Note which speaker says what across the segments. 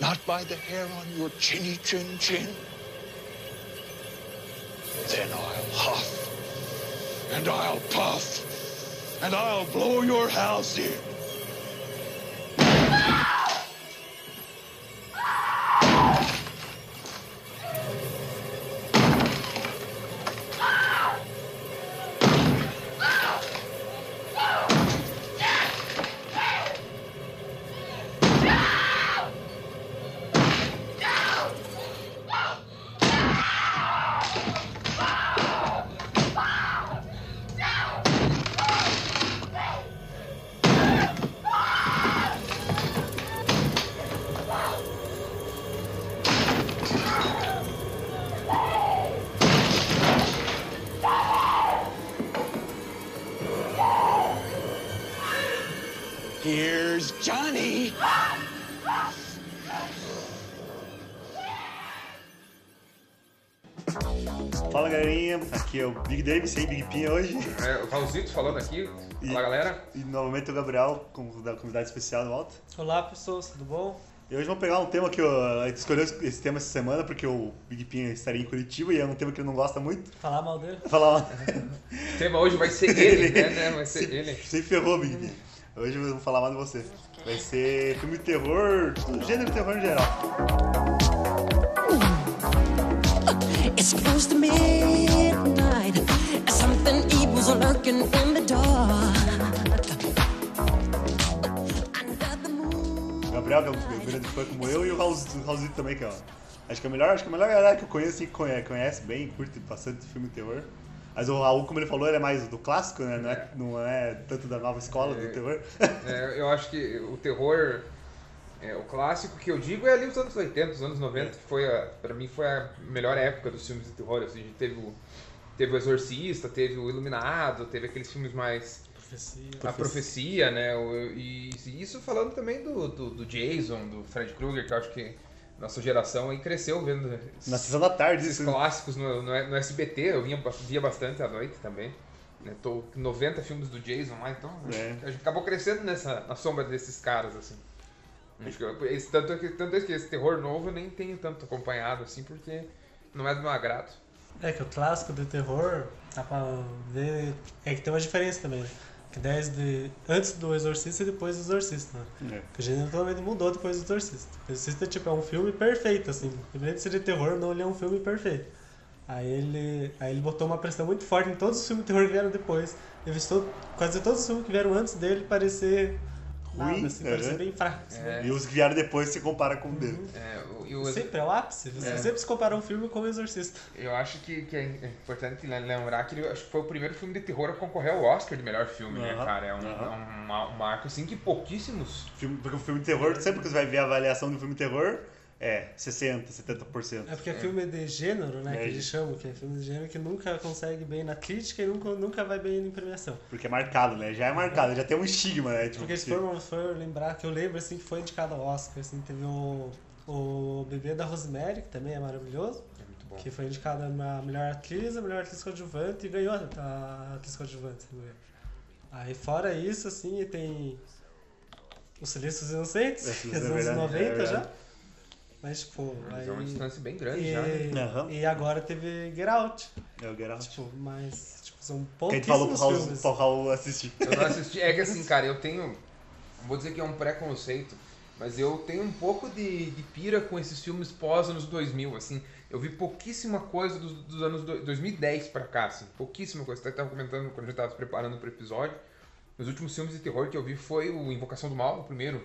Speaker 1: Not by the hair on your chinny chin chin. Then I'll huff, and I'll puff, and I'll blow your house in. Here's Johnny.
Speaker 2: Fala galerinha, aqui é o Big Dave, sem Big Pinha hoje.
Speaker 3: É, o Raulzito falando aqui. Fala, galera.
Speaker 2: E novamente o Gabriel, com da convidado especial no alto.
Speaker 4: Olá pessoas, tudo bom?
Speaker 2: E hoje vamos pegar um tema que eu, a gente escolheu esse tema essa semana, porque o Big Pinha estaria em Curitiba e é um tema que ele não gosta muito.
Speaker 4: Falar mal dele?
Speaker 2: Falar
Speaker 3: O tema hoje vai ser ele, né? né? Vai ser ele.
Speaker 2: Você ferrou, Big Pinha. Hoje eu vou falar mais de você. Vai ser filme de terror, gênero de terror em geral.
Speaker 5: It's close to midnight. Something evil's lurking in the dark. Under the moon.
Speaker 2: O Gabriel, que é um grande fã como eu, e o Raulzito, o Raulzito também, que é ó, Acho que é a melhor, acho que é a melhor galera que eu conheço e conhece, conhece bem, curte bastante filme de terror. Mas o Raul, como ele falou, ele é mais do clássico, né? Não é, não é tanto da nova escola do terror.
Speaker 3: É, eu acho que o terror, é, o clássico que eu digo é ali os anos 80, os anos 90, que foi a, pra mim foi a melhor época dos filmes de terror. Assim, teve, o, teve o Exorcista, teve o Iluminado, teve aqueles filmes mais.
Speaker 4: Profecia.
Speaker 3: A profecia, né? o- E e isso falando também do, do, do Jason, do Fred Krueger, que eu acho que nossa geração aí cresceu vendo esses-
Speaker 2: Na sessão da tarde,
Speaker 3: Esses
Speaker 2: isso.
Speaker 3: clássicos no, no- no SBT, eu vinha, ba- via bastante à noite também. né, Tô 90 filmes do Jason lá, então acho
Speaker 2: É.
Speaker 3: que a gente acabou crescendo nessa, na sombra desses caras, assim.
Speaker 2: Hum.
Speaker 3: Acho que eu- esse, tanto, é que, tanto é que esse terror novo eu nem tenho tanto acompanhado, assim, porque não é do meu agrado.
Speaker 4: É que o clássico do terror, dá pra ver. É que tem uma diferença também, né? Que 10 de. Antes do Exorcista e depois do Exorcista, né?
Speaker 2: É.
Speaker 4: Porque o gênero totalmente mudou depois do Exorcista. O Exorcista tipo, é um filme perfeito, assim. Independente de ser de terror, ou não, ele é um filme perfeito. Aí ele, aí ele botou uma pressão muito forte em todos os filmes de terror que vieram depois. Ele fez todo- quase todos os filmes que vieram antes dele parecer nada,
Speaker 2: Ruim,
Speaker 4: assim,
Speaker 2: aham.
Speaker 4: parecer bem fraco. assim.
Speaker 3: É,
Speaker 2: E os que vieram depois se compara com o dele.
Speaker 3: é, o- e o-
Speaker 4: Sempre é o ápice. Você
Speaker 3: É.
Speaker 4: sempre se compara um filme com o Exorcista.
Speaker 3: eu acho que, que é importante le- lembrar que ele, acho que foi o primeiro filme de terror a concorrer ao Oscar de melhor filme, né,
Speaker 2: Aham,
Speaker 3: cara? É um,
Speaker 2: aham.
Speaker 3: é um ma- um marco, assim, que pouquíssimos
Speaker 2: Filme- porque o filme de terror, sempre que você vai ver a avaliação de um filme de terror, é 60%, 70%.
Speaker 4: É porque é filme de gênero, né?
Speaker 2: É.
Speaker 4: Que eles chamam, que é filme de gênero que nunca consegue bem na crítica e nunca, nunca vai bem em premiação.
Speaker 2: Porque é marcado, né? Já é marcado, já tem um estigma, né? Tipo,
Speaker 4: Porque se
Speaker 2: que-
Speaker 4: for, for lembrar, que eu lembro assim que foi indicado ao Oscar, assim, teve o, o Bebê da Rosemary, que também é maravilhoso,
Speaker 3: É muito bom.
Speaker 4: que foi indicada na melhor atriz, a melhor atriz coadjuvante e ganhou a atriz coadjuvante, se não me engano. Aí fora isso, assim, tem Os Silêncios Inocentes,
Speaker 2: É,
Speaker 4: que
Speaker 2: é
Speaker 4: é dos anos
Speaker 2: verdade, é
Speaker 4: 90 já.
Speaker 2: verdade.
Speaker 4: Mas tipo,
Speaker 3: Mas
Speaker 4: aí...
Speaker 3: é uma distância bem grande
Speaker 2: é
Speaker 3: já, né?
Speaker 4: E,
Speaker 2: Aham.
Speaker 4: e agora teve Get Out.
Speaker 2: É o Get Out.
Speaker 4: Tipo, mas tipo, são
Speaker 2: Que a gente falou pro
Speaker 4: pouquíssimos
Speaker 2: Raul,
Speaker 4: filmes.
Speaker 2: pro Raul assistir.
Speaker 3: Eu não assisti. É que assim, cara, eu tenho. Vou dizer que é um preconceito, mas eu tenho um pouco de, de pira com esses filmes pós anos 2000, assim. Eu vi pouquíssima coisa dos, dos anos do- 2010 pra cá, assim. Pouquíssima coisa. Eu tava comentando quando a gente tava se preparando pro episódio. Os últimos filmes de terror que eu vi foi o Invocação do Mal, o primeiro,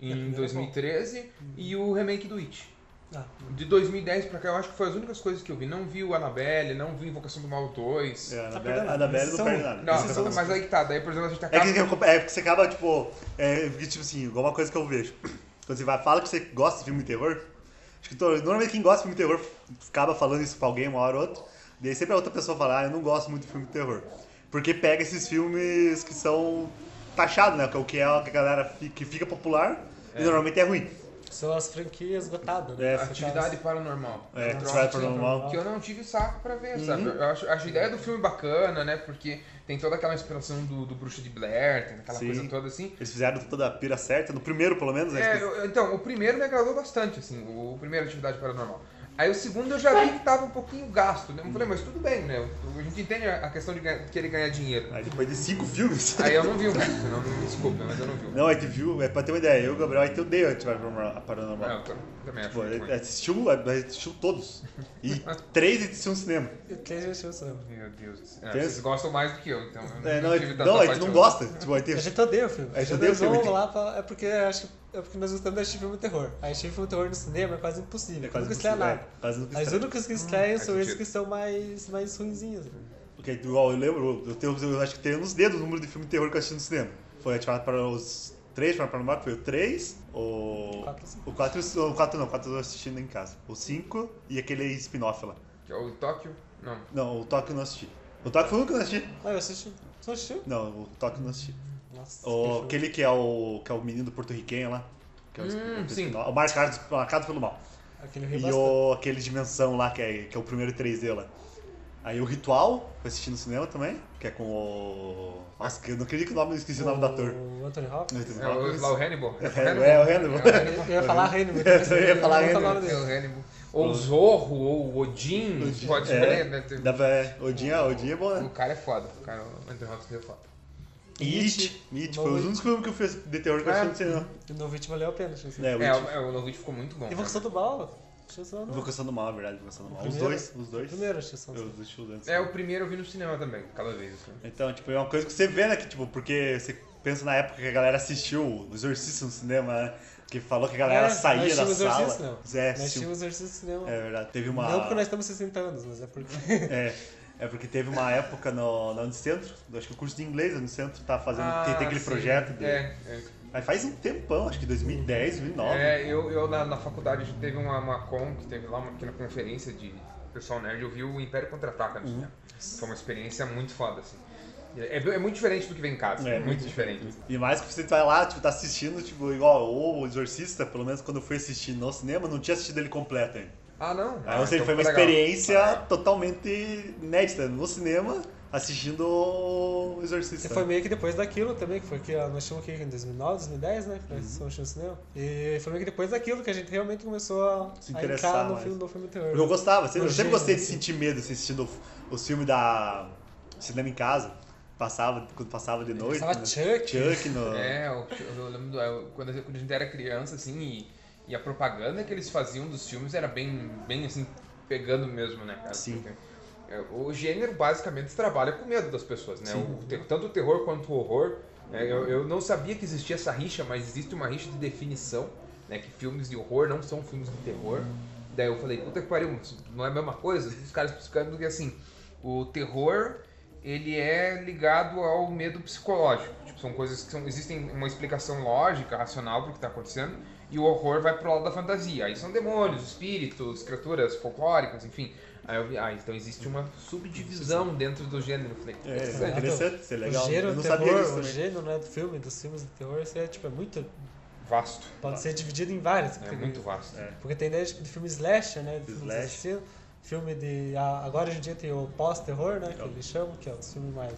Speaker 3: em
Speaker 4: É, o primeiro é bom.
Speaker 3: 2013, e o remake do It.
Speaker 4: Ah,
Speaker 3: De 2010 pra cá, eu acho que foi as únicas coisas que eu vi. Não vi o Annabelle, não vi Invocação do Mal 2.
Speaker 2: É, a Anabelle-
Speaker 4: perdendo.
Speaker 2: a Anabelle não
Speaker 4: São-
Speaker 2: perde nada.
Speaker 3: Não,
Speaker 2: Esses são os-
Speaker 3: mas aí que tá. Daí, por exemplo, a gente
Speaker 2: É
Speaker 3: acaba...
Speaker 2: que, que- é que você acaba, tipo, é, que, tipo assim, igual uma coisa que eu vejo. Quando você vai, fala que você gosta de filme de terror, acho que to- normalmente quem gosta de filme de terror acaba falando isso pra alguém uma hora ou outra, daí sempre a outra pessoa fala, ah, eu não gosto muito de filme de terror. Porque pega esses filmes que são taxados, né? Que é o que é o que a galera fi- que fica popular e normalmente é ruim.
Speaker 4: São as franquias esgotadas, né?
Speaker 2: É,
Speaker 4: Você tá-
Speaker 3: Atividade paranormal.
Speaker 2: É,
Speaker 3: Um
Speaker 2: Atividade
Speaker 3: troço
Speaker 2: Paranormal. Uhum.
Speaker 3: Que eu não tive saco pra ver, sabe? Eu acho, acho a ideia do filme bacana, né? Porque tem toda aquela inspiração do, do Bruxa de Blair, tem aquela
Speaker 2: Sim.
Speaker 3: coisa toda assim.
Speaker 2: Eles fizeram toda a pira certa, no primeiro pelo menos, né?
Speaker 3: É,
Speaker 2: Eles-
Speaker 3: eu- eu- então, o primeiro me agradou bastante, assim, o, o primeiro Atividade Paranormal. Aí o segundo eu já vi que tava um pouquinho gasto, né? Eu falei, mas tudo bem, né? A gente entende a a questão de ganhar- querer ganhar dinheiro.
Speaker 2: Aí depois de cinco filmes.
Speaker 3: Aí eu não vi o resto, não, me desculpa, mas eu não vi o
Speaker 2: Não, aí tu viu, é pra ter uma ideia, eu e o Gabriel, aí tu odeia Atividade Paranormal- a Paranormal.
Speaker 3: Não, eu também acho
Speaker 2: Pô,
Speaker 3: muito
Speaker 2: ele
Speaker 3: ruim.
Speaker 2: assistiu, ele assistiu todos. E três ele assistiu no cinema.
Speaker 4: Três vezes eu sou.
Speaker 3: Meu Deus. do céu. É,
Speaker 2: Tem-
Speaker 3: vocês gostam mais do que eu, então. Eu
Speaker 2: É, não,
Speaker 3: tive
Speaker 2: ele,
Speaker 3: tanta
Speaker 2: não, aí tu
Speaker 3: paixão. né?
Speaker 2: não gosta. Tipo, aí tem-
Speaker 4: A gente odeia o filme.
Speaker 2: A gente odeia o
Speaker 4: Nós
Speaker 2: filme.
Speaker 4: Vamos lá pra- É porque acho que- é porque nós gostamos de assistir filme de terror. Aí assistir filme de terror no cinema é quase impossível.
Speaker 2: É quase
Speaker 4: nunca estreia
Speaker 2: impossível,
Speaker 4: nada.
Speaker 2: é, quase Hum, nunca
Speaker 4: Mas os
Speaker 2: estreia.
Speaker 4: únicos que estreiam
Speaker 3: faz
Speaker 4: são esses
Speaker 3: sentido.
Speaker 4: que são mais, mais ruinzinhos. né?
Speaker 2: Porque igual eu lembro, eu, tenho, eu acho que tenho nos dedos o número de filme de terror que eu assisti no cinema. Foi Ativado para os três, Ativado para o Mato, foi o três, o.
Speaker 4: Quatro, cinco.
Speaker 2: O 4 o quatro não, o 4 eu assisti ainda em casa. O cinco e aquele spin-off lá.
Speaker 3: Que é o Tóquio? Não.
Speaker 2: Não, o Tóquio eu não assisti. O Tóquio foi o único que eu não assisti.
Speaker 4: Ah, eu assisti. Você assistiu?
Speaker 2: Não, o Tóquio eu não assisti.
Speaker 4: Nossa. que
Speaker 2: O,
Speaker 4: filme.
Speaker 2: aquele que é o. que é o menino porto-riquenho lá. Que é o,
Speaker 3: Hum,
Speaker 2: o-
Speaker 3: sim.
Speaker 2: o marcado, marcado pelo mal.
Speaker 4: Aquele eu ri
Speaker 2: E
Speaker 4: bastante.
Speaker 2: o, aquele Dimensão lá, que é, que é o primeiro 3D lá. Aí o Ritual, que eu assisti no cinema também, que é com o. Nossa, que eu não acredito que o nome, eu esqueci o nome do ator.
Speaker 4: O Anthony Hopkins.
Speaker 2: Não,
Speaker 3: É o, lá o Hannibal.
Speaker 2: É, é o Hannibal.
Speaker 3: É o
Speaker 4: Eu ia falar Hannibal.
Speaker 2: Eu ia falar
Speaker 4: Eu não
Speaker 2: Hannibal.
Speaker 4: falava
Speaker 3: É o
Speaker 4: dele.
Speaker 3: Hannibal. Ou o Zorro, ou o Odin, pode
Speaker 2: é,
Speaker 3: ser, né? Tem-
Speaker 2: Dá pra, é, Odin, é, Odin é bom,
Speaker 3: O
Speaker 2: né?
Speaker 3: cara é foda. O cara, o Anthony Hopkins é foda.
Speaker 2: E It, It, foi um
Speaker 4: Novo-
Speaker 2: dos filmes que eu fiz de terror que eu
Speaker 3: É.
Speaker 2: assisti no cinema.
Speaker 4: O novo vítima valeu a pena. acho que-
Speaker 2: É, o
Speaker 3: É,
Speaker 2: It.
Speaker 3: o, é, o novo vídeo ficou muito bom.
Speaker 4: Invocação do Mal. Invocação do Mal.
Speaker 2: Invocação do Mal, na verdade, Invocação do Mal. Os
Speaker 4: Primeiro-
Speaker 2: dois, os dois.
Speaker 4: Primeiro, Invocação do
Speaker 2: Eu
Speaker 4: Mal.
Speaker 2: assisti os dois.
Speaker 3: É, o primeiro eu vi no cinema também, cada vez. Assim.
Speaker 2: Então, tipo, é uma coisa que você vê, né? Que, tipo, porque você pensa na época que a galera assistiu o Exorcista no cinema, né? Que falou que a galera
Speaker 4: É,
Speaker 2: saía
Speaker 4: nós
Speaker 2: da
Speaker 4: tínhamos
Speaker 2: sala.
Speaker 4: exercício, não.
Speaker 2: É,
Speaker 4: Nós
Speaker 2: assistiu.
Speaker 4: tínhamos exercício de cinema.
Speaker 2: É verdade, teve uma.
Speaker 4: Não porque nós estamos 60 anos, mas é porque.
Speaker 2: É, é porque teve uma época no, na Unicentro, eu acho que o curso de inglês da Unicentro tá fazendo,
Speaker 4: Ah,
Speaker 2: tem, tem aquele
Speaker 3: Ah, sim.
Speaker 2: projeto de.
Speaker 3: É, é.
Speaker 2: Mas faz um tempão, acho que 2010, 2009.
Speaker 3: É, eu, eu na, na faculdade teve uma, uma com, que teve lá uma pequena conferência de pessoal nerd, eu vi o Império Contra-Ataca no
Speaker 2: Uhum.
Speaker 3: cinema. Foi uma experiência muito foda, assim. É, é- é muito diferente do que vem em casa,
Speaker 2: É,
Speaker 3: muito,
Speaker 2: muito
Speaker 3: diferente.
Speaker 2: E mais que você vai lá, tipo, tá assistindo, tipo, igual ou o Exorcista, pelo menos quando eu fui assistir no cinema, eu não tinha assistido ele completo ainda.
Speaker 3: Ah,
Speaker 2: Aí, ou
Speaker 3: não?
Speaker 2: seja,
Speaker 3: então
Speaker 2: assim, foi uma
Speaker 3: legal.
Speaker 2: experiência
Speaker 4: é.
Speaker 3: Ah,
Speaker 2: totalmente inédita no cinema, assistindo o
Speaker 4: E
Speaker 2: Exorcista.
Speaker 4: foi meio que depois daquilo também, que foi que ó, nós tínhamos que em 2009, 2010, né? Que nós uhum. cinema. E foi meio que depois daquilo que a gente realmente começou a
Speaker 2: Se
Speaker 4: a
Speaker 2: interessar
Speaker 4: entrar no
Speaker 2: mais.
Speaker 4: filme, no filme terror.
Speaker 2: Porque eu gostava, sempre- eu
Speaker 4: No
Speaker 2: sempre
Speaker 4: gênero,
Speaker 2: gostei de
Speaker 4: assim.
Speaker 2: sentir medo assim, assistindo os filmes da cinema em casa. Passava, quando passava de noite.
Speaker 4: Passava
Speaker 2: né?
Speaker 4: Chuck.
Speaker 2: Chuck no.
Speaker 3: É, eu, eu lembro do, eu- quando, a- quando a gente era criança, assim, e, e a propaganda que eles faziam dos filmes era bem, bem assim, pegando mesmo, né, cara?
Speaker 2: Sim.
Speaker 3: Porque, é, O gênero basicamente trabalha com o medo das pessoas, né? O te- tanto o terror quanto o horror. né? Eu, eu não sabia que existia essa rixa, mas existe uma rixa de definição, né? Que filmes de horror não são filmes de terror. Daí eu falei, puta que pariu, isso não é a mesma coisa? Os caras explicando que assim, o terror ele é ligado ao medo psicológico. Tipo, são coisas que são, existem uma explicação lógica, racional pro que tá acontecendo, e o horror vai pro lado da fantasia. Aí são demônios, espíritos, criaturas folclóricas, enfim. Aí eu vi, ah, então existe uma subdivisão dentro do gênero. Eu falês
Speaker 2: É,
Speaker 4: Exato.
Speaker 2: interessante, isso é legal.
Speaker 4: O gênero
Speaker 2: eu não
Speaker 4: terror,
Speaker 2: sabia disso
Speaker 4: o
Speaker 2: também.
Speaker 4: gênero né, do filme, dos filmes de terror, isso é, tipo, é muito.
Speaker 3: vasto.
Speaker 4: Pode ser dividido em vários.
Speaker 3: É muito vasto.
Speaker 2: É.
Speaker 4: Porque tem ideia de, de filme slasher, né? De filme
Speaker 2: Slash.
Speaker 4: assassino, filme de. a- agora hoje em dia tem o pós-terror, né? Que eles chamam, que é os filmes mais.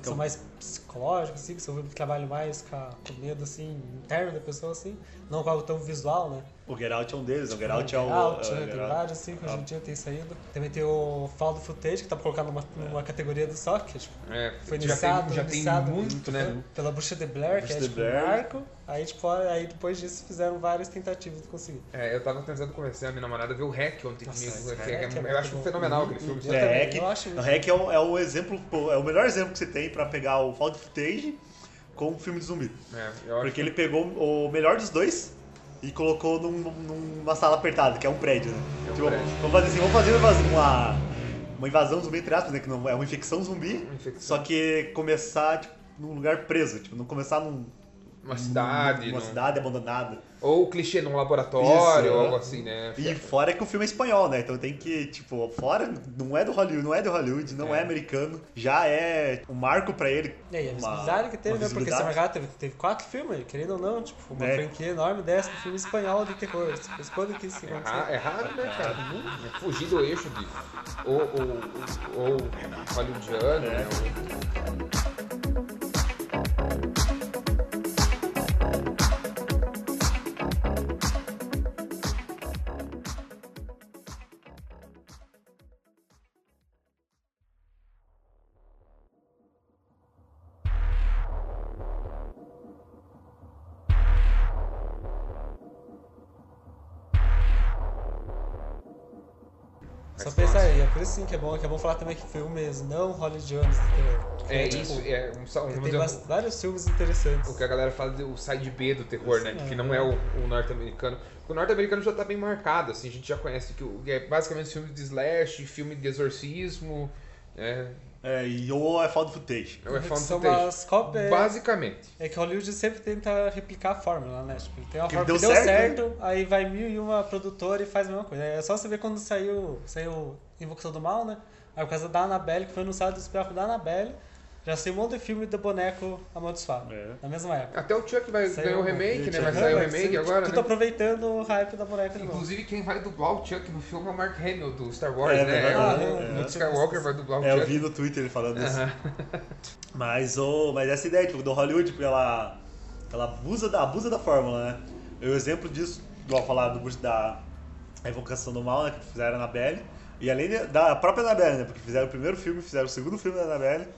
Speaker 4: que são
Speaker 2: Então-
Speaker 4: mais psicológicos, assim, que são filmes que trabalham mais com, a- com o medo, assim, interno da pessoa, assim. Não com algo tão visual, né?
Speaker 2: O Geralt é um deles, o Geralt é o.
Speaker 4: Out,
Speaker 2: é o
Speaker 4: né? Tem
Speaker 2: Geralt.
Speaker 4: vários, assim, que hoje em dia tem saído. Também tem o Fall do Footage, que tá colocado numa, numa categoria do só, que é, tipo,
Speaker 3: É,
Speaker 4: foi
Speaker 3: já
Speaker 4: iniciado,
Speaker 3: tem, já
Speaker 4: iniciado.
Speaker 3: tem muito, né?
Speaker 4: pela Bruxa de Blair, que
Speaker 2: Bruxa
Speaker 4: é
Speaker 2: de
Speaker 4: tipo
Speaker 2: Blair.
Speaker 4: um arco. Aí, tipo, aí depois disso fizeram várias tentativas de conseguir.
Speaker 3: É, eu tava tentando convencer a minha namorada a ver o Hack ontem
Speaker 4: Nossa,
Speaker 3: comigo.
Speaker 4: esse
Speaker 3: que é-
Speaker 4: Hack é
Speaker 3: eu
Speaker 4: muito
Speaker 3: acho
Speaker 4: bom.
Speaker 3: fenomenal aquele filme.
Speaker 4: Eu
Speaker 2: É,
Speaker 4: também,
Speaker 2: hack,
Speaker 4: eu acho
Speaker 2: o hack é o, é o exemplo, pô, é o melhor exemplo que você tem pra pegar o Fall Footage com o filme de zumbi.
Speaker 3: É, eu acho
Speaker 2: Porque ele pegou o melhor dos dois e colocou num- numa sala apertada, que é um prédio, né?
Speaker 3: É um
Speaker 2: Tipo,
Speaker 3: prédio.
Speaker 2: Vamos fazer assim, vamos fazer uma, invasão- uma, uma invasão zumbi, entre aspas, né? Que não, é uma infecção zumbi,
Speaker 3: Uma infecção.
Speaker 2: só que começar tipo, num lugar preso, tipo, não começar num...
Speaker 3: Uma Uma cidade.
Speaker 2: Uma
Speaker 3: num-
Speaker 2: cidade abandonada.
Speaker 3: Ou clichê num laboratório,
Speaker 2: Isso,
Speaker 3: ou
Speaker 6: é.
Speaker 2: né?
Speaker 3: algo assim, né?
Speaker 2: E fora que o filme é espanhol, né? Então tem que, tipo, fora não é do Hollywood, não é do Hollywood, não é,
Speaker 3: É.
Speaker 2: americano. Já é um marco pra ele.
Speaker 6: É, E aí, a
Speaker 2: uma-
Speaker 6: visibilidade que teve,
Speaker 2: uma
Speaker 6: né? Porque
Speaker 2: visibilidade.
Speaker 6: Sam Gato teve, teve quatro filmes, querendo ou não, tipo, uma
Speaker 2: É.
Speaker 6: franquia enorme dessa, um filme espanhol de terror. Tipo, isso quando que isso
Speaker 3: É,
Speaker 6: aconteceu?
Speaker 3: ra- é raro, né, cara? É fugir do eixo de. Ou, ou, ou hollywoodiano,
Speaker 6: É.
Speaker 3: né?
Speaker 6: Só pensar aí, é por isso sim que é bom, que é bom falar também que filmes não hollywoodianos de terror.
Speaker 3: É
Speaker 6: Tipo,
Speaker 3: isso, é um, sa- um,
Speaker 6: Tem
Speaker 3: vamos dizer,
Speaker 6: bast- vários filmes interessantes.
Speaker 3: o que a galera fala de o side B do terror, né? Que não é o, o norte-americano. O norte-americano já tá bem marcado, assim, a gente já conhece que o- é basicamente filme de slash, filme de exorcismo, né?
Speaker 2: É, e ou é found footage.
Speaker 3: Ou é found
Speaker 6: São
Speaker 3: footage.
Speaker 6: umas cópias-
Speaker 3: Basicamente.
Speaker 6: É que Hollywood sempre tenta replicar a fórmula, né? Tipo, ele tem uma
Speaker 2: Que
Speaker 6: fórmula
Speaker 2: deu
Speaker 6: que deu
Speaker 2: certo, né?
Speaker 6: certo, aí vai mil e uma produtora e faz a mesma coisa. É só você ver quando saiu, saiu Invocação do Mal, né? Aí por causa da Annabelle, que foi anunciado o spin-off da Annabelle, já saiu um monte de filme do boneco amaldiçoado.
Speaker 2: É.
Speaker 6: Na mesma época.
Speaker 3: Até o Chuck vai
Speaker 6: Saiu
Speaker 3: ganhar o
Speaker 6: um-
Speaker 3: remake, né?
Speaker 2: Chuck
Speaker 3: Vai sair Ah, o
Speaker 6: Mas,
Speaker 3: remake
Speaker 6: assim,
Speaker 3: agora,
Speaker 6: tudo
Speaker 3: né?
Speaker 6: aproveitando o hype da boneca de novo.
Speaker 3: Inclusive, quem vai dublar o Chuck no filme é o Mark Hamill do Star Wars,
Speaker 2: É,
Speaker 3: né?
Speaker 2: verdade.
Speaker 3: o
Speaker 2: Ah, é.
Speaker 3: Luke Skywalker vai dublar o
Speaker 2: É, eu
Speaker 3: Chuck.
Speaker 2: vi no Twitter ele falando isso. Mas, ô, mas essa ideia, tipo, do Hollywood, tipo, ela, ela abusa, da, abusa da fórmula, né? E O exemplo disso, igual falar do Bruce da Evocação do Mal, né? Que fizeram na Annabelle. E além de- da própria Annabelle, né? Porque fizeram o primeiro filme, fizeram o segundo filme da Annabelle.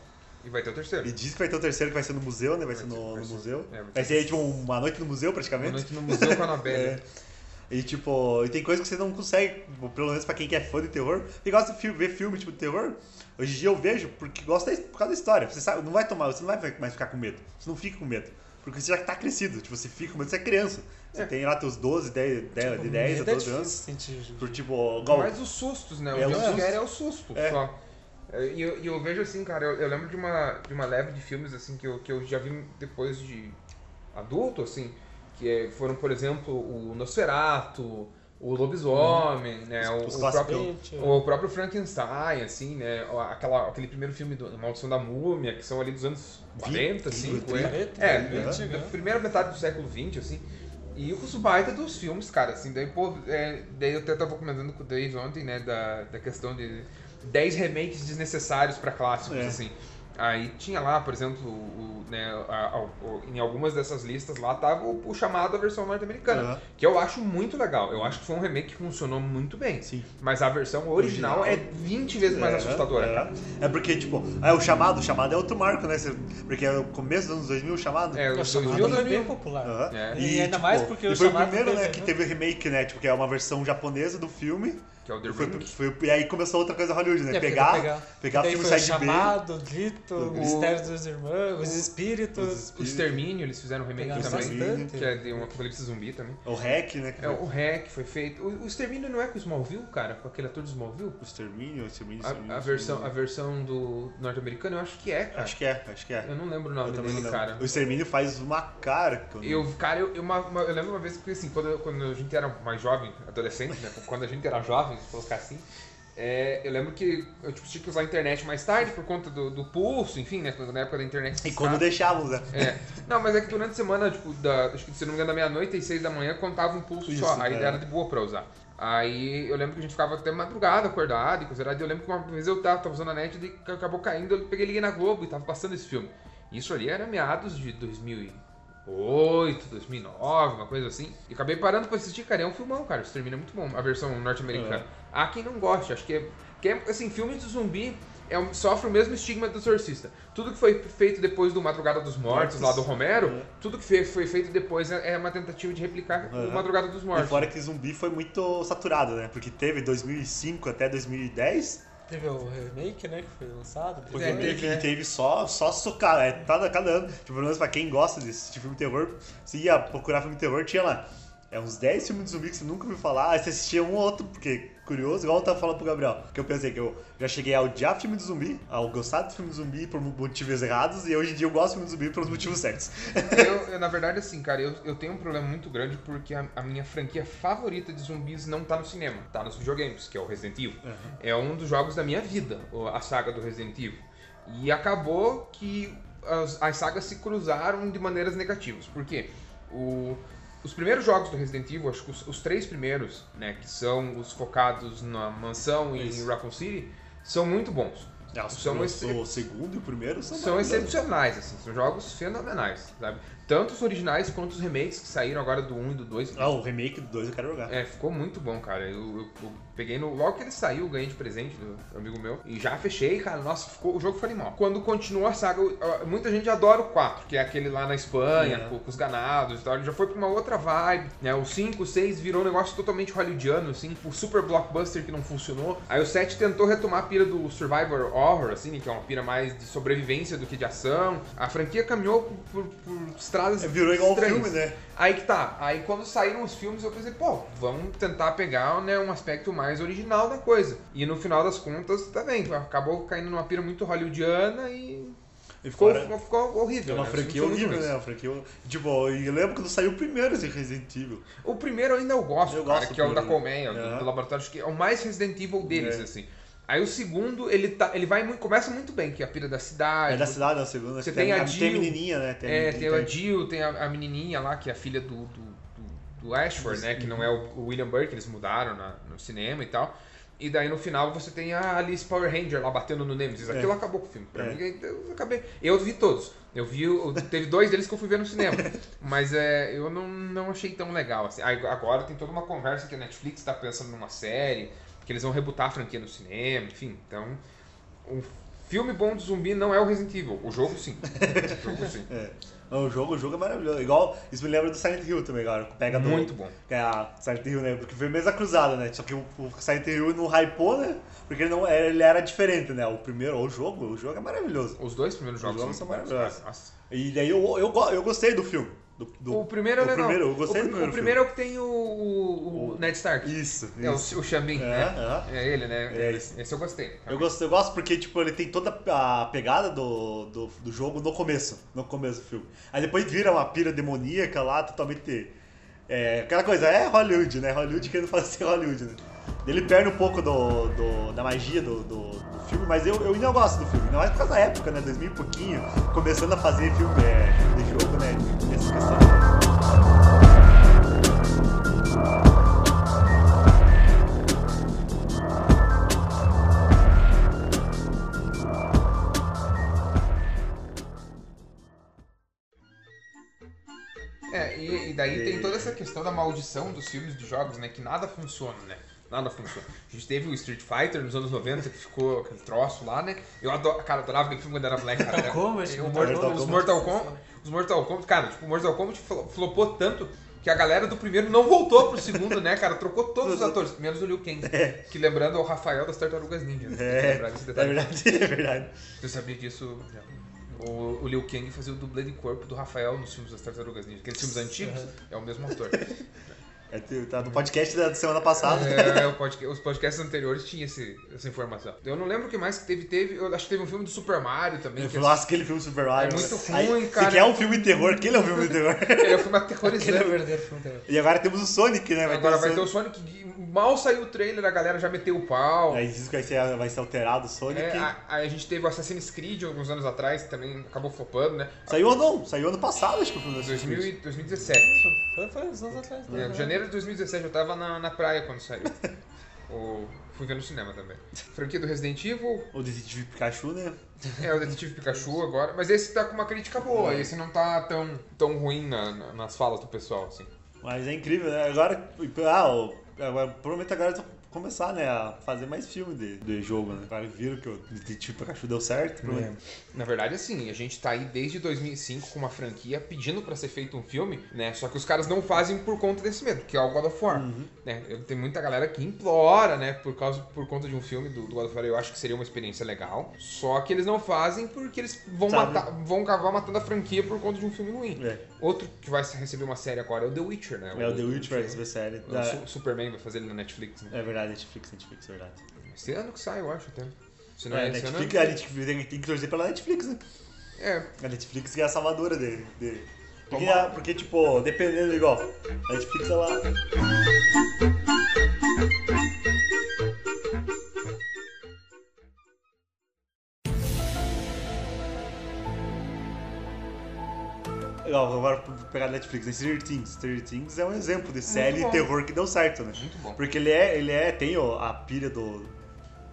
Speaker 3: E vai ter o terceiro.
Speaker 2: E diz que vai ter o terceiro que vai ser no museu, né? Vai ser
Speaker 3: ser-
Speaker 2: no,
Speaker 3: vai
Speaker 2: no
Speaker 3: ser-
Speaker 2: museu.
Speaker 3: é, vai ser-
Speaker 2: Vai ser tipo uma noite no museu,
Speaker 3: Uma
Speaker 2: praticamente.
Speaker 3: noite no museu com a Anabelle.
Speaker 2: É. E tipo, e tem coisa que você não consegue, tipo, pelo menos pra quem que é fã de terror, e gosta de fi- ver filme tipo de terror, hoje em dia eu vejo porque gosta da- por causa da história. Você sabe, não vai tomar, você não vai mais ficar com medo. Você não fica com medo. Porque você já tá crescido, tipo, você fica com medo, você é criança. Você
Speaker 3: É.
Speaker 2: tem lá teus 12, 10, 10
Speaker 4: Tipo,
Speaker 2: de 10 a
Speaker 6: Medo é
Speaker 2: 12
Speaker 6: difícil
Speaker 2: anos.
Speaker 6: sentir, gente.
Speaker 2: Por tipo, igual,
Speaker 3: Mas os sustos, né? O
Speaker 2: É,
Speaker 3: é,
Speaker 2: os
Speaker 3: jumpscare
Speaker 2: sustos.
Speaker 3: é o susto
Speaker 2: É.
Speaker 3: só. É, E eu, e eu vejo assim, cara, eu, eu lembro de uma, de uma leve de filmes assim que eu, que eu já vi depois de adulto, assim, que é- foram, por exemplo, o Nosferatu, o Lobisomem, né? O,
Speaker 2: Uhum. os é.
Speaker 3: o
Speaker 2: clássicos.
Speaker 3: próprio, o próprio Frankenstein, assim, né? o- Aquela, aquele primeiro filme do Maldição da Múmia, que são ali dos anos 40, 50.
Speaker 6: 40,
Speaker 3: É,
Speaker 2: né?
Speaker 3: da- da primeira metade do século XX, assim. E os baita dos filmes, cara, assim, daí, pô, é, daí eu até tava comentando com o Dave ontem, né, da, da questão de 10 remakes desnecessários pra clássicos,
Speaker 2: É.
Speaker 3: assim. Aí tinha lá, por exemplo, o, o, né, a- a- o- em algumas dessas listas lá tava o, o chamado a versão norte-americana,
Speaker 2: Aham.
Speaker 3: que eu acho muito legal. Eu acho que foi um remake que funcionou muito bem.
Speaker 2: Sim.
Speaker 3: Mas a versão original,
Speaker 2: Original.
Speaker 3: é 20 vezes mais
Speaker 2: É,
Speaker 3: assustadora,
Speaker 2: é.
Speaker 3: cara.
Speaker 2: É porque, tipo, é o chamado, o chamado é outro marco, né? Você- Porque é o começo dos anos 2000, o chamado.
Speaker 3: É, os
Speaker 6: Chamado
Speaker 3: 2000,
Speaker 6: é bem
Speaker 3: 2000.
Speaker 6: popular.
Speaker 2: Aham.
Speaker 3: É.
Speaker 6: E ainda mais porque
Speaker 2: um. e
Speaker 6: o
Speaker 2: foi o
Speaker 6: chamado
Speaker 2: primeiro,
Speaker 6: teve,
Speaker 2: né, que
Speaker 6: né?
Speaker 2: teve o remake, né, tipo, que é uma versão japonesa do filme.
Speaker 3: Que é o The
Speaker 2: Foi-
Speaker 3: Ring.
Speaker 2: foi- e aí começou outra coisa Hollywood, né,
Speaker 6: É, porque
Speaker 2: pegar,
Speaker 6: pra
Speaker 2: pegar,
Speaker 6: Daí
Speaker 2: filme
Speaker 6: foi o
Speaker 2: side B.
Speaker 6: chamado, o grito,
Speaker 2: O-
Speaker 6: o mistério dos irmãos, os espíritos.
Speaker 3: O Extermínio, eles fizeram um remake
Speaker 6: Pegaram
Speaker 3: também,
Speaker 6: bastante.
Speaker 3: que é de um apocalipse zumbi também.
Speaker 2: O hack, né, que
Speaker 3: É, o REC foi feito. O, o Extermínio não é com o Smallville, cara? Com aquele ator do Smallville?
Speaker 2: o extermínio, o extermínio,
Speaker 3: A, a versão, a versão do norte-americano, eu acho que é, cara.
Speaker 2: Acho que é, acho que é.
Speaker 3: Eu não lembro o nome
Speaker 2: também
Speaker 3: dele,
Speaker 2: não lembro.
Speaker 3: cara.
Speaker 2: O extermínio faz uma cara. que
Speaker 3: Eu, cara, eu, eu, uma- uma- eu lembro uma vez que, assim, quando, eu- quando a gente era mais jovem, adolescente, né? Quando a gente era jovem, se colocar assim, é, eu lembro que eu tipo, tinha que usar a internet mais tarde por conta do, do pulso, enfim, né? Na época da internet.
Speaker 2: E quando
Speaker 3: discada.
Speaker 2: deixávamos, né?
Speaker 3: É. Não, mas é que durante a semana, tipo, da, acho que se não me engano, da meia-noite e seis da manhã, contava um pulso
Speaker 2: Isso,
Speaker 3: só. Aí
Speaker 2: é.
Speaker 3: era de boa pra usar. Aí eu lembro que a gente ficava até madrugada acordado, e coisa errada. Eu lembro que uma vez eu tava, tava usando a net e acabou caindo, eu peguei e liguei na Globo e tava passando esse filme. Isso ali era meados de 2008, 2009, uma coisa assim. E acabei parando pra assistir, cara, é um filmão, cara. Isso termina muito bom, a versão norte-americana. Há quem não goste, acho que é. Que é, assim, filmes de zumbi é um- sofre o mesmo estigma do Exorcista. Tudo que foi feito depois do Madrugada dos Mortos, lá do Romero, tudo que fe- foi feito depois é é uma tentativa de replicar
Speaker 2: Uhum.
Speaker 3: o Madrugada dos
Speaker 2: E
Speaker 3: Mortos.
Speaker 2: fora que zumbi foi muito saturado, né? Porque teve 2005 até 2010,
Speaker 6: Teve o remake, né? Que foi lançado.
Speaker 2: Porque
Speaker 3: É,
Speaker 2: meio
Speaker 3: teve,
Speaker 2: que
Speaker 3: né?
Speaker 2: teve só, só socar, é, cada, cada ano. Tipo, pelo menos pra quem gosta desse tipo de filme terror, se ia procurar filme terror, tinha lá É uns 10 filmes de zumbi que você nunca ouviu falar. Aí você assistia um ou outro, porque curioso, igual eu tava falando pro Gabriel. Que eu pensei que eu já cheguei a odiar filme de zumbi, a gostar de filme de zumbi por motivos errados, e hoje em dia eu gosto de filme de zumbi pelos motivos certos.
Speaker 3: Eu, eu, na verdade, assim, cara, eu, eu tenho um problema muito grande porque a, a minha franquia favorita de zumbis não tá no cinema, tá nos videogames, que é o Resident Evil. É um dos jogos da minha vida, o- a saga do Resident Evil. E acabou que as, as sagas se cruzaram de maneiras negativas. Por quê? O, os primeiros jogos do Resident Evil, acho que os, os três primeiros, né, que são os focados na mansão e em
Speaker 2: Isso.
Speaker 3: Raccoon City, são muito bons.
Speaker 2: É, os
Speaker 3: São
Speaker 2: primeiros-
Speaker 3: esse-
Speaker 2: o segundo e o primeiro são, né?
Speaker 3: São
Speaker 2: maravilhosos.
Speaker 3: excepcionais, assim, são jogos fenomenais, sabe? Tanto os originais quanto os remakes que saíram agora do 1 e do 2.
Speaker 2: Ah, o remake do 2 eu quero jogar.
Speaker 3: É, ficou muito bom, cara. Eu, eu- eu peguei no. Logo que ele saiu, eu ganhei de presente do amigo meu. E já fechei, cara. Nossa, ficou, o jogo foi animal. Quando continua a saga, eu- ah, muita gente adora o 4, que é aquele lá na Espanha,
Speaker 2: É.
Speaker 3: com, com os ganados e tal. Ele já foi pra uma outra vibe, né? O 5, o 6 virou um negócio totalmente hollywoodiano, assim, o super blockbuster que não funcionou. Aí o 7 tentou retomar a pira do Survivor Horror, assim, que é uma pira mais de sobrevivência do que de ação. A franquia caminhou por, por- por estradas.
Speaker 2: É, Virou igual o
Speaker 3: estranhas.
Speaker 2: filme, né?
Speaker 3: Aí que tá. Aí quando saíram os filmes, eu pensei, pô, vamos tentar pegar né, um aspecto mais original da coisa. E no final das contas, tá bem. Acabou caindo numa pira muito hollywoodiana e.
Speaker 2: E
Speaker 3: Ficou,
Speaker 2: fora-
Speaker 3: ficou, ficou horrível.
Speaker 2: É uma
Speaker 3: né? Os
Speaker 2: franquia
Speaker 3: filmes são
Speaker 2: horrível, né?
Speaker 3: horríveis.
Speaker 2: Uma franquia... Tipo, e eu lembro quando saiu o primeiro esse Resident Evil.
Speaker 3: O primeiro ainda eu gosto,
Speaker 2: Eu
Speaker 3: cara,
Speaker 2: gosto
Speaker 3: que é o
Speaker 2: do
Speaker 3: da
Speaker 2: primeiro.
Speaker 3: colmeia, do-
Speaker 2: Aham.
Speaker 3: do laboratório, acho que é o mais Resident Evil deles,
Speaker 2: É.
Speaker 3: assim. Aí o segundo, ele, tá, ele vai muito, começa muito bem, que é a pira da cidade.
Speaker 2: é da cidade, da segunda.
Speaker 3: Você
Speaker 2: que
Speaker 3: tem a
Speaker 2: a, tem a
Speaker 3: Jill.
Speaker 2: menininha, né? Tem a
Speaker 3: É,
Speaker 2: menininha,
Speaker 3: tem a Jill, tem a, a menininha lá, que é a filha do, do, do- do Ashford, né? Que não é o, o William Burke, eles mudaram na- no cinema e tal. E daí no final você tem a Alice Power Ranger lá batendo no Nemesis. Aquilo
Speaker 2: É.
Speaker 3: acabou com o filme. Pra
Speaker 2: É.
Speaker 3: mim, eu acabei. Eu vi todos. Eu vi. o- Teve dois deles que eu fui ver no cinema. Mas é, eu não, não achei tão legal. Assim. Aí Agora tem toda uma conversa que a Netflix tá pensando numa série, que eles vão rebutar a franquia no cinema, enfim. Então. Um filme bom de zumbi não é o Resident Evil. O jogo sim. O jogo sim.
Speaker 2: É. O jogo, o jogo é maravilhoso. Igual, isso me lembra do Silent Hill também, cara. Pega do-
Speaker 3: Muito bom.
Speaker 2: É a Silent Hill, né? Porque foi a mesma cruzada, né? Só que o, o Silent Hill não hypou, né? Porque ele, não, ele era diferente, né? O primeiro, o jogo, o jogo é maravilhoso.
Speaker 3: Os dois
Speaker 2: Os
Speaker 3: primeiros jogos,
Speaker 2: jogos
Speaker 3: são
Speaker 2: são
Speaker 3: muito
Speaker 2: maravilhosos.
Speaker 3: bons. Nossa.
Speaker 2: E daí eu, eu, go- eu gostei do filme. Do, É. do-
Speaker 3: O primeiro é
Speaker 2: do
Speaker 3: legal.
Speaker 2: primeiro, eu gostei
Speaker 3: o,
Speaker 2: do primeiro
Speaker 3: O primeiro é o que tem o, o- o
Speaker 2: O-
Speaker 3: Ned Stark.
Speaker 2: Isso,
Speaker 3: É o,
Speaker 2: isso.
Speaker 3: o Xambin,
Speaker 2: É,
Speaker 3: né? É. ele, né?
Speaker 2: É
Speaker 3: esse,
Speaker 2: isso.
Speaker 3: esse eu gostei.
Speaker 2: Eu gosto, eu gosto porque, tipo, ele tem toda a pegada do, do, do jogo no começo, no começo do filme. Aí depois vira uma pira demoníaca lá, totalmente... É, aquela coisa, é Hollywood, né? Hollywood querendo fazer Hollywood, né? Ele perde um pouco do, do- da magia do, do- do filme, mas eu, eu ainda gosto do filme. Ainda mais por causa da época, né? 2000 e pouquinho, começando a fazer filme é, de jogo, né? Dessa questão.
Speaker 3: É, e, e daí
Speaker 2: E-
Speaker 3: tem toda essa questão da maldição dos filmes de jogos, né? Que nada funciona, né? Nada funciona. A gente teve o Street Fighter nos anos 90, que ficou aquele troço lá, né? Eu adoro, cara, eu adorava aquele filme quando era moleque, cara.
Speaker 6: Mortal Kombat,
Speaker 3: Eu- o
Speaker 6: Mortal
Speaker 3: Mortal- os
Speaker 2: Kombat.
Speaker 3: Mortal Kombat. Os Mortal Kombat, cara, tipo, o Mortal Kombat flo- flopou tanto que a galera do primeiro não voltou pro segundo, né, cara? Trocou todos os atores, menos o Liu Kang. Que lembrando é o Rafael das Tartarugas Ninja. né? Tem que
Speaker 2: É,
Speaker 3: lembrar desse
Speaker 2: é
Speaker 3: detalhe.
Speaker 2: verdade, é verdade.
Speaker 3: Você sabia disso? O, o Liu Kang fazia o dublê de corpo do Rafael nos filmes das Tartarugas Ninja. Aqueles filmes antigos, é o mesmo ator.
Speaker 2: É, tá no podcast da semana passada.
Speaker 3: É, o podca- os podcasts anteriores tinham esse- essa informação. Eu não lembro o que mais que teve. teve eu acho que teve um filme do Super Mario também. Que
Speaker 2: Nossa, aquele filme Super Mario.
Speaker 3: assim, É muito
Speaker 2: Aí,
Speaker 3: ruim, cara.
Speaker 2: Se quer um filme de terror, aquele é um filme de terror.
Speaker 3: ele é um filme aterrorizante.
Speaker 6: verdadeiro filme terror.
Speaker 2: e agora temos o Sonic, né?
Speaker 3: Agora vai ter o
Speaker 2: Sonic.
Speaker 3: Sonic. que Mal saiu o trailer, a galera já meteu o pau.
Speaker 2: Aí diz que vai ser, vai ser alterado o Sonic.
Speaker 3: É, a, a gente teve o Assassin's Creed alguns anos atrás, que também acabou flopando, né?
Speaker 2: Saiu ou não? Saiu ano passado, acho que o filme do Sonic.
Speaker 3: 2000 e- 2017.
Speaker 6: Foi, foi uns anos atrás.
Speaker 3: É,
Speaker 6: né?
Speaker 3: janeiro de 2017, eu tava na, na praia quando saiu. Ou fui ver no cinema também. Franquia do Resident Evil,
Speaker 2: O Detetive Pikachu, né?
Speaker 3: é o Detetive Pikachu agora, mas esse tá com uma crítica boa, esse não tá tão, tão ruim na- na- nas falas do pessoal, assim.
Speaker 2: Mas é incrível, né? Agora. Ah, o- agora, provavelmente agora eu tô começar, né, a fazer mais filme de, de jogo, né? Claro, viram que o Detetive Pikachu deu certo, né? pelo menos.
Speaker 3: Na verdade, assim, a gente tá aí desde 2005 com uma franquia pedindo pra ser feito um filme, né? Só que os caras não fazem por conta desse medo, que é o God of War.
Speaker 2: Uhum.
Speaker 3: Né? Eu- Tem muita galera que implora, né? Por, causa, por conta de um filme do, do God of War, eu acho que seria uma experiência legal. Só que eles não fazem porque eles vão,
Speaker 2: Sabe.
Speaker 3: matar, vão acabar matando a franquia por conta de um filme ruim.
Speaker 2: É.
Speaker 3: Outro que vai receber uma série agora é o The Witcher, né?
Speaker 2: É o The é. Witch vai receber série.
Speaker 3: o
Speaker 2: da-
Speaker 3: Su- Superman vai fazer ele na Netflix, né?
Speaker 2: É verdade, Netflix, Netflix, é verdade.
Speaker 3: Esse ano que sai, eu acho, até. Se não
Speaker 2: É,
Speaker 3: é, esse ano...
Speaker 2: Netflix, a Netflix tem, tem que torcer pela Netflix, né?
Speaker 3: É,
Speaker 2: A Netflix que é a salvadora dele. dele. Porque,
Speaker 3: Tomara.
Speaker 2: porque, tipo, dependendo, igual, a Netflix, ela... Legal, agora vou pegar a Netflix, né? Stranger Things. Stranger Things é um exemplo de série de
Speaker 3: bom.
Speaker 2: terror que deu certo, né?
Speaker 3: Muito bom.
Speaker 2: Porque ele é, ele é tem o- a pilha do,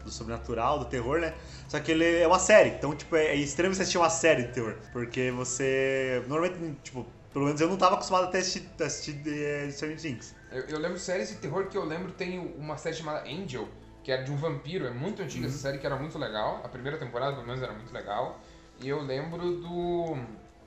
Speaker 2: do sobrenatural, do terror, né? Só que ele é uma série, então, tipo, é, é estranho você assistir uma série de terror. Porque você. Normalmente, tipo, pelo menos eu não tava acostumado até a assistir, a assistir eh, Stranger Things.
Speaker 3: Eu, eu lembro séries de terror que eu lembro tem uma série chamada Angel, que era de um vampiro, é muito antiga
Speaker 2: Uhum.
Speaker 3: essa série que era muito legal. A primeira temporada, pelo menos, era muito legal. E eu lembro do.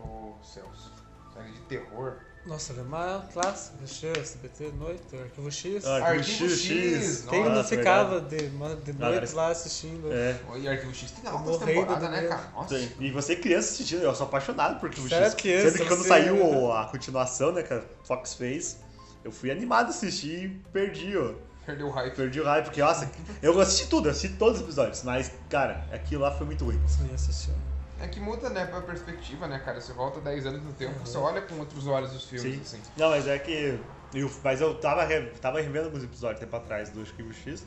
Speaker 3: Oh, céus. Série de terror.
Speaker 4: Nossa, ele é uma clássica, X, SBT, noite, arquivo X.
Speaker 2: Ah,
Speaker 3: Arquivo X, nossa,
Speaker 4: Quem não
Speaker 2: verdade.
Speaker 4: ficava de, ma- de
Speaker 2: Galera,
Speaker 4: noite lá assistindo?
Speaker 2: Ah, É.
Speaker 3: E Arquivo X tem
Speaker 4: Eu
Speaker 3: altas
Speaker 4: morri
Speaker 3: temporadas,
Speaker 4: do
Speaker 3: né,
Speaker 4: medo.
Speaker 3: cara? Nossa.
Speaker 2: Sim. E você criança assistindo, eu sou apaixonado por Arquivo X.
Speaker 3: é
Speaker 4: Sério que
Speaker 2: Sendo
Speaker 4: isso,
Speaker 2: que quando
Speaker 4: você-
Speaker 2: saiu o- a continuação, né, que a Fox fez, eu fui animado a assistir e perdi, ó.
Speaker 3: Perdeu o hype.
Speaker 2: Perdi o raio, porque, nossa, eu assisti tudo, eu assisti todos os episódios, mas, cara, aquilo lá foi muito ruim.
Speaker 4: Não ia assistir.
Speaker 3: É que muda, né, pra perspectiva, né, cara? Você volta 10 anos no tempo, você olha com outros olhos os filmes,
Speaker 2: Uhum. Sim.
Speaker 3: assim.
Speaker 2: Não, mas é que. eu- mas eu tava, re- tava revendo alguns episódios tempo atrás do Arquivo X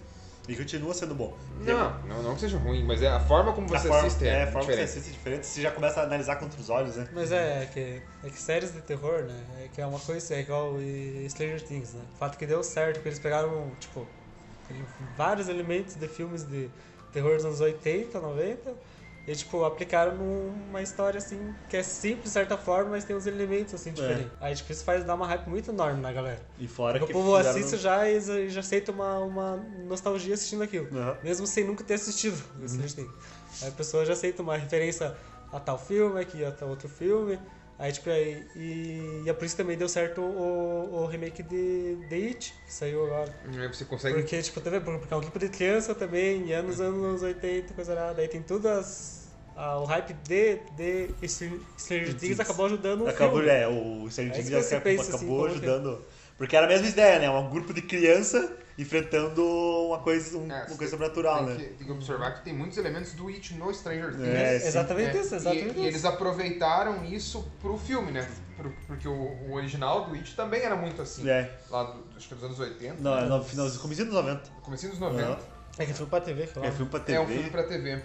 Speaker 2: e continua sendo bom.
Speaker 3: Não, não, não que seja ruim, mas é a forma como
Speaker 2: A
Speaker 3: você
Speaker 2: forma,
Speaker 3: assiste
Speaker 2: é,
Speaker 3: é,
Speaker 2: a forma que você
Speaker 3: diferente.
Speaker 2: assiste é diferente, você já começa a analisar com outros olhos, né?
Speaker 4: Mas é, é que, é que séries de terror, né? É que é uma coisa, é igual e Stranger Things, né? O fato que deu certo, porque eles pegaram, tipo, ele- vários elementos de filmes de terror dos anos 80, 90, e, tipo, aplicaram numa história, assim, que é simples de certa forma, mas tem uns elementos, assim, diferentes. Aí, tipo, isso faz dar uma hype muito enorme na galera.
Speaker 2: E fora
Speaker 4: o
Speaker 2: É que.
Speaker 4: povo
Speaker 2: fizeram- um-
Speaker 4: assiste já e já- e já aceita uma, uma nostalgia assistindo aquilo.
Speaker 2: Aham.
Speaker 4: Mesmo sem nunca ter assistido o Stranger Things. Aí a pessoa já aceita uma referência a tal filme, aqui a tal outro filme. Aí, tipo, aí, e, e é por isso que também deu certo o, o remake de The It, que saiu agora.
Speaker 3: Aí Você consegue
Speaker 4: Porque, tipo, também, porque porque é um grupo de criança também, e anos, anos 80, coisa nada. Aí tem todas. ah, o hype de, de Stranger Stranger Things acabou ajudando o
Speaker 2: Acabou,
Speaker 4: um filme.
Speaker 2: é, o Stranger
Speaker 4: É
Speaker 2: Things
Speaker 4: isso que você
Speaker 2: acabou,
Speaker 4: pensa, assim,
Speaker 2: acabou
Speaker 4: como que-
Speaker 2: ajudando. Porque era a mesma ideia, né? Um grupo de criança enfrentando uma coisa, um-
Speaker 3: É,
Speaker 2: uma
Speaker 3: você
Speaker 2: coisa sobrenatural,
Speaker 3: tem
Speaker 2: né?
Speaker 3: que- tem que observar que tem muitos elementos do It no Stranger Things.
Speaker 2: É, sim.
Speaker 4: exatamente
Speaker 3: É,
Speaker 4: isso,
Speaker 3: e-
Speaker 4: exatamente
Speaker 3: e,
Speaker 4: isso.
Speaker 3: eles aproveitaram isso pro filme, né? Pro- porque o, o original do It também era muito assim.
Speaker 2: É.
Speaker 3: Lá do, acho que dos anos 80,
Speaker 2: Não, é no final, comecinho dos 90.
Speaker 3: comecinho dos 90.
Speaker 4: É que foi pra TV, claro.
Speaker 2: É filme pra TV.
Speaker 3: É um filme pra TV.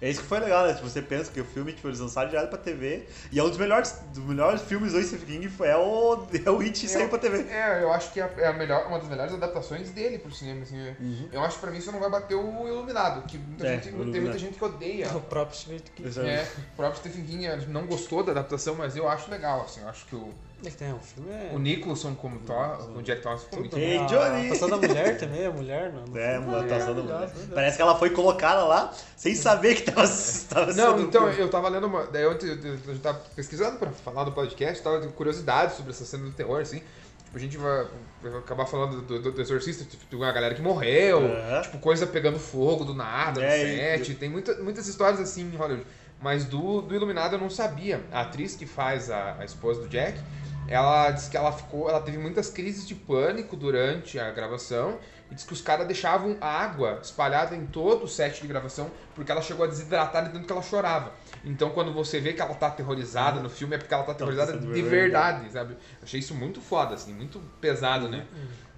Speaker 2: É isso que foi legal, né? Tipo, você pensa que o filme, tipo, eles lançaram direto pra TV. E é um dos melhores, dos melhores filmes do Stephen King foi, é o, é o It e saiu pra TV.
Speaker 3: É, eu acho que é, a- é a melhor, uma das melhores adaptações dele pro cinema. Assim, é. Eu acho que pra mim isso não vai bater o Iluminado, que muita
Speaker 2: Uhum. É,
Speaker 3: gente-
Speaker 2: o
Speaker 3: tem muita
Speaker 2: Iluminado.
Speaker 3: gente que odeia.
Speaker 4: O próprio Schmidt que
Speaker 3: É, o próprio Stephen King eh, não gostou da adaptação, mas eu acho legal, assim, eu acho que o,
Speaker 4: É que tem um filme é.
Speaker 3: o Nicholson como, Thor, como Jack Thompson ficou muito
Speaker 2: Ei,
Speaker 4: a
Speaker 2: Johnny!
Speaker 4: atuação da mulher também, a mulher, não. não
Speaker 2: É, uma atuação do
Speaker 4: maravilhosa,
Speaker 2: mundo.
Speaker 4: verdade.
Speaker 2: Parece que ela foi colocada lá sem saber que tava, tava
Speaker 3: Não,
Speaker 2: sendo um
Speaker 3: então
Speaker 2: filme.
Speaker 3: eu tava lendo uma. Daí ontem eu, eu, eu tava pesquisando pra falar do podcast, tava com curiosidade sobre essa cena do terror, assim. Tipo, a gente vai, vai acabar falando do, do, do Exorcista, tipo, tem uma galera que morreu,
Speaker 2: Aham.
Speaker 3: tipo, coisa pegando fogo do nada,
Speaker 2: É,
Speaker 3: no
Speaker 2: e-
Speaker 3: set. Tem muita- muitas histórias assim em Hollywood. Mas do, do Iluminado eu não sabia. A atriz que faz a, a esposa do Jack, ela disse que ela ficou. Ela teve muitas crises de pânico durante a gravação. E disse que os caras deixavam a água espalhada em todo o set de gravação, porque ela chegou a desidratar de tanto que ela chorava. Então quando você vê que ela tá aterrorizada no filme, é porque ela tá aterrorizada
Speaker 2: Então, sendo
Speaker 3: de
Speaker 2: verdade.
Speaker 3: verdade, sabe? Achei isso muito foda, assim, muito pesado, né?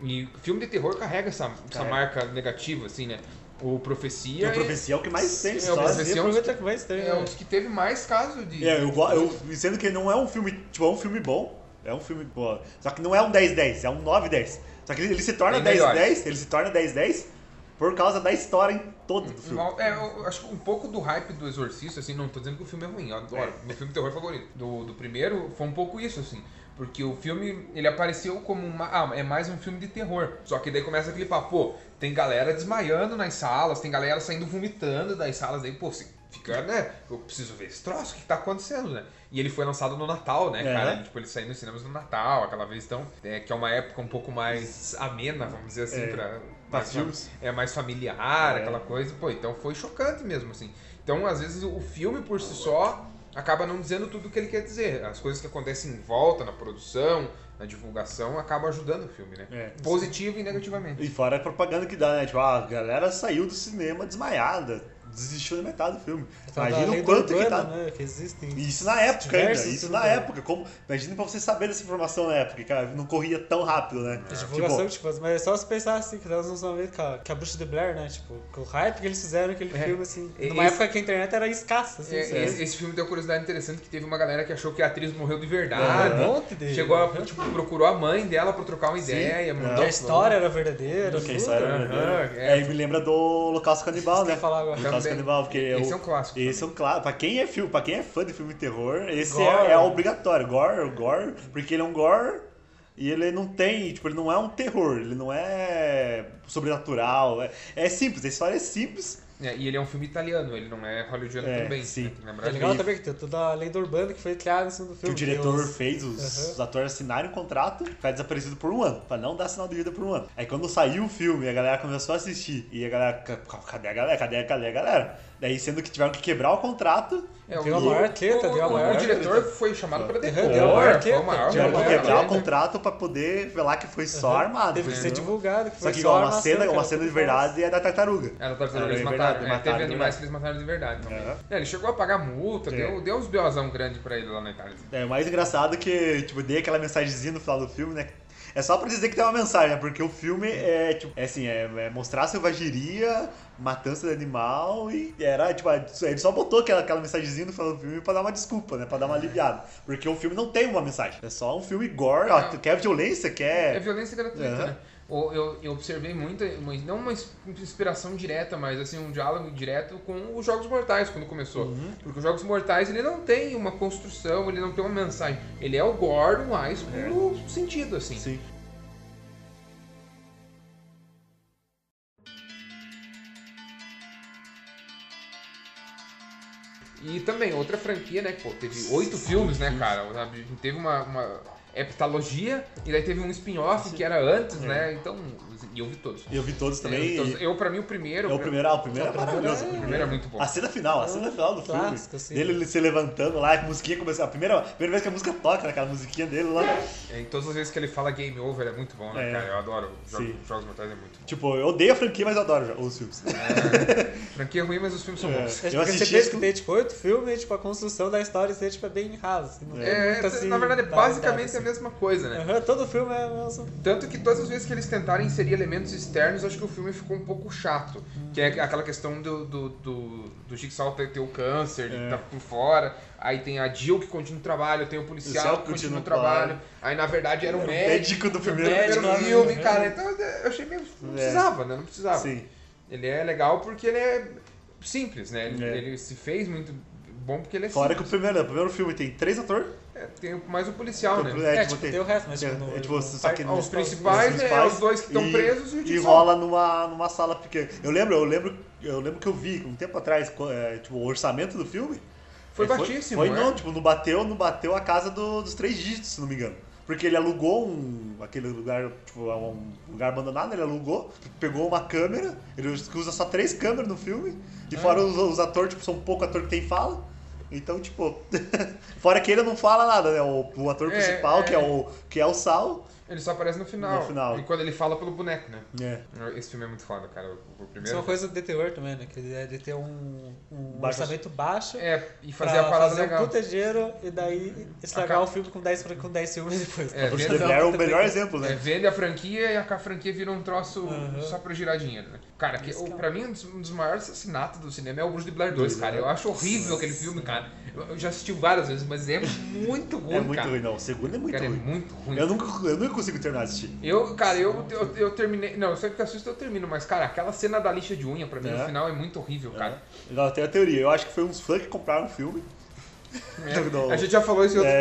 Speaker 3: E filme de terror carrega essa, essa
Speaker 2: Uhum. Carrega.
Speaker 3: marca negativa, assim, né? O Profecia.
Speaker 2: A
Speaker 3: é-
Speaker 2: profecia é o que mais tem,
Speaker 3: É,
Speaker 2: só.
Speaker 3: o Profecia-
Speaker 4: Esse é um que mais tem,
Speaker 3: é
Speaker 4: né?
Speaker 3: um dos que teve mais casos de.
Speaker 2: É, eu, go- eu, sendo que não é um filme, tipo, é um filme bom. É um filme bom. Só que não é um 10-10, é um 9-10. Só que ele, ele se torna
Speaker 3: Bem É melhor.
Speaker 2: 10-10, ele se torna 10-10 por causa da história em todo do filme.
Speaker 3: É, eu acho que um pouco do hype do
Speaker 2: É.
Speaker 3: Exorcista, assim, não tô dizendo que o filme é ruim, eu adoro. Meu filme de terror favorito. Do, do primeiro, foi um pouco isso, assim. Porque o filme, ele apareceu como uma, ah, é mais um filme de terror. Só que daí começa aquele papo, pô, tem galera desmaiando nas salas, tem galera saindo vomitando das salas, daí, pô, você fica, né? Eu preciso ver esse troço, o que tá acontecendo, né? E ele foi lançado no Natal, né,
Speaker 2: É.
Speaker 3: cara? Tipo, ele saiu nos cinemas no Natal, aquela vez, então, é, que é uma época um pouco mais amena, vamos dizer assim,
Speaker 2: É.
Speaker 3: pra.
Speaker 2: Pra
Speaker 3: mais
Speaker 2: filmes.
Speaker 3: é mais familiar,
Speaker 2: É.
Speaker 3: aquela coisa. Pô, então foi chocante mesmo, assim. Então, às vezes, o filme por si só acaba não dizendo tudo o que ele quer dizer. As coisas que acontecem em volta, na produção, na divulgação, acaba ajudando o filme, né?
Speaker 2: É.
Speaker 3: Positivo e negativamente.
Speaker 2: E fora a propaganda que dá, né? Tipo, ah, a galera saiu do cinema desmaiada, desistiu na metade do filme.
Speaker 4: Tal da
Speaker 2: Imagina o
Speaker 4: lenda
Speaker 2: quanto que
Speaker 4: urbana,
Speaker 2: tá.
Speaker 4: né, que existem.
Speaker 2: E Isso na época ainda,
Speaker 4: Diversos
Speaker 2: isso na
Speaker 4: lugares.
Speaker 2: época. Como... Imagina pra você saber dessa informação na época, cara, não corria tão rápido, né?
Speaker 4: A divulgação,
Speaker 2: Tipo,
Speaker 4: tipo, mas é só se pensar assim, que nós nos vamos ver com a, com a bruxa de Blair, né? Tipo, com o hype que eles fizeram aquele
Speaker 3: É.
Speaker 4: filme, assim.
Speaker 3: E-
Speaker 4: Numa
Speaker 3: esse-
Speaker 4: época que a internet era escassa, assim.
Speaker 3: É,
Speaker 4: sabe?
Speaker 3: esse, esse filme tem uma curiosidade interessante que teve uma galera que achou que a atriz morreu de verdade.
Speaker 2: É.
Speaker 4: Um monte de.
Speaker 3: Chegou, a, tipo, procurou a mãe dela pra trocar uma ideia.
Speaker 2: É.
Speaker 3: mandou
Speaker 4: Que a história era verdadeira.
Speaker 2: que
Speaker 4: tudo. né?
Speaker 2: isso era
Speaker 3: Aham,
Speaker 2: verdadeiro.
Speaker 3: é.
Speaker 2: Aí me lembra do Holocausto Canibal,
Speaker 4: Quer
Speaker 2: né?
Speaker 4: falar agora?
Speaker 2: Holocausto
Speaker 3: Também.
Speaker 2: Canibal, porque
Speaker 3: Esse
Speaker 2: o-
Speaker 3: é um clássico
Speaker 2: Esse é um clássico. Pra quem é filme, pra quem é fã de filme de terror, esse
Speaker 4: Gore.
Speaker 2: é, é obrigatório. Gore, gore, porque ele é um gore e ele não tem, tipo, ele não é um terror, ele não é sobrenatural. É, é simples, a história é simples.
Speaker 3: É, e ele é um filme italiano, ele não é hollywoodiano
Speaker 2: É,
Speaker 3: também.
Speaker 2: sim.
Speaker 3: né? Tem que lembrar
Speaker 4: É
Speaker 3: disso.
Speaker 4: legal também que tem toda a lenda urbana que foi criada em cima do
Speaker 2: Que
Speaker 4: filme.
Speaker 2: o diretor
Speaker 4: Tem uns-
Speaker 2: fez, os,
Speaker 4: Aham.
Speaker 2: os atores assinaram um contrato, ficar desaparecido por um ano, pra não dar sinal de vida por um ano. Aí quando saiu o filme, a galera começou a assistir, e a galera, "Ca- cadê a galera? Cadê, cadê a galera? Daí sendo que tiveram que quebrar o contrato,
Speaker 3: É,
Speaker 4: Deu a maior treta,
Speaker 3: o-
Speaker 4: deu a
Speaker 3: o-
Speaker 4: maior
Speaker 3: O diretor
Speaker 2: treta.
Speaker 3: foi chamado pra
Speaker 4: Deu
Speaker 3: depor,
Speaker 4: a maior
Speaker 3: foi
Speaker 4: treta,
Speaker 3: o maior.
Speaker 4: deu a
Speaker 2: tiveram que
Speaker 4: maior
Speaker 2: quebrar o
Speaker 4: treta.
Speaker 2: contrato pra poder velar que foi só armado.
Speaker 4: Teve que ser
Speaker 2: entendeu?
Speaker 4: divulgado.
Speaker 2: né? Só
Speaker 4: foi
Speaker 2: que igual
Speaker 4: a
Speaker 2: uma
Speaker 4: maçã,
Speaker 2: cena, uma cena
Speaker 4: cara,
Speaker 2: de
Speaker 4: tudo falso.
Speaker 2: verdade é da tartaruga.
Speaker 3: Era tartaruga,
Speaker 2: Era
Speaker 3: eles
Speaker 2: verdade,
Speaker 3: mataram. É,
Speaker 2: mataram,
Speaker 3: teve animais
Speaker 2: verdade.
Speaker 3: que eles mataram de verdade também.
Speaker 2: Aham.
Speaker 3: É, ele chegou a pagar multa,
Speaker 2: É.
Speaker 3: deu, deu uns biozão grande pra ele lá na Itália.
Speaker 2: É, o mais engraçado é que, tipo, dei aquela mensagenzinha no final do filme, né? É só pra dizer que tem uma mensagem, né? Porque o filme é, tipo, é assim, é, é mostrar selvageria, matança de animal e era, tipo, a- ele só botou aquela, aquela mensagenzinha no final do filme pra dar uma desculpa, né? Pra dar uma aliviada. Porque o filme não tem uma mensagem. É só um filme gore, ó,
Speaker 3: Não.
Speaker 2: quer violência,
Speaker 3: É,
Speaker 2: quer...
Speaker 3: violência gratuita,
Speaker 2: Aham.
Speaker 3: né? O- Eu, eu observei muita, uma- não uma ins- inspiração direta, mas assim, um diálogo direto com os Jogos Mortais quando começou.
Speaker 2: Uhum.
Speaker 3: Porque os Jogos Mortais ele não tem uma construção, ele não tem uma mensagem. Ele é o gore no mais puro
Speaker 2: É.
Speaker 3: sentido, assim.
Speaker 2: Sim.
Speaker 3: E também, outra franquia, né? que, Pô, teve oito filmes, né, cara? Sabe? Teve uma, uma heptalogia e daí teve um spin-off que era antes, né? Então, e eu vi todos.
Speaker 2: E É. eu vi todos também.
Speaker 3: Eu,
Speaker 2: e-
Speaker 3: eu, pra mim, o primeiro.
Speaker 2: É o primeiro, ah, o primeiro é maravilhoso.
Speaker 3: O primeiro é muito bom.
Speaker 2: A cena final, a cena final do filme.
Speaker 4: Clássico, assim.
Speaker 2: Dele ele se levantando lá, a musiquinha começou. A primeira, a primeira vez que a música toca, naquela musiquinha dele lá.
Speaker 3: É, e todas as vezes que ele fala game over é muito bom, né,
Speaker 2: É.
Speaker 3: cara? Eu adoro.
Speaker 2: Sim.
Speaker 3: Jogos, Jogos Mortais é muito bom.
Speaker 2: Tipo, eu odeio a franquia, mas eu adoro já os filmes.
Speaker 3: Franquia é ruim, mas os filmes são
Speaker 2: É.
Speaker 3: bons.
Speaker 4: É,
Speaker 2: Eu
Speaker 4: tipo, porque você
Speaker 2: assisti
Speaker 4: pensa
Speaker 2: isso-
Speaker 4: que tem tipo oito filmes, e, tipo, a construção da história assim, tipo, é bem rasa. Assim, não tem
Speaker 3: É,
Speaker 4: muito, assim,
Speaker 3: na verdade, é
Speaker 4: variedade,
Speaker 3: basicamente
Speaker 4: assim.
Speaker 3: a mesma coisa, né?
Speaker 4: Aham, todo filme é mesmo.
Speaker 3: Tanto que todas as vezes que eles tentaram inserir elementos externos, acho que o filme ficou um pouco chato. Que é aquela questão do, do, do, do Jigsaw ter, ter o câncer, de
Speaker 2: É.
Speaker 3: tá por fora. Aí tem a Jill que continua o trabalho, tem o
Speaker 2: é
Speaker 3: policial que continua o trabalho. Aí, na verdade, era o
Speaker 2: um
Speaker 3: médico.
Speaker 2: Médico É do primeiro.
Speaker 3: Era
Speaker 2: filme.
Speaker 3: o filme, cara. Então, eu achei meio... Não precisava, né? Não precisava.
Speaker 2: É. Sim.
Speaker 3: Ele é legal porque ele é simples, né? Ele,
Speaker 2: É.
Speaker 3: ele se fez muito bom porque ele é
Speaker 2: Fora que o
Speaker 3: simples.
Speaker 2: primeiro, o primeiro filme tem três atores.
Speaker 3: É, tem mais o policial, né?
Speaker 4: É, tipo, tem o resto, mas tipo,
Speaker 2: é,
Speaker 4: no-
Speaker 2: é, tipo,
Speaker 4: no-
Speaker 2: só que
Speaker 3: Ah,
Speaker 2: não-
Speaker 3: os principais, né, é os dois que estão
Speaker 2: e-
Speaker 3: presos e o
Speaker 2: E
Speaker 3: Jigsaw.
Speaker 2: rola numa, numa sala pequena. Eu lembro, eu lembro, eu lembro que eu vi um tempo atrás, co- é, tipo, o orçamento do filme.
Speaker 3: Foi
Speaker 2: É,
Speaker 3: baixíssimo,
Speaker 2: Foi,
Speaker 3: né?
Speaker 2: não, tipo, não bateu, não bateu a casa do- dos três dígitos, se não me engano. Porque ele alugou um. aquele lugar, tipo, é um lugar abandonado, ele alugou, pegou uma câmera, ele usa só três câmeras no filme, e
Speaker 3: Ah.
Speaker 2: fora os, os atores, tipo, são pouco ator que tem fala. Então, tipo. fora que ele não fala nada, né? O, o ator
Speaker 3: É,
Speaker 2: principal,
Speaker 3: é.
Speaker 2: Que, é o, que é o Sal.
Speaker 3: Ele só aparece no final.
Speaker 2: No final.
Speaker 3: E quando ele fala pelo boneco, né?
Speaker 2: É.
Speaker 3: Esse filme é muito foda, cara. O, o
Speaker 4: Isso é
Speaker 3: primeiro.
Speaker 4: uma coisa do DTR também, né? Que é de ter um, um
Speaker 2: Baixo-
Speaker 4: orçamento baixo.
Speaker 3: É, e
Speaker 4: pra
Speaker 3: fazer a parada
Speaker 4: fazer
Speaker 3: legal.
Speaker 4: um puta dinheiro e daí estragar
Speaker 3: Acaba.
Speaker 4: o filme com 10, pra- com 10 filmes depois. Então,
Speaker 3: É,
Speaker 2: Bruce
Speaker 3: vendo-
Speaker 2: Blair é o melhor exemplo,
Speaker 3: É,
Speaker 2: né?
Speaker 3: vende a franquia e a, a franquia vira um troço
Speaker 4: Aham.
Speaker 3: só pra girar dinheiro, né? Cara, que, o- pra mim, um dos, um dos maiores assassinatos do cinema é o Bruce de Blair 2,
Speaker 2: né?
Speaker 3: cara. Eu acho horrível aquele filme, cara. Eu, eu já assisti várias vezes, mas é muito ruim,
Speaker 2: É, muito
Speaker 3: cara.
Speaker 2: ruim, não. O segundo é muito
Speaker 3: cara,
Speaker 2: ruim.
Speaker 3: é muito ruim.
Speaker 2: Eu, nunca, eu nunca consigo terminar de assistir.
Speaker 3: Eu, cara, eu, eu, eu terminei. Não, sempre que assisto eu termino, mas, cara, aquela cena da lixa de unha pra mim
Speaker 2: É.
Speaker 3: no final é muito horrível, cara.
Speaker 2: Eu tenho a teoria. Eu acho que foi uns fãs que compraram o filme. do-
Speaker 3: A gente já falou isso em outros
Speaker 2: É,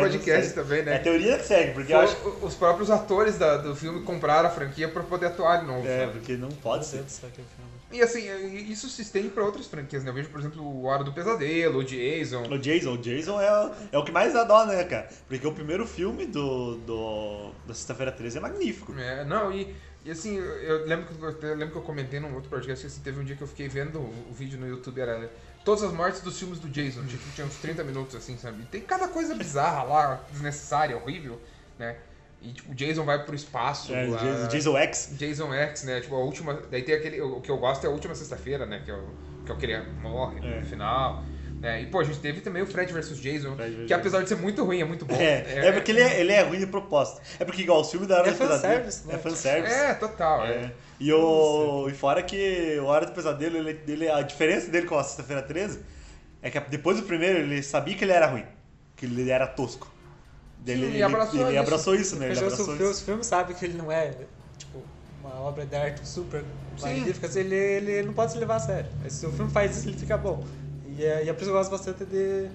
Speaker 2: não
Speaker 3: podcasts
Speaker 2: sei.
Speaker 3: também,
Speaker 2: É
Speaker 3: né?
Speaker 2: a teoria que segue, porque eu
Speaker 3: Foi-
Speaker 2: acho
Speaker 3: Os próprios atores da- do filme compraram a franquia pra poder atuar de novo.
Speaker 2: É,
Speaker 3: sabe?
Speaker 2: porque não pode
Speaker 4: Meu
Speaker 2: ser.
Speaker 4: Deus do céu, aquele filme.
Speaker 3: E assim, isso se estende pra outras franquias, né? Eu vejo, por exemplo, o Hora do Pesadelo, o Jason.
Speaker 2: O Jason, o Jason é, o- é o que mais dá dó, né, cara? Porque o primeiro filme do, do da Sexta-feira 13 é magnífico.
Speaker 3: É, não, e, e assim, eu- eu lembro, que, eu- eu lembro que eu comentei num outro podcast que assim, teve um dia que eu fiquei vendo o, o vídeo no YouTube, era né, todas as mortes dos filmes do Jason, tipo, tinha uns 30 minutos assim, sabe? E tem cada coisa bizarra lá, desnecessária, horrível, né? E tipo, o Jason vai pro espaço.
Speaker 2: É, o
Speaker 3: a-
Speaker 2: Jason, Jason X.
Speaker 3: Jason X, né? Tipo, a última. Daí tem aquele. O que eu gosto é a última sexta-feira, né? Que é o que, é o que ele morre
Speaker 2: É.
Speaker 3: no final. Né? E, pô, a gente teve também o Fred vs Jason,
Speaker 2: Fred versus
Speaker 3: que apesar de ser muito ruim, é muito bom.
Speaker 2: É, é porque ele é, ele é ruim de propósito. É porque igual os filmes da Hora
Speaker 4: É
Speaker 2: do Pesadelo.
Speaker 4: fanservice, né?
Speaker 2: É fanservice.
Speaker 3: É, total. É.
Speaker 2: É. E, o, e fora que o Hora do Pesadelo, ele, ele- a diferença dele com a Sexta-feira 13 é que depois do primeiro ele sabia que ele era ruim, que ele era tosco. Daí
Speaker 3: Sim,
Speaker 2: ele,
Speaker 3: ele abraçou
Speaker 2: ele
Speaker 3: isso.
Speaker 2: abraçou isso, né?
Speaker 4: Quem
Speaker 2: Ele
Speaker 4: já
Speaker 2: abraçou
Speaker 4: assistiu os
Speaker 2: isso.
Speaker 4: filmes sabe que ele não é, tipo, uma obra de arte super
Speaker 3: Sim.
Speaker 4: magnífica. assim, Ele, ele não pode se levar a sério. Mas se o filme faz isso, ele fica bom. E é, e é por isso que eu gosto bastante de...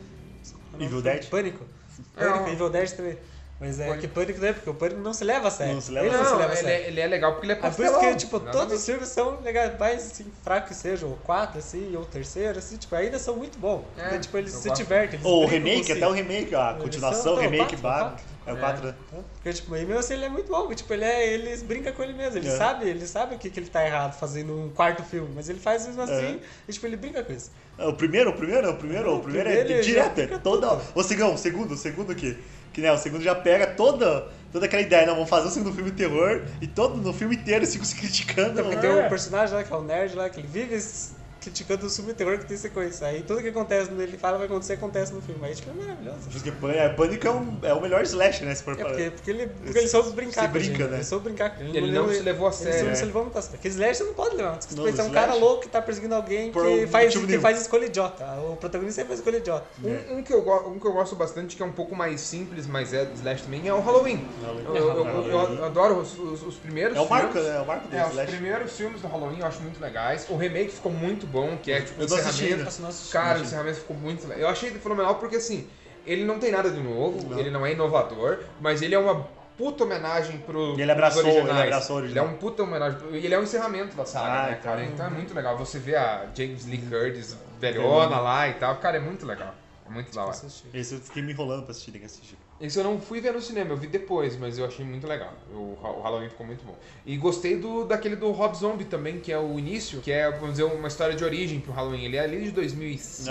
Speaker 2: Evil
Speaker 4: não,
Speaker 2: Dead?
Speaker 4: Pânico.
Speaker 3: É,
Speaker 4: Pânico,
Speaker 3: um-
Speaker 4: Evil Dead também. Mas é
Speaker 3: Pânico.
Speaker 4: que Pânico não é, porque o Pânico não se leva a sério.
Speaker 2: Não se leva
Speaker 4: ele
Speaker 2: a
Speaker 4: não se
Speaker 3: Não,
Speaker 4: leva a
Speaker 3: ele,
Speaker 4: sério.
Speaker 3: é- ele é legal porque ele é
Speaker 4: É por
Speaker 3: pastelão.
Speaker 4: isso que, tipo, todos os
Speaker 3: Exatamente.
Speaker 4: filmes são legais, mais assim, fracos que sejam, ou quatro, assim, ou terceiro, assim, tipo, ainda são muito bons.
Speaker 3: É,
Speaker 4: então, tipo, eles
Speaker 3: eu
Speaker 4: se
Speaker 3: gosto.
Speaker 4: divertem. Eles
Speaker 2: Ou o
Speaker 4: brincam
Speaker 2: remake,
Speaker 4: consigo.
Speaker 2: até o remake, a
Speaker 4: Eles
Speaker 2: continuação,
Speaker 4: são- não,
Speaker 2: remake,
Speaker 4: quatro,
Speaker 2: bar. É o
Speaker 3: É.
Speaker 2: 4.
Speaker 4: Porque, tipo, e mesmo assim ele é muito bom, tipo, ele, é, ele brinca com ele mesmo, ele
Speaker 2: É.
Speaker 4: sabe, ele sabe o que, que ele tá errado fazendo um quarto filme, mas ele faz mesmo
Speaker 2: É.
Speaker 4: assim, e tipo, ele brinca com isso.
Speaker 2: O primeiro, o primeiro, o primeiro,
Speaker 4: Não,
Speaker 2: o primeiro
Speaker 4: primeiro
Speaker 2: é
Speaker 4: ele já
Speaker 2: direto, é
Speaker 4: fica
Speaker 2: toda.
Speaker 4: tudo.
Speaker 2: O segundo, o segundo, o segundo que. Que né, o segundo já pega toda, toda aquela ideia, não, vamos fazer o segundo filme de terror, e todo no filme inteiro eles ficam se criticando.
Speaker 4: Porque
Speaker 2: né?
Speaker 4: tem um personagem lá, que é o nerd lá, que ele vive s- criticando o filme de terror que tem sequência, aí tudo que acontece, no- ele fala vai acontecer, acontece no filme, aí tipo, é maravilhoso.
Speaker 2: Porque Pân- é, Pânico é, um- é o melhor slash, né? Se for
Speaker 4: É
Speaker 2: parar.
Speaker 4: porque, porque ele, porque ele soube brincar
Speaker 2: Se
Speaker 4: com a
Speaker 2: brinca,
Speaker 4: gente,
Speaker 2: né?
Speaker 4: Ele soube brincar com a gente,
Speaker 3: Ele não se levou a
Speaker 4: Ele
Speaker 3: sério. né?
Speaker 4: não se
Speaker 2: É.
Speaker 4: levou muito a sério. Porque Slash você não pode levar. Porque
Speaker 2: Não,
Speaker 4: você é um
Speaker 2: Slash-
Speaker 4: cara louco que tá perseguindo alguém
Speaker 2: Por
Speaker 4: que,
Speaker 2: algum
Speaker 4: faz,
Speaker 2: motivo
Speaker 4: que
Speaker 2: nenhum.
Speaker 4: faz escolha idiota. O protagonista sempre faz escolha idiota.
Speaker 2: É.
Speaker 3: Um, um que eu go- um que eu gosto bastante, que é um pouco mais simples, mas é do Slash também, é o Halloween. Eu, eu- eu- eu adoro os, os- os primeiros
Speaker 2: É o marco,
Speaker 3: filmes.
Speaker 2: né? É o marco do
Speaker 3: É, os
Speaker 2: slash.
Speaker 3: primeiros filmes do Halloween eu acho muito legais. O remake ficou muito bom, que é tipo
Speaker 2: Eu
Speaker 3: o
Speaker 2: não assisti
Speaker 3: encerramento.
Speaker 4: Nossa, nossa,
Speaker 3: Cara, o encerramento ficou muito legal. Eu achei ele fenomenal porque assim, ele não tem nada de novo, ele não é inovador, mas ele é uma puta homenagem pro.
Speaker 2: E ele abraçou,
Speaker 3: pros originais.
Speaker 2: ele abraçou o
Speaker 3: Ele é
Speaker 2: original.
Speaker 3: um puta homenagem. pro- E ele é o encerramento da saga,
Speaker 2: Ah, Uhum.
Speaker 3: né, cara?
Speaker 2: então.
Speaker 3: Então é muito legal. Você vê a James Lee Curtis velhona lá e tal. Cara, é muito legal. É muito da hora.
Speaker 2: Esse eu fiquei me enrolando pra assistir, tem que assistir.
Speaker 3: Esse eu não fui ver no cinema, eu vi depois, mas eu achei muito legal. O, Ha- o Halloween ficou muito bom. E gostei do daquele do Rob Zombie também, que é o início, que é, vamos dizer, uma história de origem pro Halloween. Ele é ali de 2005,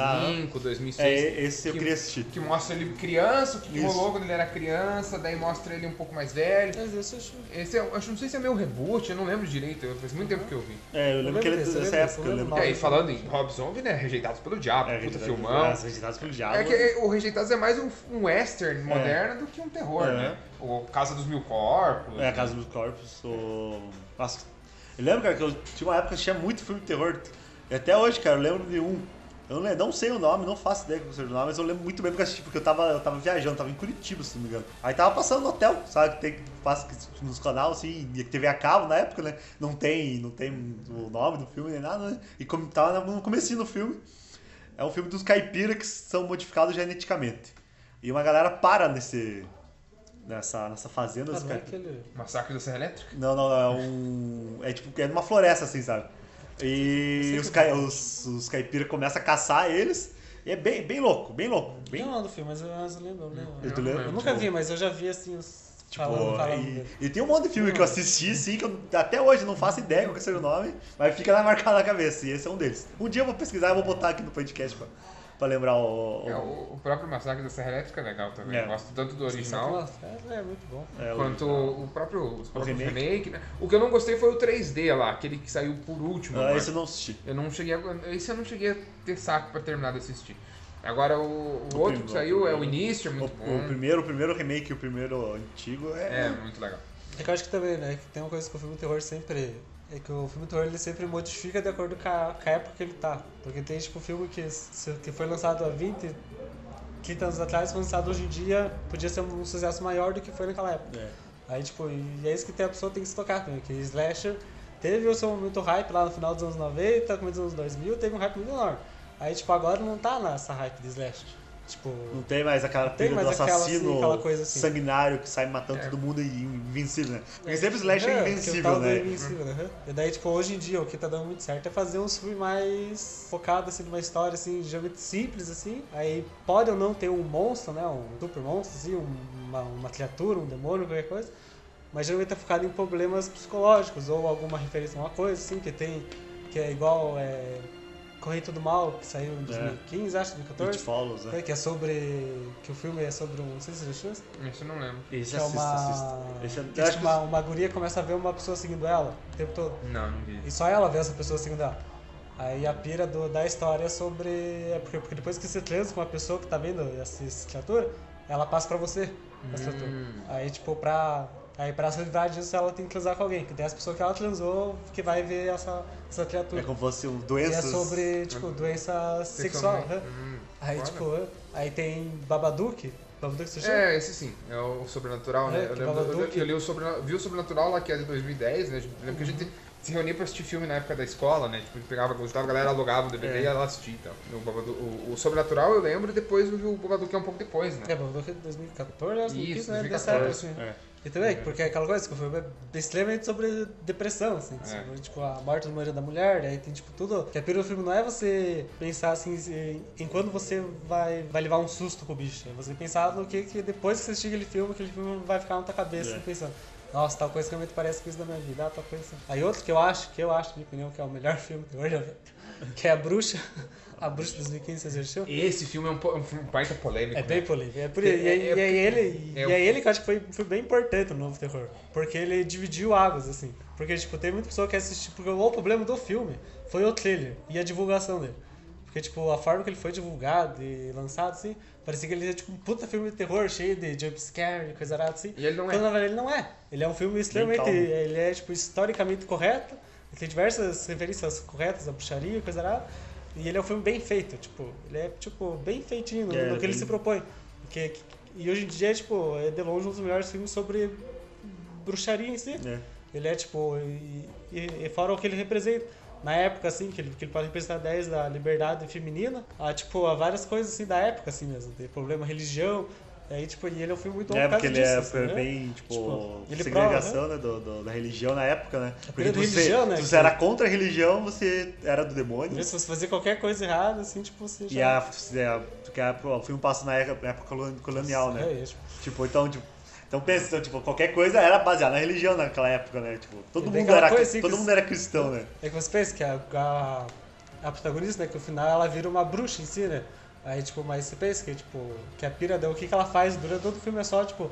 Speaker 2: Ah.
Speaker 3: 2006.
Speaker 2: É, esse eu
Speaker 3: que-
Speaker 2: queria assistir.
Speaker 3: Que mostra ele criança, o que que
Speaker 2: Isso.
Speaker 3: rolou quando ele era criança, daí mostra ele um pouco mais velho.
Speaker 4: Mas isso eu acho-
Speaker 3: Esse é, acho, não sei se é meu reboot, eu não lembro direito, eu- faz muito tempo que eu vi.
Speaker 2: É, eu lembro que ele é
Speaker 4: desse, eu
Speaker 2: dessa
Speaker 4: lembro desse,
Speaker 2: época, eu
Speaker 4: eu
Speaker 2: lembro.
Speaker 4: lembro.
Speaker 3: É, e falando em Rob Zombie, né, Rejeitados pelo Diabo,
Speaker 2: É,
Speaker 3: puta
Speaker 2: Rejeitados-
Speaker 3: filmão.
Speaker 2: é, Rejeitados pelo Diabo.
Speaker 3: É que o Rejeitados é mais um, um western moderno do que um terror,
Speaker 2: É.
Speaker 3: né? O Casa dos Mil Corpos.
Speaker 2: É, a Casa dos Corpos, o... Nossa, eu lembro, cara, que eu tinha uma época que assistia muito filme de terror. E até hoje, cara, eu lembro de um. Eu não, lembro- não sei o nome, não faço ideia qual seja o nome, mas eu lembro muito bem porque eu assisti, porque eu tava, eu tava viajando, tava em Curitiba, se não me engano. Aí tava passando no hotel, sabe, que tem que passa que- nos canais, assim, e TV a cabo na época, né? Não tem, não tem o nome do filme nem nada, né? E como tava no comecinho do filme, é um filme dos caipiras que são modificados geneticamente. E uma galera para nesse... Nessa, nessa fazenda,
Speaker 4: Ah,
Speaker 2: dos
Speaker 4: não é
Speaker 2: caipiras.
Speaker 4: aquele...
Speaker 3: Massacre da Serra Elétrica?
Speaker 2: Não, não, é um. É tipo, é numa floresta, assim, sabe? E os, cai, os, os caipiras começam a caçar eles. E é bem, bem louco, bem louco.
Speaker 4: Tem o
Speaker 2: Bem...
Speaker 4: nome do filme, mas eu, mas eu lembro, né? eu lembro.
Speaker 2: tu lembra?
Speaker 4: Eu nunca vi, mas eu já vi assim, os
Speaker 2: Tipo,
Speaker 4: falando, falando
Speaker 2: e,
Speaker 4: dele.
Speaker 2: e tem um monte de filme que eu assisti, assim, que eu até hoje não faço ideia qual que seja o nome, mas fica lá marcado na cabeça. E esse é um deles. Um dia eu vou pesquisar e vou botar aqui no podcast pra, pra lembrar o.
Speaker 3: É,
Speaker 2: o-
Speaker 3: o, o próprio Massacre da Serra Elétrica é legal também.
Speaker 2: É.
Speaker 3: Eu gosto tanto do
Speaker 4: Só que,
Speaker 3: original
Speaker 4: nossa, é, é muito bom.
Speaker 2: é, o-
Speaker 3: quanto o próprio, os próprios
Speaker 2: remake.
Speaker 3: remake. né? O que eu não gostei foi o 3D lá, aquele que saiu por último.
Speaker 2: Ah,
Speaker 3: agora.
Speaker 2: esse eu não assisti.
Speaker 3: Eu não cheguei a, esse eu não cheguei a ter saco pra terminar de assistir. Agora o, o outro
Speaker 2: primeiro,
Speaker 3: que saiu é o
Speaker 2: primeiro.
Speaker 3: início, é
Speaker 2: O,
Speaker 3: muito
Speaker 2: o
Speaker 3: bom.
Speaker 2: primeiro, o primeiro remake, o primeiro antigo
Speaker 3: É,
Speaker 2: é.
Speaker 3: muito legal.
Speaker 4: É que eu acho que também, né, que tem uma coisa que o filme de terror sempre... É que o filme de terror ele sempre modifica de acordo com a, com a época que ele tá. Porque tem, tipo, filme que, se- que foi lançado há 20, 30 anos atrás, foi lançado hoje em dia, podia ser um sucesso maior do que foi naquela época.
Speaker 2: É.
Speaker 4: Aí, tipo, e é isso que tem, a pessoa tem que se tocar também, que Slasher teve o seu momento hype lá no final dos anos 90, começo dos anos 2000, teve um hype muito enorme. Aí, tipo, agora não tá nessa hype de Slasher. Tipo,
Speaker 2: Não tem mais aquela
Speaker 4: Tem
Speaker 2: trilha do
Speaker 4: mais aquela, assim,
Speaker 2: assassino
Speaker 4: aquela coisa assim.
Speaker 2: sanguinário que sai matando
Speaker 3: É.
Speaker 2: todo mundo e invencível, né? Porque sempre o Slash
Speaker 4: É,
Speaker 2: é
Speaker 4: que o
Speaker 2: invencível,
Speaker 4: tal do
Speaker 2: né?
Speaker 4: Invencível, aham. E daí, tipo, hoje em dia, o que tá dando muito certo é fazer uns filmes mais focados, assim, numa história, assim, geralmente simples, assim. Aí pode ou não ter um monstro, né? Um super monstro, assim, um- uma, uma criatura, um demônio, qualquer coisa. Mas geralmente tá focado em problemas psicológicos ou alguma referência a uma coisa, assim, que tem... Que é igual, é... Correio do Mal, que saiu em 2015, acho, 2014.
Speaker 2: É. It follows, né?
Speaker 4: né, Que é sobre... Que o filme é sobre um... Não sei se você já assistiu.
Speaker 3: Isso eu não lembro.
Speaker 2: Esse
Speaker 4: Que é uma...
Speaker 2: Esse é-
Speaker 4: que,
Speaker 2: eu acho
Speaker 4: tipo,
Speaker 2: que
Speaker 4: uma, uma guria começa a ver uma pessoa seguindo ela o tempo todo.
Speaker 3: Não, não vi.
Speaker 4: E só ela vê essa pessoa seguindo ela. Aí a pira do- da história é sobre. É porque, porque depois que você transa com uma pessoa que tá vendo essa, essa criatura, ela passa pra você. Essa criatura.
Speaker 2: Hum.
Speaker 4: Aí, tipo, pra. Aí pra se livrar disso, ela tem que transar com alguém, que tem as pessoas que ela transou que vai ver essa, essa criatura.
Speaker 2: é como se fosse um
Speaker 4: e é
Speaker 2: doenças.
Speaker 4: sobre, tipo, doença sexual. né?
Speaker 3: Hum,
Speaker 4: Aí,
Speaker 3: foda.
Speaker 4: tipo, aí tem Babadook. Babadook você chama?
Speaker 3: É, esse sim, é o Sobrenatural, né?
Speaker 4: É,
Speaker 3: eu,
Speaker 4: que
Speaker 3: lembro, eu,
Speaker 4: Babadook.
Speaker 3: lembro- eu li o Sobrenatural, vi o Sobrenatural lá que é de 2010, né? Eu lembro que a gente se reunia pra assistir filme na época da escola, né? Tipo, a gente pegava, gostava, a galera alugava o DVD e ia lá assistir, então. O, Babadook- o- o Sobrenatural eu lembro, depois eu vi o Babadook é um pouco depois, né?
Speaker 4: É, Babadook é de 2014, acho que
Speaker 3: Isso,
Speaker 4: né?
Speaker 3: 2014,
Speaker 4: Dessa época, assim.
Speaker 2: é.
Speaker 4: E também, porque é aquela coisa que o filme é extremamente sobre depressão, assim,
Speaker 3: É.
Speaker 4: sobre, tipo, a morte do marido da mulher, daí tem, tipo, tudo. Que a pira do filme não é você pensar, assim, se- em quando você vai, vai levar um susto com o bicho, é você pensar no que, que depois que você assistir aquele filme, aquele filme vai ficar na tua cabeça, assim,
Speaker 2: É.
Speaker 4: pensando... Nossa, tal coisa realmente parece com isso da minha vida, ah, tal coisa assim. Aí outro que eu acho, que eu acho, na minha opinião, que é o melhor filme que eu já vi, que é A Bruxa. A Bruxa de 2015, você assistiu?
Speaker 3: Esse filme é um, po- é um filme baita polêmico,
Speaker 4: É
Speaker 3: né?
Speaker 4: bem polêmico. É por,
Speaker 3: É-
Speaker 4: e, e,
Speaker 3: é-
Speaker 4: e é ele, e
Speaker 3: é o-
Speaker 4: é ele que eu acho que foi, foi bem importante no novo terror. Porque ele dividiu águas, assim. Porque, tipo, tem muita pessoa que assiste. Porque o problema do filme foi o trailer e a divulgação dele. Porque, tipo, a forma que ele foi divulgado e lançado, assim, parecia que ele era tipo um puta filme de terror, cheio de jumpscare e coisa arada, assim.
Speaker 3: E ele não é.
Speaker 4: Quando, na verdade, ele não é. Ele é um filme extremamente.
Speaker 2: calmo.
Speaker 4: Ele é, tipo, historicamente correto. Ele tem diversas referências corretas à bruxaria e coisa arada. E ele é um filme bem feito, tipo, ele é, tipo, bem feitinho no,
Speaker 2: É,
Speaker 4: no que ele
Speaker 2: bem-
Speaker 4: se propõe. Que, que- e hoje em dia, tipo, é de longe um dos melhores filmes sobre bruxaria em si.
Speaker 2: É.
Speaker 4: Ele é tipo. E, e- e fora o que ele representa. Na época, assim, que ele, que ele pode representar 10 da liberdade feminina, a, tipo, a várias coisas assim da época, assim mesmo. Tem problema religião. Aí, tipo, e ele é um filme muito bom
Speaker 2: É,
Speaker 4: por causa
Speaker 2: porque ele é
Speaker 4: disso, assim, né?
Speaker 2: bem, tipo,
Speaker 4: Tipo, ele
Speaker 2: segregação né, do, do- da religião na época, né? Porque
Speaker 4: da
Speaker 2: você,
Speaker 4: religião, né,
Speaker 2: se você
Speaker 4: que-
Speaker 2: era contra a religião, você era do demônio.
Speaker 4: Entendeu? Se você fazer qualquer coisa errada, assim, tipo, você
Speaker 2: E a, se a, porque a, o filme passa na época, época colon- colonial, né?
Speaker 4: É, é, tipo,
Speaker 2: Tipo, então, tipo, então pensa, então, tipo, qualquer coisa era baseada na religião naquela época, né? Tipo, todo
Speaker 4: E tem
Speaker 2: mundo
Speaker 4: aquela
Speaker 2: era,
Speaker 4: coisa, assim,
Speaker 2: todo
Speaker 4: que-
Speaker 2: mundo era cristão, né?
Speaker 4: É que você pensa que a, a, a protagonista, né, que no final ela vira uma bruxa em si, né? Aí, tipo, mas você pensa que, tipo, que a pira dela, o que, que ela faz durante todo o filme é só, tipo,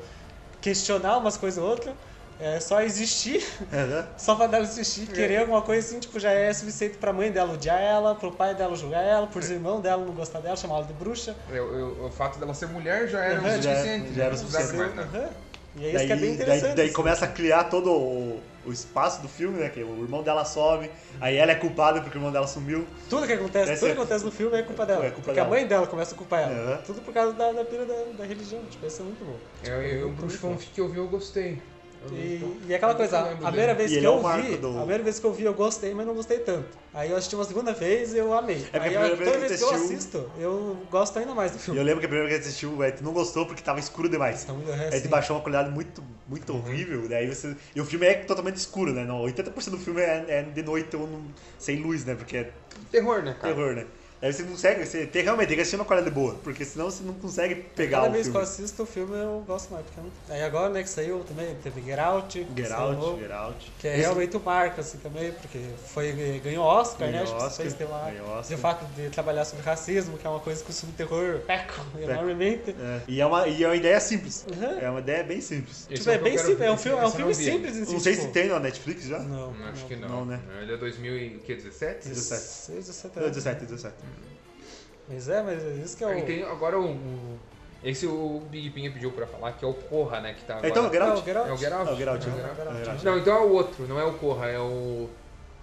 Speaker 4: questionar umas coisas ou outras, é só existir,
Speaker 2: Aham.
Speaker 4: só pra dela existir, querer alguma coisa assim, tipo, já é suficiente pra mãe dela odiar ela, pro pai dela julgar ela, pros irmãos dela não gostar dela, chamar ela de bruxa.
Speaker 3: Eu- eu- o fato dela ser mulher já era
Speaker 4: Aham,
Speaker 3: o
Speaker 4: já-
Speaker 3: suficiente.
Speaker 2: já era o
Speaker 3: né? Não precisava
Speaker 2: suficiente.
Speaker 3: mais nada.
Speaker 4: Aham. E é isso
Speaker 2: Daí,
Speaker 4: que é bem
Speaker 2: daí-
Speaker 4: interessante.
Speaker 2: daí
Speaker 4: assim.
Speaker 2: começa a criar todo o, o espaço do filme, né? Que o irmão dela sobe, aí ela é culpada porque o irmão dela sumiu.
Speaker 4: Tudo que acontece,
Speaker 2: Essa-
Speaker 4: tudo que acontece no filme é culpa dela.
Speaker 2: É culpa
Speaker 4: porque
Speaker 2: dela.
Speaker 4: a mãe dela começa a culpar ela.
Speaker 2: Aham.
Speaker 4: Tudo por causa da, da pira da, da religião. Tipo, isso é muito bom.
Speaker 3: Eu, eu, o Bruce Fanfic que eu vi, eu gostei. Eu-
Speaker 4: E, e aquela coisa,
Speaker 3: eu
Speaker 4: a,
Speaker 3: lembro
Speaker 4: a primeira
Speaker 3: dele.
Speaker 4: vez
Speaker 2: E
Speaker 4: que
Speaker 2: ele é
Speaker 4: eu
Speaker 2: o marco
Speaker 4: vi,
Speaker 2: do-
Speaker 4: a primeira vez que eu vi eu gostei, mas não gostei tanto. Aí eu assisti uma segunda vez e eu amei.
Speaker 2: É a
Speaker 4: Aí
Speaker 2: primeira
Speaker 4: eu,
Speaker 2: vez
Speaker 4: toda
Speaker 2: que
Speaker 4: vez que
Speaker 2: tu
Speaker 4: eu
Speaker 2: assistiu-
Speaker 4: assisto, eu gosto ainda mais do
Speaker 2: E
Speaker 4: filme.
Speaker 2: eu lembro que a primeira vez que assistiu, velho, tu não gostou porque tava escuro demais.
Speaker 4: Então, é
Speaker 2: Aí
Speaker 4: assim, Uhum.
Speaker 2: tu baixou uma qualidade muito, muito horrível, daí você. E o filme é totalmente escuro, né? Não, 80% do filme é, é de noite ou num- sem luz, né? Porque é
Speaker 3: Terror, né,
Speaker 4: Tá.
Speaker 3: cara?
Speaker 2: terror, né? Daí você não consegue, você tem, realmente tem que assistir uma qualidade boa, porque senão você não consegue pegar
Speaker 4: Cada
Speaker 2: o
Speaker 4: vez que eu
Speaker 2: filme.
Speaker 4: assisto o filme eu gosto mais. Porque... é muito- Aí agora, né, que saiu também, teve Get Out.
Speaker 2: Get
Speaker 4: saiu
Speaker 2: Out,
Speaker 4: um novo,
Speaker 2: Get Out.
Speaker 4: Que é
Speaker 2: Esse-
Speaker 4: realmente o marco, assim, também, porque foi, ganhou Oscar, né?
Speaker 2: Ganhou
Speaker 4: Acho que
Speaker 2: Oscar,
Speaker 4: fez tema.
Speaker 2: ganhou Oscar.
Speaker 4: E o fato de trabalhar sobre racismo, que é uma coisa que o filme de terror peca enormemente.
Speaker 2: É. E, é uma, e é uma ideia simples.
Speaker 4: Uhum.
Speaker 2: É uma ideia bem simples.
Speaker 3: Esse
Speaker 4: Tipo, é
Speaker 3: o que eu
Speaker 4: bem
Speaker 3: quero
Speaker 4: simples,
Speaker 3: ver,
Speaker 4: é um
Speaker 3: esse-
Speaker 4: filme,
Speaker 3: esse
Speaker 4: é um
Speaker 3: eu
Speaker 4: filme
Speaker 3: não vi ainda.
Speaker 4: simples em si.
Speaker 2: Não sei
Speaker 4: tipo,
Speaker 2: se tem na Netflix já.
Speaker 4: Não,
Speaker 3: Não, Acho
Speaker 4: não.
Speaker 3: que não.
Speaker 2: Não, né?
Speaker 3: Ele é 2017?
Speaker 2: 17.
Speaker 4: 16, 17
Speaker 2: Não,
Speaker 4: anos.
Speaker 2: 17, 17.
Speaker 4: é. Mas é, mas isso que é o.
Speaker 3: E tem agora o, o- Esse o Big Pinha pediu pra falar, que é o Corra, né? Que tá agora.
Speaker 2: Então, Get
Speaker 4: É o
Speaker 2: Out.
Speaker 4: Get Out.
Speaker 3: É o Get Out?
Speaker 2: É o Get Out,
Speaker 3: É o
Speaker 2: né?
Speaker 3: Get Out.
Speaker 2: É o Get Out.
Speaker 3: Não, então é o outro, não é o Corra, é o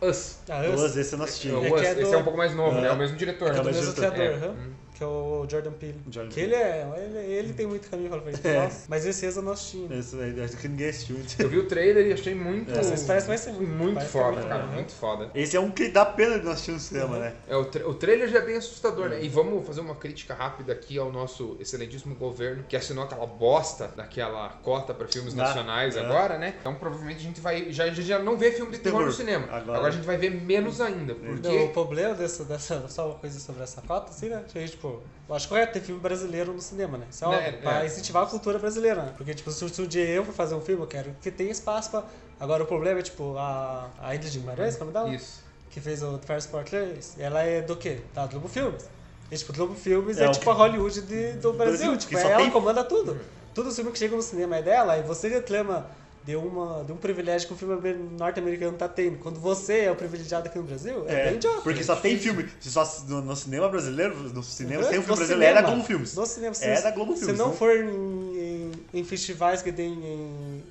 Speaker 3: Us.
Speaker 4: Ah,
Speaker 2: Duas
Speaker 4: Us.
Speaker 2: vezes eu não assisti.
Speaker 3: É o
Speaker 4: É que
Speaker 3: Us.
Speaker 4: é do-
Speaker 3: Esse é um pouco mais novo, né? É o mesmo diretor.
Speaker 4: É do
Speaker 2: mas
Speaker 4: mesmo
Speaker 2: justo-
Speaker 4: criador,
Speaker 3: é.
Speaker 4: aham.
Speaker 3: Hum.
Speaker 4: Que que é o Jordan Peele.
Speaker 2: O Jordan
Speaker 4: que
Speaker 2: Peele.
Speaker 4: ele é, ele, ele tem muito caminho pra frente.
Speaker 2: É.
Speaker 4: Nossa, mas esse Exo nós tínhamos.
Speaker 2: Isso, né? acho que ninguém assistiu.
Speaker 3: Eu vi o trailer e achei
Speaker 2: É.
Speaker 3: muito.
Speaker 4: Nossa, esse parece que vai ser muito,
Speaker 3: muito
Speaker 4: parece que é
Speaker 3: foda,
Speaker 4: muito
Speaker 3: cara.
Speaker 4: bom, né?
Speaker 3: Muito foda.
Speaker 2: Esse é um que dá pena de nós assistir no cinema, né?
Speaker 3: É, o, tra- o trailer já é bem assustador, né? E vamos fazer uma crítica rápida aqui ao nosso excelentíssimo governo que assinou aquela bosta daquela cota pra filmes
Speaker 2: Ah,
Speaker 3: nacionais
Speaker 2: é.
Speaker 3: agora, né? Então provavelmente a gente vai. Já, já já não vê filme de terror,
Speaker 2: Terror.
Speaker 3: no cinema. Agora...
Speaker 2: Agora-
Speaker 3: a gente vai ver menos ainda. Porque.
Speaker 4: Não, o problema dessa, dessa. Só uma coisa sobre essa cota, assim, né? Que, tipo, eu acho correto ter filme brasileiro no cinema, né? Isso é,
Speaker 3: Né,
Speaker 4: óbvio,
Speaker 3: é.
Speaker 4: pra incentivar a cultura brasileira, né? Porque, tipo, se, se um dia eu for fazer um filme, eu quero que tenha espaço pra. Agora o problema é, tipo, a, a Ingrid Guimarães, como é o nome dela?
Speaker 3: Isso.
Speaker 4: Que fez o First Portlers, ela é do quê? Da Globo Filmes. E, tipo, Globo Filmes é,
Speaker 2: É, o
Speaker 4: tipo
Speaker 2: que-
Speaker 4: a Hollywood de- do Brasil.
Speaker 2: Brasil,
Speaker 4: Tipo,
Speaker 2: que só
Speaker 4: ela
Speaker 2: tem- Uhum.
Speaker 4: comanda tudo. Todo os filmes que chegam no cinema é dela, e você reclama de, uma, de um privilégio que o filme amer- norte-americano tá tendo. Quando você é o privilegiado aqui no Brasil, é, bem idiota.
Speaker 2: porque só tem filme. Se só no, no cinema brasileiro, no cinema, tem um
Speaker 4: Uhum. No
Speaker 2: filme brasileiro, é da
Speaker 4: cinema.
Speaker 2: Globo Filmes.
Speaker 4: No cinema, se,
Speaker 2: É da Globo
Speaker 4: se
Speaker 2: Filmes,
Speaker 4: não
Speaker 2: né?
Speaker 4: for em, em- em festivais que tem em,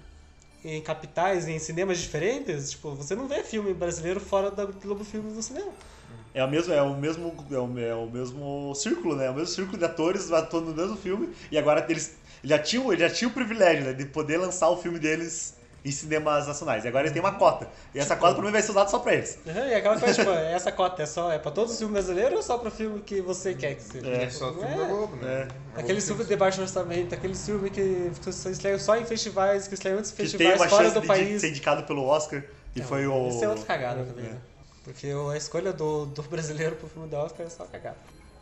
Speaker 4: em capitais, em cinemas diferentes, tipo, você não vê filme brasileiro fora da Globo Filmes no cinema.
Speaker 2: É, o mesmo, é, o mesmo, é, o, é o mesmo círculo, né? É o mesmo círculo de atores atuando no mesmo filme. E agora eles ele já tinham, ele já tinha o privilégio né, de poder lançar o filme deles em cinemas nacionais. E agora eles têm uma cota. E essa
Speaker 4: Tipo,
Speaker 2: cota, por mim, vai ser usada só pra eles.
Speaker 4: Uhum, e aquela coisa, tipo, essa cota é só é pra todos os filmes brasileiros ou só pra filme que você quer que seja?
Speaker 3: É só o
Speaker 4: Não
Speaker 3: filme
Speaker 4: é-
Speaker 3: da Globo, né? É.
Speaker 4: Aquele filme de baixo orçamento, aquele filme que só estreia só em festivais, que estreia em outros
Speaker 2: Que tem
Speaker 4: festivais
Speaker 2: uma
Speaker 4: fora
Speaker 2: chance de,
Speaker 4: do
Speaker 2: de
Speaker 4: país.
Speaker 2: ser indicado pelo Oscar. E foi o.
Speaker 4: Isso é outra cagada também,
Speaker 2: É.
Speaker 4: né? Porque o- a escolha do, do brasileiro pro filme da Oscar é só cagada.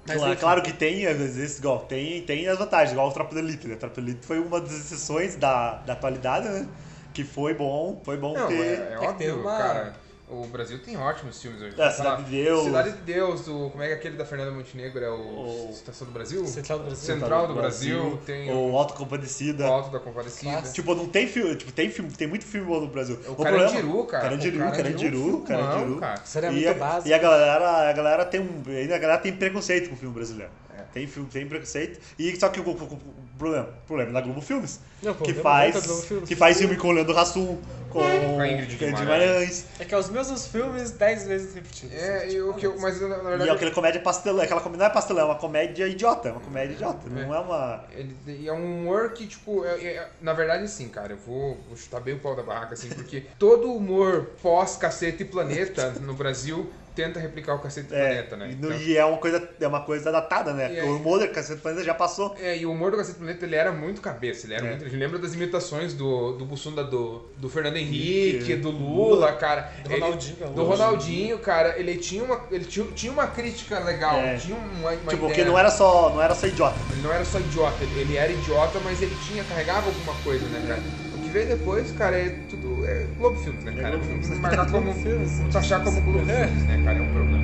Speaker 2: Mas, claro, claro que tem, às vezes, igual, tem, tem as vantagens, igual o Tropa da Elite, né? O Tropa da Elite foi uma das exceções da, da atualidade, né? Que foi bom, foi bom
Speaker 3: Não,
Speaker 2: ter.
Speaker 3: é, é
Speaker 4: que ter
Speaker 3: óbvio,
Speaker 4: uma-
Speaker 3: cara. O Brasil tem ótimos filmes hoje.
Speaker 2: É, Cidade de Deus.
Speaker 3: Cidade de Deus, o, como é que é aquele da Fernanda Montenegro? É o
Speaker 2: O-
Speaker 3: Estação do Brasil?
Speaker 4: Central do Brasil.
Speaker 3: Central do Brasil, tem o,
Speaker 2: O Auto Compadecida.
Speaker 3: Alto da Comparecida.
Speaker 4: Clássico.
Speaker 2: Tipo, não tem filme, tipo, tem filme, tem muito filme bom no Brasil.
Speaker 3: É O,
Speaker 2: O
Speaker 3: Carandiru,
Speaker 2: problema-
Speaker 3: cara.
Speaker 2: Carandiru,
Speaker 3: O
Speaker 2: Carandiru,
Speaker 3: Carandiru,
Speaker 2: Carandiru.
Speaker 3: cara.
Speaker 4: Isso era
Speaker 2: e,
Speaker 4: é muito né?
Speaker 2: a,
Speaker 4: básico.
Speaker 2: e a galera, a galera tem um, ainda a galera tem preconceito com o filme brasileiro.
Speaker 3: É.
Speaker 2: Tem filme, tem preconceito. E só que o, o- o- o problema, o problema é da Globo Filmes,
Speaker 4: Não, o
Speaker 2: que
Speaker 4: problema é da
Speaker 2: faz,
Speaker 4: Globo Filmes.
Speaker 2: que faz filme com o Leandro Hassum, com
Speaker 3: a Ingrid
Speaker 2: com a Ingrid
Speaker 3: Guimarães.
Speaker 2: Guimarães.
Speaker 4: É que é os mesmos filmes 10 vezes repetidos.
Speaker 3: É,
Speaker 4: assim,
Speaker 3: e
Speaker 4: tipo,
Speaker 3: o que eu, mas eu, na
Speaker 2: E é
Speaker 3: verdade.
Speaker 2: aquela comédia pastelão, aquela comédia não é pastelão, é uma comédia idiota, é uma comédia idiota, não é uma...
Speaker 3: ele- e é um humor que, tipo, é- é- na verdade, sim, cara, eu vou, vou chutar bem o pau da barraca, assim, porque todo humor pós-cacete e planeta no Brasil tenta replicar o cacete e planeta, né?
Speaker 2: e, no-
Speaker 3: Então-
Speaker 2: e é uma coisa, é uma coisa datada, né?
Speaker 3: E
Speaker 2: Porque
Speaker 3: aí-
Speaker 2: o Mulder, Cacete Planeta, já passou.
Speaker 3: É, e o humor do Cacete do Planeta, ele era muito cabeça, ele era muito... A gente lembra das imitações do, do Bussunda, do, do Fernando Henrique,
Speaker 2: Henrique,
Speaker 3: do Lula, cara.
Speaker 4: Do
Speaker 3: Ele-
Speaker 4: Ronaldinho, é
Speaker 3: do
Speaker 4: lógico.
Speaker 3: Ronaldinho, cara. Ele tinha uma, ele tinha, tinha uma crítica legal,
Speaker 2: É.
Speaker 3: tinha uma, uma
Speaker 2: Tipo,
Speaker 3: ideia.
Speaker 2: porque não era só, não era só idiota.
Speaker 3: Ele não era só idiota, ele, ele era idiota, mas ele tinha, carregava alguma coisa, né, cara? O que veio depois, cara, é tudo... É Globo Filmes, né, cara? Vamos marcar como... Vamos achar como Globo Filmes, né, cara? É um problema.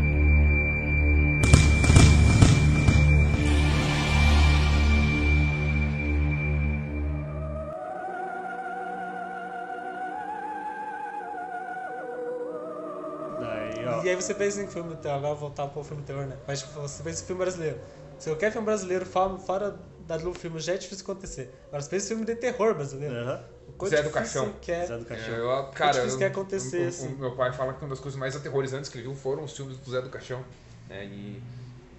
Speaker 2: Daí, ó.
Speaker 4: E aí você pensa em filme, terror, agora voltar pro filme terror, né? Mas tipo, você pensa em filme brasileiro. Se eu quero filme brasileiro fora, fora da Globo Filmes, já é difícil acontecer. Agora você pensa em filme de terror brasileiro.
Speaker 2: Aham.
Speaker 4: O quão
Speaker 3: Zé do
Speaker 4: difícil
Speaker 3: Caixão.
Speaker 4: Que é.
Speaker 2: É. Zé do Caixão.
Speaker 3: É, eu- cara,
Speaker 4: difícil
Speaker 3: eu-
Speaker 4: que ia acontecer,
Speaker 3: o- o-
Speaker 4: assim.
Speaker 3: o meu pai fala que uma das coisas mais aterrorizantes que ele viu foram os filmes do Zé do Caixão. né? E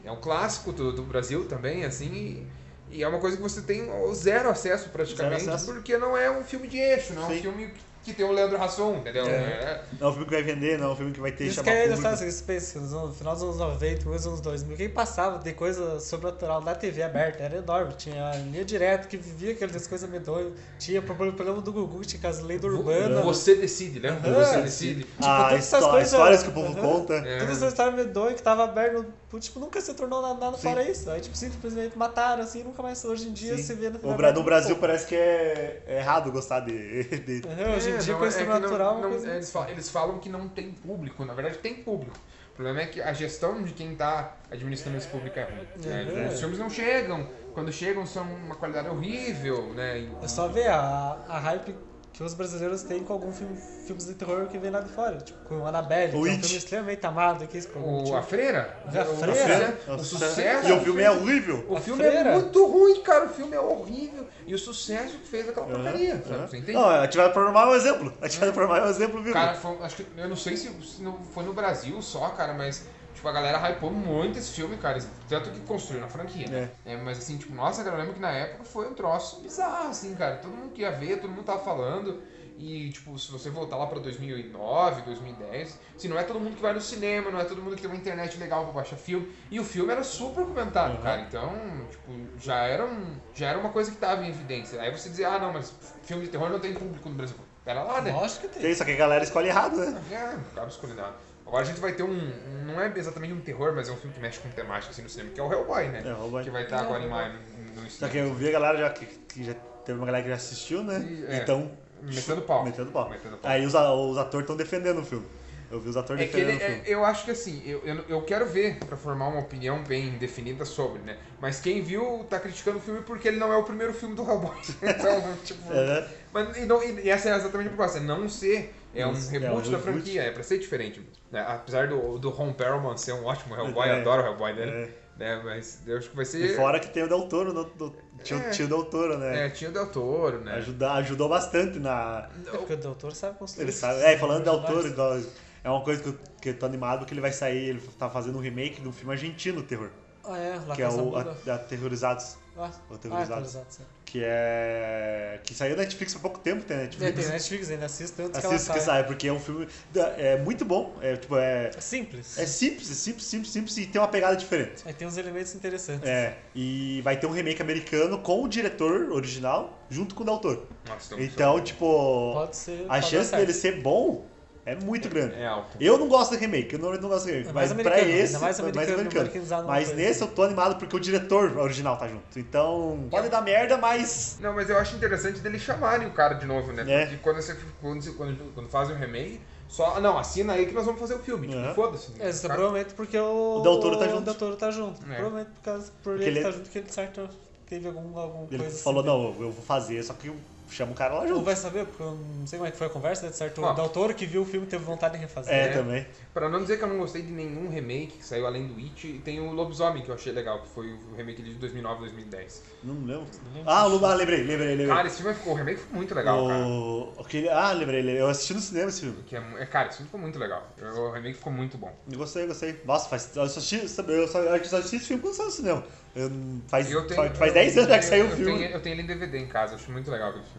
Speaker 3: é um clássico do, do Brasil também, assim. E, e é uma coisa que você tem zero acesso praticamente,
Speaker 2: Zero acesso.
Speaker 3: porque não é um filme de eixo, não é um
Speaker 2: Sim.
Speaker 3: filme que tem o Leandro Rasson, entendeu? É.
Speaker 2: Não é um filme que vai vender, não é um filme que vai ter
Speaker 4: Isso que
Speaker 2: chamar
Speaker 4: é
Speaker 2: público.
Speaker 4: engraçado, você pensa, no final dos anos 90, começo dos anos 2000, quem passava de coisa sobrenatural na TV aberta era enorme. Tinha a linha direto que vivia aquelas coisas medonhas. Tinha o problema do Gugu, que tinha aquelas lendas urbanas.
Speaker 3: Você decide, lembra?
Speaker 4: Aham.
Speaker 3: Você decide.
Speaker 2: Ah,
Speaker 4: todas essas
Speaker 2: histó-
Speaker 4: coisas-
Speaker 2: histórias que o povo
Speaker 4: Aham.
Speaker 2: conta.
Speaker 3: É.
Speaker 4: Toda essa história medonha um que tava aberta, tipo, nunca se tornou nada, nada
Speaker 2: Sim.
Speaker 4: fora isso. Aí, tipo, simplesmente mataram, assim, nunca mais hoje em dia
Speaker 2: Sim.
Speaker 4: se vê na um
Speaker 2: O Bra- no Brasil parece que é, é errado gostar de. de-
Speaker 4: Aham, hoje em
Speaker 3: É,
Speaker 4: dia,
Speaker 3: não,
Speaker 4: coisa
Speaker 3: é que
Speaker 4: sobrenatural é
Speaker 3: não-
Speaker 4: uma
Speaker 3: não-
Speaker 4: coisa.
Speaker 3: eles, falam, eles falam que não tem público, na verdade tem público. O problema é que a gestão de quem tá administrando esse público é ruim. né?
Speaker 4: É.
Speaker 3: Os filmes não chegam. Quando chegam são uma qualidade horrível, né? E-
Speaker 4: É só ver a, a hype que os brasileiros têm com algum filme, filmes de terror que vem lá de fora. Tipo, com o Annabelle, que é um
Speaker 2: It.
Speaker 4: filme extremamente amado é aqui, esse
Speaker 3: O, a Freira?
Speaker 4: A
Speaker 3: o,
Speaker 4: Freira?
Speaker 3: sucesso-
Speaker 2: Nossa,
Speaker 3: o É. um sucesso.
Speaker 2: E o filme é horrível.
Speaker 3: O
Speaker 4: A
Speaker 3: filme
Speaker 4: Freira?
Speaker 3: é muito ruim, cara. O filme é horrível. E o sucesso que fez aquela porcaria, sabe? Você entende?
Speaker 2: Não, Ativado Paranormal é um exemplo. Ativado Paranormal é um exemplo vivo.
Speaker 3: Cara, foi- acho que, eu não sei se, se não foi no Brasil só, cara, mas Tipo, a galera hypou muito esse filme, cara. Tanto que construíram a franquia, né? É, mas assim, tipo, nossa, cara, eu lembro que na época foi um troço bizarro, assim, cara. Todo mundo queria ver, todo mundo tava falando. E, tipo, se você voltar lá pra 2009, 2010, assim, não é todo mundo que vai no cinema, não é todo mundo que tem uma internet legal pra baixar filme. E o filme era super comentado, cara. Então, tipo, já era, um, já era uma coisa que tava em evidência. Aí você dizia, ah, não, mas filme de terror não tem público no Brasil. Pera lá,
Speaker 2: é.
Speaker 3: né?
Speaker 4: Lógico que tem.
Speaker 2: Tem, só que a galera escolhe errado, né?
Speaker 3: É, não cabe escolher nada. Agora a gente vai ter um, um- Não é exatamente um terror, mas é um filme que mexe com temática assim no cinema, que é o Hellboy, né?
Speaker 2: É, o Hellboy. Tá
Speaker 3: Que vai estar agora em maio no, no
Speaker 2: Só que
Speaker 3: cinema.
Speaker 2: eu vi a galera já que, que já teve uma galera que já assistiu, né?
Speaker 3: E- é.
Speaker 2: Então.
Speaker 3: Metendo pau.
Speaker 2: Metendo pau.
Speaker 3: Metendo pau.
Speaker 2: Aí os, a- os atores estão defendendo o filme. Eu vi os atores
Speaker 3: É que ele-
Speaker 2: defendendo o
Speaker 3: é-
Speaker 2: filme.
Speaker 3: eu acho que assim, eu, eu, eu quero ver pra formar uma opinião bem definida sobre, né? Mas quem viu tá criticando o filme porque ele não é o primeiro filme do Hellboy. Então, tipo.
Speaker 2: É, né?
Speaker 3: Mas e, não- e essa é exatamente a proposta, é não ser. É um
Speaker 2: Isso,
Speaker 3: reboot
Speaker 2: é um
Speaker 3: da
Speaker 2: reboot.
Speaker 3: franquia, é pra ser diferente. né? Apesar do, do Ron Perlman ser um ótimo Hellboy,
Speaker 2: É.
Speaker 3: adoro o Hellboy dele.
Speaker 2: É.
Speaker 3: né? Mas eu acho que vai ser.
Speaker 2: E fora que tem o Del Toro, no, no- tinha,
Speaker 3: É.
Speaker 2: o- tinha o Del Toro, né?
Speaker 3: É, tinha o Del Toro, né?
Speaker 2: Ajuda- ajudou bastante na.
Speaker 4: É porque o doutor sabe construir.
Speaker 2: Então, Ele sabe. É, e falando de autor, igual- é uma coisa que eu, que eu tô animado que ele vai sair, ele tá fazendo um remake de um filme argentino, terror.
Speaker 4: Ah, é, lá
Speaker 2: que é o A- Aterrorizados.
Speaker 4: Ah,
Speaker 2: Aterrorizados.
Speaker 4: aterrorizado, sim.
Speaker 2: que é. Que saiu na Netflix há pouco tempo, tem
Speaker 4: É,
Speaker 2: Netflix.
Speaker 4: tem Netflix ainda, assista tanto que ela tá.
Speaker 2: Assista que
Speaker 4: sai.
Speaker 2: sai, porque é um filme. da- É muito bom. É tipo, é.
Speaker 4: É simples.
Speaker 2: É simples, é simples, simples, simples e tem uma pegada diferente.
Speaker 4: Aí tem uns elementos interessantes.
Speaker 2: É, e vai ter um remake americano com o diretor original, junto com o Daltor.
Speaker 3: Nossa,
Speaker 2: Então, tipo,
Speaker 4: Pode ser.
Speaker 2: a
Speaker 4: pode
Speaker 2: chance
Speaker 4: dar certo.
Speaker 2: dele ser bom é muito grande.
Speaker 3: É alto.
Speaker 2: Eu não gosto de remake, eu normalmente não gosto de remake.
Speaker 4: É mais
Speaker 2: mas pra
Speaker 4: americano,
Speaker 2: esse,
Speaker 4: ainda mais
Speaker 2: é
Speaker 4: americano, americanizado numa
Speaker 2: Mas
Speaker 4: coisa.
Speaker 2: nesse eu tô animado porque o diretor original tá junto. Então, pode dar merda, mas.
Speaker 3: Não, mas eu acho interessante deles chamarem o cara de novo, né?
Speaker 2: É.
Speaker 3: Porque quando, você, quando, você- quando, quando fazem o remake, só. ah, Não, assina aí que nós vamos fazer o filme. Tipo,
Speaker 2: É.
Speaker 3: foda-se. né?
Speaker 4: É, isso é
Speaker 3: Cara,
Speaker 4: provavelmente porque o.
Speaker 2: O Del Toro tá junto.
Speaker 4: O Del Toro tá junto.
Speaker 3: É.
Speaker 4: Provavelmente por causa. Por
Speaker 2: Porque ele-
Speaker 4: ele
Speaker 2: é-
Speaker 4: tá junto que ele certo teve algum, alguma
Speaker 2: Ele
Speaker 4: coisa.
Speaker 2: falou:
Speaker 4: assim.
Speaker 2: não, eu vou fazer, só que eu chamo o cara lá
Speaker 4: Ou
Speaker 2: junto.
Speaker 4: vai saber, porque eu não sei como é que foi a conversa, né? De certo,
Speaker 3: Ah.
Speaker 4: o Del Toro que viu o filme teve vontade de refazer.
Speaker 2: É,
Speaker 3: né?
Speaker 2: também.
Speaker 3: Pra não dizer que eu não gostei de nenhum remake que saiu além do It, e tem o Lobisomem que eu achei legal, que foi o remake de 2009, 2010.
Speaker 2: Não lembro. Ah, o Lula, ah, lembrei, lembrei, lembrei.
Speaker 3: Cara, esse filme ficou. O remake ficou muito legal, cara.
Speaker 2: O- aquele- ah, lembrei, lembrei. eu assisti no cinema esse filme.
Speaker 3: Que é, mu- é, cara, esse filme ficou muito legal. Eu- O remake ficou muito bom.
Speaker 2: Eu gostei, eu gostei. Nossa, faz, eu, só assisti, sabe, eu, só, eu só assisti esse filme quando saiu no cinema. Eu, faz,
Speaker 3: Eu tenho-
Speaker 2: faz, faz
Speaker 3: eu-
Speaker 2: 10 anos já que
Speaker 3: eu-
Speaker 2: saiu
Speaker 3: eu
Speaker 2: o filme.
Speaker 3: Tenho, eu tenho ele em DVD em casa, acho muito legal aquele filme.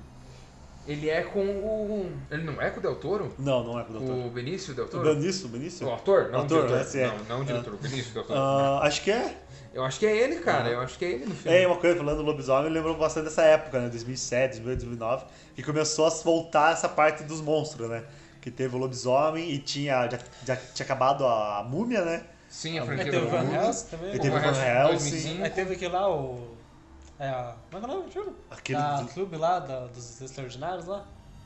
Speaker 3: Ele é com o. Ele não é com o Del Toro?
Speaker 2: Não, não é com o doutor.
Speaker 3: O Benício Del
Speaker 2: O
Speaker 3: Toro?
Speaker 2: Benício, o Benício?
Speaker 3: O ator? Não,
Speaker 2: Ator,
Speaker 3: o diretor.
Speaker 2: né, sim, é.
Speaker 3: Não, não o diretor, o Benício Del Toro.
Speaker 2: Ah, acho que é.
Speaker 3: Eu acho que é ele, cara. Eu acho que é ele no filme.
Speaker 2: É, uma coisa, falando do lobisomem, lembrou bastante dessa época, né? 2007, 2008, 2009, que começou a se voltar essa parte dos monstros, né? Que teve o lobisomem e tinha, já, já tinha acabado a múmia, né?
Speaker 3: Sim, a
Speaker 2: Aí
Speaker 4: Aí
Speaker 3: franquia do
Speaker 4: teve É, o Van
Speaker 3: Van
Speaker 4: Helsing É. também.
Speaker 2: Aí teve o
Speaker 3: Van
Speaker 2: Van
Speaker 3: Helsing,
Speaker 2: Helsing.
Speaker 4: Aí teve aquele lá, o. É, a- como é que é o nome do filme?
Speaker 2: Aquele
Speaker 4: da
Speaker 2: do-
Speaker 4: clube lá, da- dos extraordinários lá.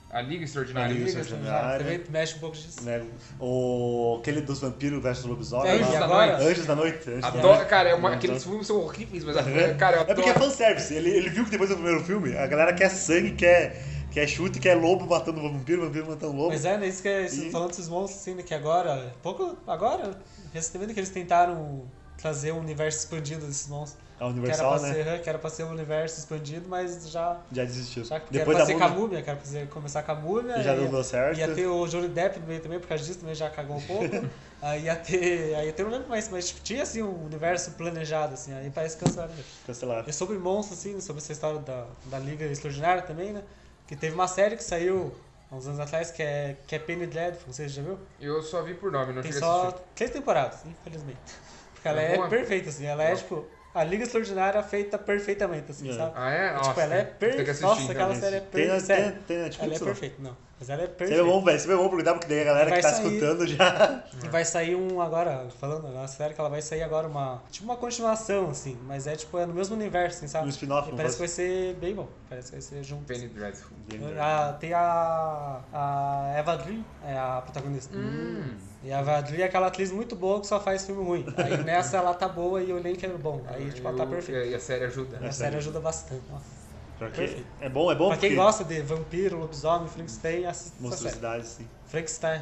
Speaker 3: A Liga Extraordinária.
Speaker 2: A Liga
Speaker 3: Liga
Speaker 2: Extraordinária.
Speaker 4: Ah,
Speaker 2: Ah,
Speaker 4: também
Speaker 2: né?
Speaker 4: mexe um pouco disso.
Speaker 2: né? O, aquele dos vampiros versus lobisomem.
Speaker 4: É,
Speaker 3: Anjos
Speaker 4: e
Speaker 2: lá.
Speaker 3: da
Speaker 4: agora?
Speaker 3: Noite.
Speaker 2: Anjos da Noite. Anjos da
Speaker 3: Adoro-
Speaker 2: Noite.
Speaker 3: cara, é uma-
Speaker 2: Não,
Speaker 3: aqueles
Speaker 2: não.
Speaker 3: filmes são horríveis, mas a- cara, eu
Speaker 2: É porque é
Speaker 3: adoro.
Speaker 2: fanservice. Ele, ele viu que depois do primeiro filme, a galera quer sangue, quer, quer chute, quer lobo matando vampiro, vampiro matando lobo.
Speaker 4: Mas é, né, isso que é, isso,
Speaker 2: E-
Speaker 4: falando desses monstros, assim, né, que agora, pouco, agora, recentemente que eles tentaram trazer um universo expandido desses monstros.
Speaker 2: A
Speaker 4: Que era, pra
Speaker 2: Universal, né?
Speaker 4: ser, que era pra ser um universo expandido, mas já,
Speaker 2: Já desistiu.
Speaker 4: já que
Speaker 2: Depois
Speaker 4: era pra
Speaker 2: da
Speaker 4: ser
Speaker 2: Múmia,
Speaker 4: Camúmia, que era pra ser- começar com a Múmia.
Speaker 2: já
Speaker 4: e-
Speaker 2: não deu certo.
Speaker 4: Ia ter o Johnny Depp no meio também, por causa disso também já cagou um pouco. aí ia ter. Aí ia ter, não lembro mais, mas tipo, tinha assim um universo planejado, assim, aí parece que cancelaram mesmo.
Speaker 2: Cancelaram.
Speaker 4: E sobre monstros, assim, sobre essa história da, da Liga Extraordinária também, né? Que teve uma série que saiu há uns anos atrás que é, que é Penny Dreadful, vocês já
Speaker 2: é
Speaker 4: viu?
Speaker 3: Eu só vi por nome, não
Speaker 4: Tem
Speaker 3: cheguei a
Speaker 4: só
Speaker 3: assistir.
Speaker 4: três temporadas, infelizmente. Porque ela
Speaker 3: É
Speaker 4: é,
Speaker 3: boa?
Speaker 4: perfeita, assim, ela é
Speaker 3: Boa.
Speaker 4: tipo a Liga Extraordinária é feita perfeitamente, assim,
Speaker 2: É.
Speaker 4: sabe?
Speaker 3: Ah, é? Nossa,
Speaker 4: tipo, ela é
Speaker 3: tem- tem que
Speaker 4: perfeita.
Speaker 3: assistir,
Speaker 4: Nossa,
Speaker 3: então.
Speaker 4: aquela série é
Speaker 2: Tem, na-
Speaker 4: perfeita.
Speaker 2: tem, tem na
Speaker 4: Ela é
Speaker 2: Netflix? ou não?
Speaker 4: perfeita, não. Mas ela é
Speaker 2: Seria
Speaker 4: perfeita.
Speaker 2: bom, velho. Seria bom perguntar, porque daí a galera
Speaker 4: Vai
Speaker 2: que tá
Speaker 4: sair.
Speaker 2: escutando já.
Speaker 4: E vai sair um agora, falando, é uma série que ela vai sair agora uma. Tipo uma continuação, assim, mas é tipo, é no mesmo universo, assim, sabe?
Speaker 2: Um spin-off,
Speaker 4: E
Speaker 2: não
Speaker 4: parece que
Speaker 2: faz?
Speaker 4: vai ser bem bom. Parece que vai ser junto.
Speaker 3: Penny Dreadful.
Speaker 4: Ah, tem a. A Eva Dream, é a protagonista.
Speaker 3: Hum.
Speaker 4: E a Eva Dream é aquela atriz muito boa que só faz filme ruim. Aí nessa ela tá boa e eu nem quero bom. Aí, tipo, ela tá
Speaker 3: Eu-
Speaker 4: perfeita.
Speaker 3: E a série ajuda.
Speaker 4: A
Speaker 2: É.
Speaker 3: né?
Speaker 4: série ajuda bastante. Nossa.
Speaker 2: Pior que
Speaker 4: Perfeito.
Speaker 2: É bom, é bom.
Speaker 4: Pra quem
Speaker 2: porque
Speaker 4: gosta de vampiro, lobisomem, Frankenstein, assista essa série.
Speaker 2: Monstruosidade, sim.
Speaker 4: Frankenstein.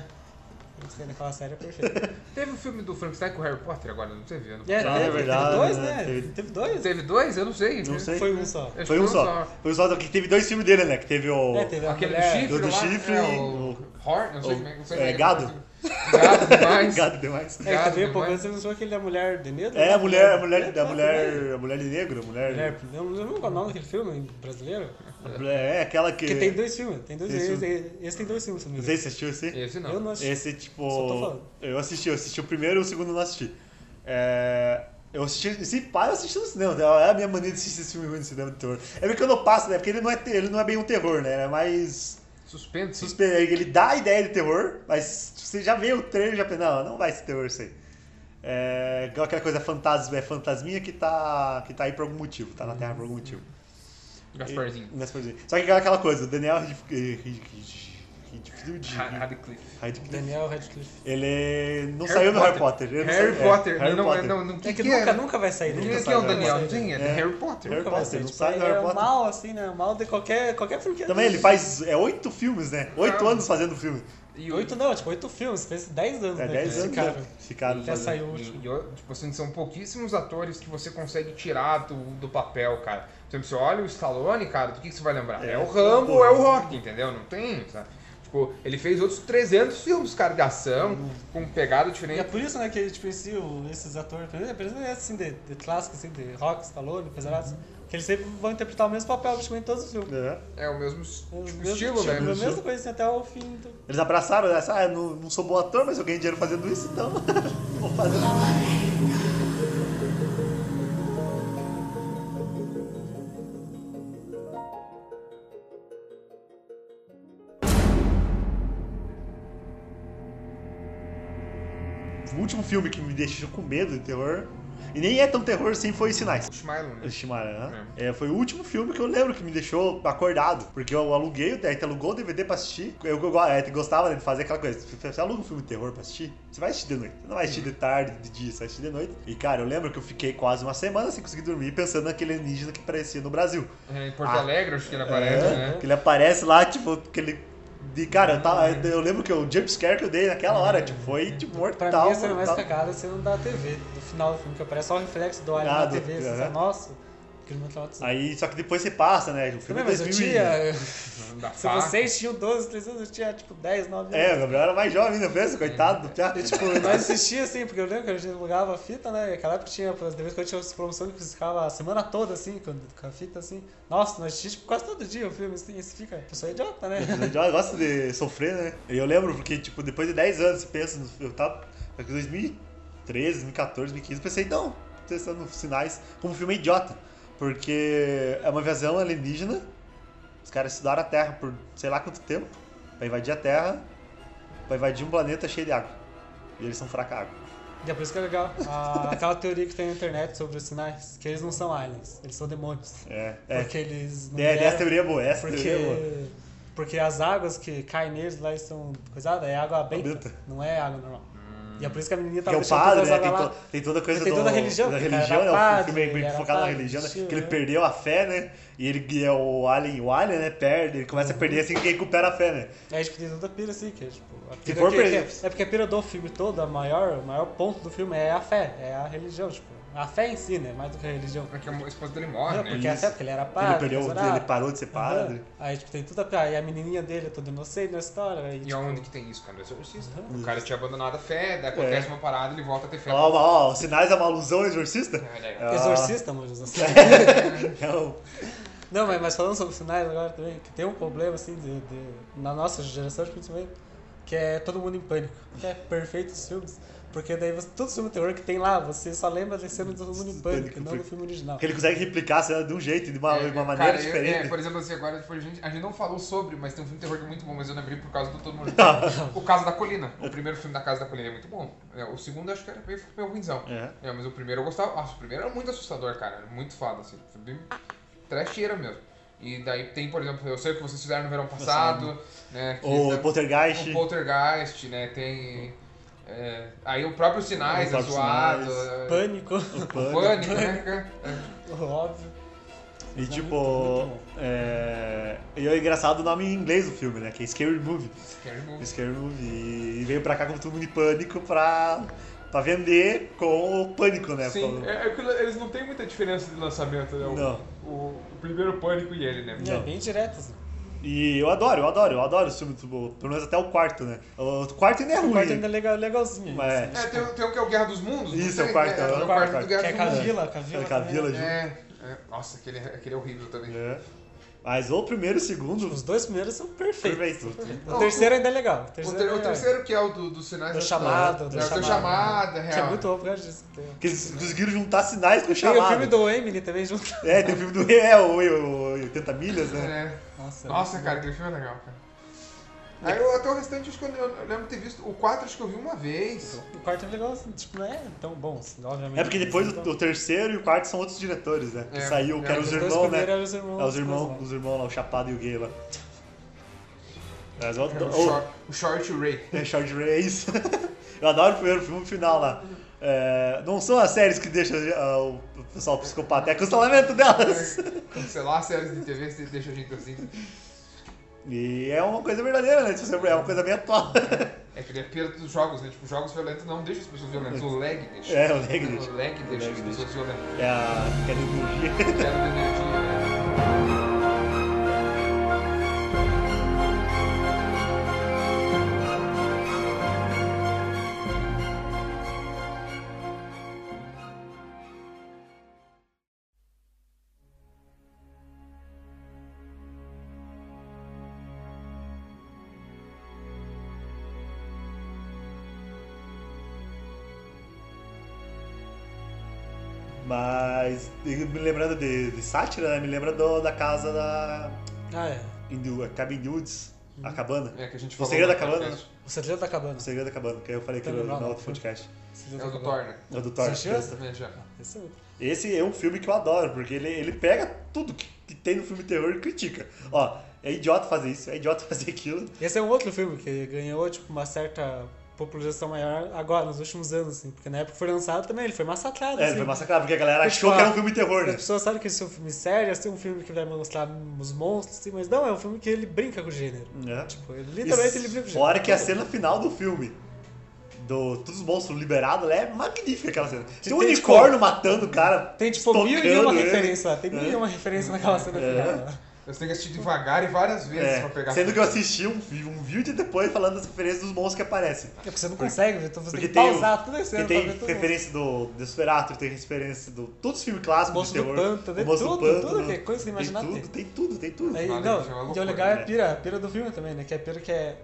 Speaker 4: Frankenstein, aquela série é perfeita.
Speaker 3: Teve o filme do Frankenstein com o Harry Potter agora, não teve? Eu não-
Speaker 4: É,
Speaker 2: Ah,
Speaker 4: teve,
Speaker 2: é verdade,
Speaker 4: teve dois,
Speaker 2: né?
Speaker 4: né? Teve,
Speaker 2: Teve-
Speaker 4: dois.
Speaker 3: Teve dois? Eu não sei. né?
Speaker 2: Não sei.
Speaker 4: Foi um só.
Speaker 3: Acho
Speaker 2: Foi
Speaker 3: que
Speaker 2: um só. Foi um só, que teve dois filmes dele, né? Que teve o.
Speaker 4: É, teve a
Speaker 3: Aquele do
Speaker 4: mulher-
Speaker 3: chifre
Speaker 2: do
Speaker 3: lá.
Speaker 2: chifre,
Speaker 3: é, o
Speaker 2: o-
Speaker 3: Horn? Não sei
Speaker 2: Ou-
Speaker 3: como é que não sei
Speaker 2: é,
Speaker 3: como é que
Speaker 2: gado.
Speaker 3: Gado demais.
Speaker 2: Obrigado demais.
Speaker 4: É, que
Speaker 3: Gado
Speaker 4: também a
Speaker 3: demais.
Speaker 4: Pocahontas não sou aquele da mulher de negro?
Speaker 2: É,
Speaker 4: né?
Speaker 2: a mulher, a mulher,
Speaker 4: É,
Speaker 2: da mulher, a mulher de negro, a mulher,
Speaker 4: mulher- Eu não lembro qual é o nome daquele filme brasileiro.
Speaker 2: é aquela que...
Speaker 4: Porque tem dois filmes. Tem dois,
Speaker 2: Esse
Speaker 4: esse, esse tem dois filmes também.
Speaker 2: Não sei se você assistiu esse.
Speaker 3: Esse não.
Speaker 4: Eu não assisti.
Speaker 2: Esse, tipo.
Speaker 4: Só tô falando.
Speaker 2: Eu assisti, eu assisti o primeiro e o segundo eu não assisti. É, Eu assisti. Esse pai eu assisti no cinema. É a minha mania de assistir esse filme ruim no cinema de terror. É porque eu não passo, né? Porque ele não é, te- ele não é bem um terror, né? Ele é mais.
Speaker 3: Suspense.
Speaker 2: suspe- Ele dá a ideia de terror, mas você já vê o trailer e já pensa, não, não vai ser terror isso aí. É igual aquela coisa fantasma, é fantasminha que tá, que tá aí por algum motivo, tá na Terra por algum motivo.
Speaker 3: Gasparzinho.
Speaker 2: E- Gasparzinho. Só que é aquela coisa, o Daniel Radcliffe- Radcliffe. Radcliffe-
Speaker 3: Ra- Radcliffe.
Speaker 2: Radcliffe-
Speaker 4: Daniel Radcliffe.
Speaker 2: Ele não
Speaker 3: Harry
Speaker 2: saiu do Harry
Speaker 3: Potter.
Speaker 2: Potter. Ele não
Speaker 3: Harry
Speaker 2: saiu- é,
Speaker 3: Potter.
Speaker 2: Harry
Speaker 3: não,
Speaker 2: Potter.
Speaker 3: Não, não,
Speaker 4: É
Speaker 3: quem
Speaker 4: que,
Speaker 3: que
Speaker 4: nunca,
Speaker 3: é?
Speaker 4: nunca vai sair
Speaker 3: Quem
Speaker 4: dele.
Speaker 3: é que
Speaker 2: sai
Speaker 3: é o
Speaker 2: do
Speaker 3: Daniel?
Speaker 2: Harry Potter.
Speaker 3: Quem é?
Speaker 2: É.
Speaker 3: Harry Potter.
Speaker 2: Harry
Speaker 4: Nunca vai
Speaker 2: Potter,
Speaker 4: sair.
Speaker 2: não
Speaker 4: Tipo,
Speaker 2: sai do
Speaker 4: ele
Speaker 2: Harry
Speaker 4: é
Speaker 2: Potter.
Speaker 4: mal, assim, né? Mal de qualquer, qualquer filme que
Speaker 2: Também ele faz é, oito filmes, né? Oito
Speaker 3: Ah.
Speaker 2: anos fazendo filme.
Speaker 3: E o-
Speaker 4: Oito não, tipo, oito filmes. Fez dez anos,
Speaker 2: É,
Speaker 4: né?
Speaker 2: dez
Speaker 4: esse
Speaker 2: anos
Speaker 4: cara.
Speaker 2: né? ficaram
Speaker 4: Já
Speaker 2: fazendo.
Speaker 4: saiu o
Speaker 3: E,
Speaker 4: último.
Speaker 3: e eu- tipo assim, são pouquíssimos atores que você consegue tirar do, do papel, cara. Por exemplo, você olha o Stallone, cara, do que, que você vai lembrar? É,
Speaker 2: É,
Speaker 3: o Rambo ou
Speaker 2: pô.
Speaker 3: é o Rock, entendeu? Não tem, sabe? Tipo, ele fez outros 300 filmes, cara, de ação,
Speaker 2: Uhum.
Speaker 3: com pegada
Speaker 4: E é
Speaker 3: diferente.
Speaker 4: por isso, né, que tipo, esse, o- esses atores, por exemplo, principalmente assim, de, de clássico, assim, de rock, Stallone, pesarados, que eles sempre vão interpretar o mesmo papel, praticamente em todos os filmes.
Speaker 2: É.
Speaker 3: É o mesmo
Speaker 4: É o
Speaker 3: tipo,
Speaker 4: mesmo
Speaker 3: estilo,
Speaker 4: tipo,
Speaker 3: né?
Speaker 4: é A mesma coisa, assim, até o fim do...
Speaker 2: Eles abraçaram essa, ah, eu não, não sou bom ator, mas eu ganhei dinheiro fazendo isso, então. Vou fazer. O último filme que me deixou com medo de terror, e nem é tão terror assim, foi Sinais.
Speaker 3: O Shmylon, né?
Speaker 2: Shimara, né? É, foi o último filme que eu lembro que me deixou acordado. Porque eu aluguei, a gente alugou o DVD pra assistir. Eu, eu, eu gostava né, de fazer aquela coisa. Você você aluga um filme de terror pra assistir? Você vai assistir de noite. Você não vai assistir de tarde, de dia, você vai assistir de noite. E cara, eu lembro que eu fiquei quase uma semana sem conseguir dormir pensando naquele alienígena que aparecia no Brasil.
Speaker 3: É, em Porto
Speaker 2: Ah.
Speaker 3: Alegre, acho que ele aparece,
Speaker 2: É,
Speaker 3: né? Ah.
Speaker 2: Que ele aparece lá, tipo, que ele. De, cara, eu, tava- eu lembro que o jumpscare que eu dei naquela hora, tipo, foi tipo,
Speaker 4: Pra
Speaker 2: mortal.
Speaker 4: mim, a cena mais
Speaker 2: mortal.
Speaker 4: cagada é a cena da TV, do final do filme, que aparece só o reflexo do alien
Speaker 2: Ah,
Speaker 4: na
Speaker 2: do-
Speaker 4: TV, assim,
Speaker 2: aham.
Speaker 4: fala, nossa, é aquele momento lá...
Speaker 2: Aí, só que depois você passa, né? O filme
Speaker 4: Também,
Speaker 2: é
Speaker 4: mas eu
Speaker 2: 2000 e-
Speaker 4: tinha...
Speaker 3: Da
Speaker 4: Se
Speaker 3: faca.
Speaker 4: vocês tinham 12, 13 anos, eu tinha, tipo, 10, 9 anos.
Speaker 2: É, o Gabriel era mais jovem ainda, pensa, coitado do Piá.
Speaker 4: E, tipo, nós assistia assim, porque eu lembro que a gente alugava a fita, né? E Aquela época tinha, pras vezes que eu tinha promoção que ficava a semana toda, assim, com, com a fita, assim. Nossa, nós assistíamos tipo, quase todo dia o filme, assim, esse fica, a pessoa é idiota, né?
Speaker 2: Mas Eu gosto de sofrer, né? E eu lembro porque, tipo, depois de 10 anos, você pensa, no- eu tava em 2013, 2014, 2015, pensei, não, testando sinais, como um filme idiota. Porque é uma invasão alienígena, os caras estudaram a Terra por sei lá quanto tempo, pra invadir a Terra, pra invadir um planeta cheio de água. E eles são fracos a água.
Speaker 4: E é por isso que é legal. a- aquela teoria que tem na internet sobre os sinais, que eles não são aliens, eles são demônios.
Speaker 2: É, é.
Speaker 4: Porque eles não
Speaker 2: É, aliás,
Speaker 4: vieram-
Speaker 2: teoria é boa, essa
Speaker 4: porque,
Speaker 2: teoria é boa.
Speaker 4: porque as águas que caem neles lá estão coisadas, é água benta,
Speaker 2: Benta.
Speaker 4: não é água normal. E é por isso que a menina
Speaker 2: Porque
Speaker 4: tava
Speaker 2: o
Speaker 4: deixando
Speaker 2: padre,
Speaker 4: todas
Speaker 2: né?
Speaker 4: as
Speaker 2: Tem,
Speaker 4: águas
Speaker 2: to-
Speaker 4: lá.
Speaker 2: tem toda a coisa
Speaker 4: Tem
Speaker 2: do-
Speaker 4: toda a religião,
Speaker 2: Da
Speaker 4: cara, era
Speaker 2: religião, né? O
Speaker 4: padre,
Speaker 2: filme é meio
Speaker 4: era
Speaker 2: focado na
Speaker 4: padre,
Speaker 2: religião, né?
Speaker 4: tio,
Speaker 2: Que ele
Speaker 4: né?
Speaker 2: perdeu a fé, né? E ele e é o Alien, o Alien, né? Perde, ele começa a perder assim que recupera a fé, né?
Speaker 4: É, tipo, tem toda a pira assim, que é tipo. A
Speaker 2: Se
Speaker 4: pira
Speaker 2: for
Speaker 4: que,
Speaker 2: pra-
Speaker 4: que é, é porque a pira do filme todo, a maior, o maior ponto do filme é a fé, é a religião, tipo. A fé em si, né? Mais do que a religião.
Speaker 3: É que a esposa dele morre,
Speaker 4: Não,
Speaker 3: né?
Speaker 4: porque a
Speaker 2: Isso.
Speaker 4: fé, porque ele era padre.
Speaker 2: ele perdeu,
Speaker 4: coisa
Speaker 2: ele
Speaker 4: lá.
Speaker 2: parou de ser padre.
Speaker 4: Aham. Aí, tipo, tem toda a pira. E a menininha dele é toda inocente na história. aí,
Speaker 3: E
Speaker 4: tipo,
Speaker 3: aonde que tem isso, cara? No exorcista.
Speaker 4: Uhum.
Speaker 3: O cara tinha abandonado a fé, daí
Speaker 2: É.
Speaker 3: acontece uma parada, ele volta a ter fé.
Speaker 2: Ó, ó, ó, os sinais é uma alusão ao exorcista?
Speaker 3: É, né?
Speaker 2: Ah.
Speaker 4: Exorcista, mano. assim.
Speaker 2: É o-
Speaker 4: Não, mas, mas falando sobre sinais agora também, que tem um problema, assim, de, de- na nossa geração, acho que principalmente, que é todo mundo em pânico. Que é perfeito os filmes. Porque daí você, todo filme de terror que tem lá, você só lembra da cena do todo mundo em pânico,
Speaker 2: Pânico,
Speaker 4: e não do
Speaker 2: porque-
Speaker 4: filme original.
Speaker 2: Porque ele consegue replicar a cena de um jeito, de uma,
Speaker 3: É,
Speaker 2: de uma
Speaker 3: cara,
Speaker 2: maneira
Speaker 3: eu-
Speaker 2: diferente.
Speaker 3: é, por exemplo, assim, agora tipo, a, gente, a gente não falou sobre, mas tem um filme de terror que é muito bom, mas eu lembrei por causa do Todo Mundo. o Casa da Colina. O primeiro filme da Casa da Colina é muito bom. É, o segundo acho que era meio, meio ruimzão.
Speaker 2: É.
Speaker 3: É, mas o primeiro eu gostava. Nossa, o primeiro era muito assustador, cara. Era muito foda, assim. Foi bem trecheira mesmo. E daí tem, por exemplo, eu sei o que vocês fizeram no verão passado, né? que-
Speaker 2: O
Speaker 3: né,
Speaker 2: Poltergeist.
Speaker 3: o Poltergeist, né? Tem. é, aí o próprio Sinais,
Speaker 2: O
Speaker 3: é
Speaker 2: próprio
Speaker 3: zoado.
Speaker 2: Sinais.
Speaker 3: é,
Speaker 4: Pânico,
Speaker 3: Pânico, né? É,
Speaker 4: óbvio.
Speaker 2: E tipo. É... E é engraçado o nome em inglês do filme, né? Que é Scary Movie.
Speaker 3: Scary Movie.
Speaker 2: Scary Movie. E veio pra cá com todo mundo em pânico pra, pra vender com o pânico, né?
Speaker 3: Sim,
Speaker 2: Com-
Speaker 3: é, é que eles não têm muita diferença de lançamento, né? O-
Speaker 2: Não.
Speaker 3: O, o primeiro Pânico e ele, né?
Speaker 4: É bem direto, assim.
Speaker 2: E eu adoro, eu adoro, eu adoro os filmes, tipo, pelo menos até o quarto, né? O quarto ainda é ruim.
Speaker 4: O quarto ainda é legal, legalzinho. assim.
Speaker 2: mas é.
Speaker 3: É, tem, tem o que é o Guerra dos Mundos? não
Speaker 2: Isso,
Speaker 3: sei,
Speaker 2: é o quarto,
Speaker 3: né?
Speaker 2: é
Speaker 3: É
Speaker 2: o
Speaker 3: o quarto
Speaker 2: quarto.
Speaker 3: do Guerra
Speaker 4: Que é
Speaker 3: dos Mundos.
Speaker 4: Cavila, Cavila.
Speaker 2: Era com a Vila junto.
Speaker 3: É, é. Nossa, aquele, é- aquele é horrível também.
Speaker 2: É. Mas o primeiro e o segundo,
Speaker 4: Os dois primeiros são perfeitos.
Speaker 2: perfeito.
Speaker 4: O terceiro ainda é legal.
Speaker 3: O,
Speaker 4: O terceiro,
Speaker 3: ter-
Speaker 4: é
Speaker 3: o
Speaker 4: legal.
Speaker 3: terceiro que é o do, dos sinais
Speaker 4: Do
Speaker 3: da-
Speaker 4: chamado, do
Speaker 3: é, o seu
Speaker 4: chamado.
Speaker 3: chamada,
Speaker 4: Que é
Speaker 3: real.
Speaker 4: muito bom por causa disso. Tem,
Speaker 2: Que eles conseguiram juntar sinais com
Speaker 4: tem o filme
Speaker 2: chamada.
Speaker 4: do Emily também junto.
Speaker 2: É, tem o filme do... É, o, o, o 80 milhas, né?
Speaker 3: É.
Speaker 4: Nossa,
Speaker 3: Nossa, cara, aquele filme é legal, cara. Aí eu- até o restante acho que eu, eu lembro de ter visto. O 4 acho que eu vi uma vez.
Speaker 4: O quarto é legal, assim, tipo, não é tão bom, assim, obviamente.
Speaker 2: É porque depois o,
Speaker 4: Então,
Speaker 2: o terceiro e o quarto são outros diretores, né? Que
Speaker 3: É.
Speaker 2: saiu, que
Speaker 3: É,
Speaker 2: eram os
Speaker 3: os
Speaker 4: dois
Speaker 2: irmãos, né?
Speaker 4: primeiros eram os irmãos.
Speaker 2: É os
Speaker 4: coisa
Speaker 2: irmãos,
Speaker 4: lá.
Speaker 2: os irmãos lá, o Chapado e o Gay lá. Mas eu
Speaker 3: É, o,
Speaker 2: adoro.
Speaker 3: short, o Short Ray.
Speaker 2: É Short Race. Eu adoro o primeiro filme o final lá. É, não são as séries que deixam ah, o pessoal psicopata, é cancelamento delas.
Speaker 3: Cancelar séries de TV, você deixa a gente assim.
Speaker 2: E é uma coisa verdadeira, né? Se você- É uma coisa bem atual.
Speaker 3: É que ele é perto dos jogos, né? Tipo, jogos violentos não deixam as pessoas violentas. O lag deixa.
Speaker 2: É, o lag
Speaker 3: O
Speaker 2: deixa.
Speaker 3: lag deixa
Speaker 2: O
Speaker 3: as
Speaker 2: lag
Speaker 3: pessoas violentas.
Speaker 2: É a Kelly
Speaker 3: Quero energia. né?
Speaker 2: Mas, e me lembrando de, de sátira, né? Me lembra do- da casa da.
Speaker 4: Ah, é.
Speaker 2: Indu, a Cabin Nudes, a cabana.
Speaker 3: É que a gente
Speaker 2: O tá
Speaker 3: falou.
Speaker 2: segredo
Speaker 3: no
Speaker 2: da cabana,
Speaker 3: podcast.
Speaker 4: O tá segredo da cabana.
Speaker 2: O segredo da cabana, que eu falei aqui
Speaker 4: Tá
Speaker 2: no,
Speaker 4: legal,
Speaker 2: no
Speaker 4: né?
Speaker 2: outro podcast.
Speaker 4: Segredo
Speaker 3: É
Speaker 4: da
Speaker 3: o do
Speaker 4: Cabana.
Speaker 3: Thor, né?
Speaker 2: É o do Thor.
Speaker 4: tá Você achou?
Speaker 2: que-
Speaker 3: É, já.
Speaker 4: Esse é outro.
Speaker 2: Esse é um filme que eu adoro, porque ele, ele pega tudo que, que tem no filme terror e critica. Ó, é idiota fazer isso, é idiota fazer aquilo.
Speaker 4: Esse é um outro filme que ganhou, tipo, uma certa popularização maior agora, nos últimos anos, assim. Porque na época que foi lançado também, ele foi massacrado,
Speaker 2: É,
Speaker 4: assim.
Speaker 2: ele foi massacrado, porque a galera
Speaker 4: Deixa
Speaker 2: achou
Speaker 4: eu
Speaker 2: que era um
Speaker 4: falar.
Speaker 2: filme terror,
Speaker 4: As
Speaker 2: né?
Speaker 4: pessoas sabem que esse é um filme sério, esse é um filme que vai mostrar os monstros, assim, mas não, é um filme que ele brinca com o gênero.
Speaker 2: É.
Speaker 4: Tipo, ele literalmente ele brinca com o gênero.
Speaker 2: Fora que a cena final do filme, do todos os monstros liberados, ela é magnífica aquela cena. Tem um
Speaker 4: tem,
Speaker 2: unicórnio
Speaker 4: tipo,
Speaker 2: matando o cara.
Speaker 4: Tem, tipo, mil e uma
Speaker 2: estocando ele. É.
Speaker 4: referência lá. Tem mil e uma referência naquela cena final. lá.
Speaker 3: Eu tenho que assistir devagar e várias vezes
Speaker 2: É,
Speaker 3: pra pegar.
Speaker 2: sendo que eu assisti um, vi- um vídeo depois falando das referências dos monstros que aparecem.
Speaker 4: É porque você não consegue, ver, então você
Speaker 2: Porque
Speaker 4: tem que
Speaker 2: tem o-
Speaker 4: pausar tudo esse
Speaker 2: Porque
Speaker 4: ano
Speaker 2: tem
Speaker 4: pra ver tudo.
Speaker 2: referência do Desperato, tem referência do. Todos os filmes clássicos de
Speaker 4: Monstro do
Speaker 2: terror.
Speaker 4: Pântano, tem
Speaker 2: o Monstro
Speaker 4: tudo,
Speaker 2: do Pântano,
Speaker 4: tudo que é coisa que imaginar
Speaker 2: tem. Tudo, tem tudo, tem tudo.
Speaker 4: Aí,
Speaker 3: Vale, isso é uma
Speaker 4: não, e o
Speaker 3: loucura,
Speaker 4: legal é a
Speaker 2: né?
Speaker 4: pira, a pira do filme também, né? Que é a pira que é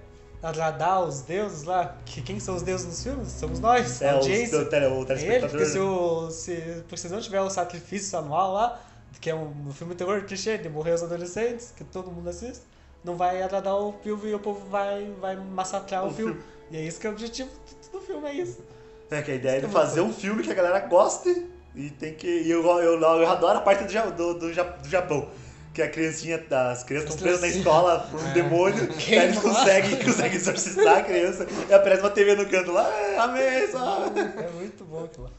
Speaker 4: agradar os deuses lá. Que quem são os deuses nos filmes? Somos nós, a
Speaker 2: É,
Speaker 4: audiência.
Speaker 2: o, tele, o
Speaker 4: É ele,
Speaker 2: telespectador.
Speaker 4: porque se, o, se, porque se não tiver o sacrifício anual lá, que é um, um filme de terror clichê de morrer os adolescentes, que todo mundo assiste, não vai agradar o filme e o povo vai, vai massacrar o,
Speaker 2: O
Speaker 4: filme. E é isso que é o objetivo do- do filme, é isso.
Speaker 2: É que a ideia é de fazer um filme que a galera goste e tem que. E eu, eu, eu adoro a parte do, Ja- do, do, Ja- do Japão. Que a criancinha, as crianças estão presas na escola
Speaker 4: É.
Speaker 2: por um demônio, aí eles conseguem, conseguem exorcizar a criança e aparece uma TV no canto lá, "É, amém, só.
Speaker 4: É muito bom aquilo lá.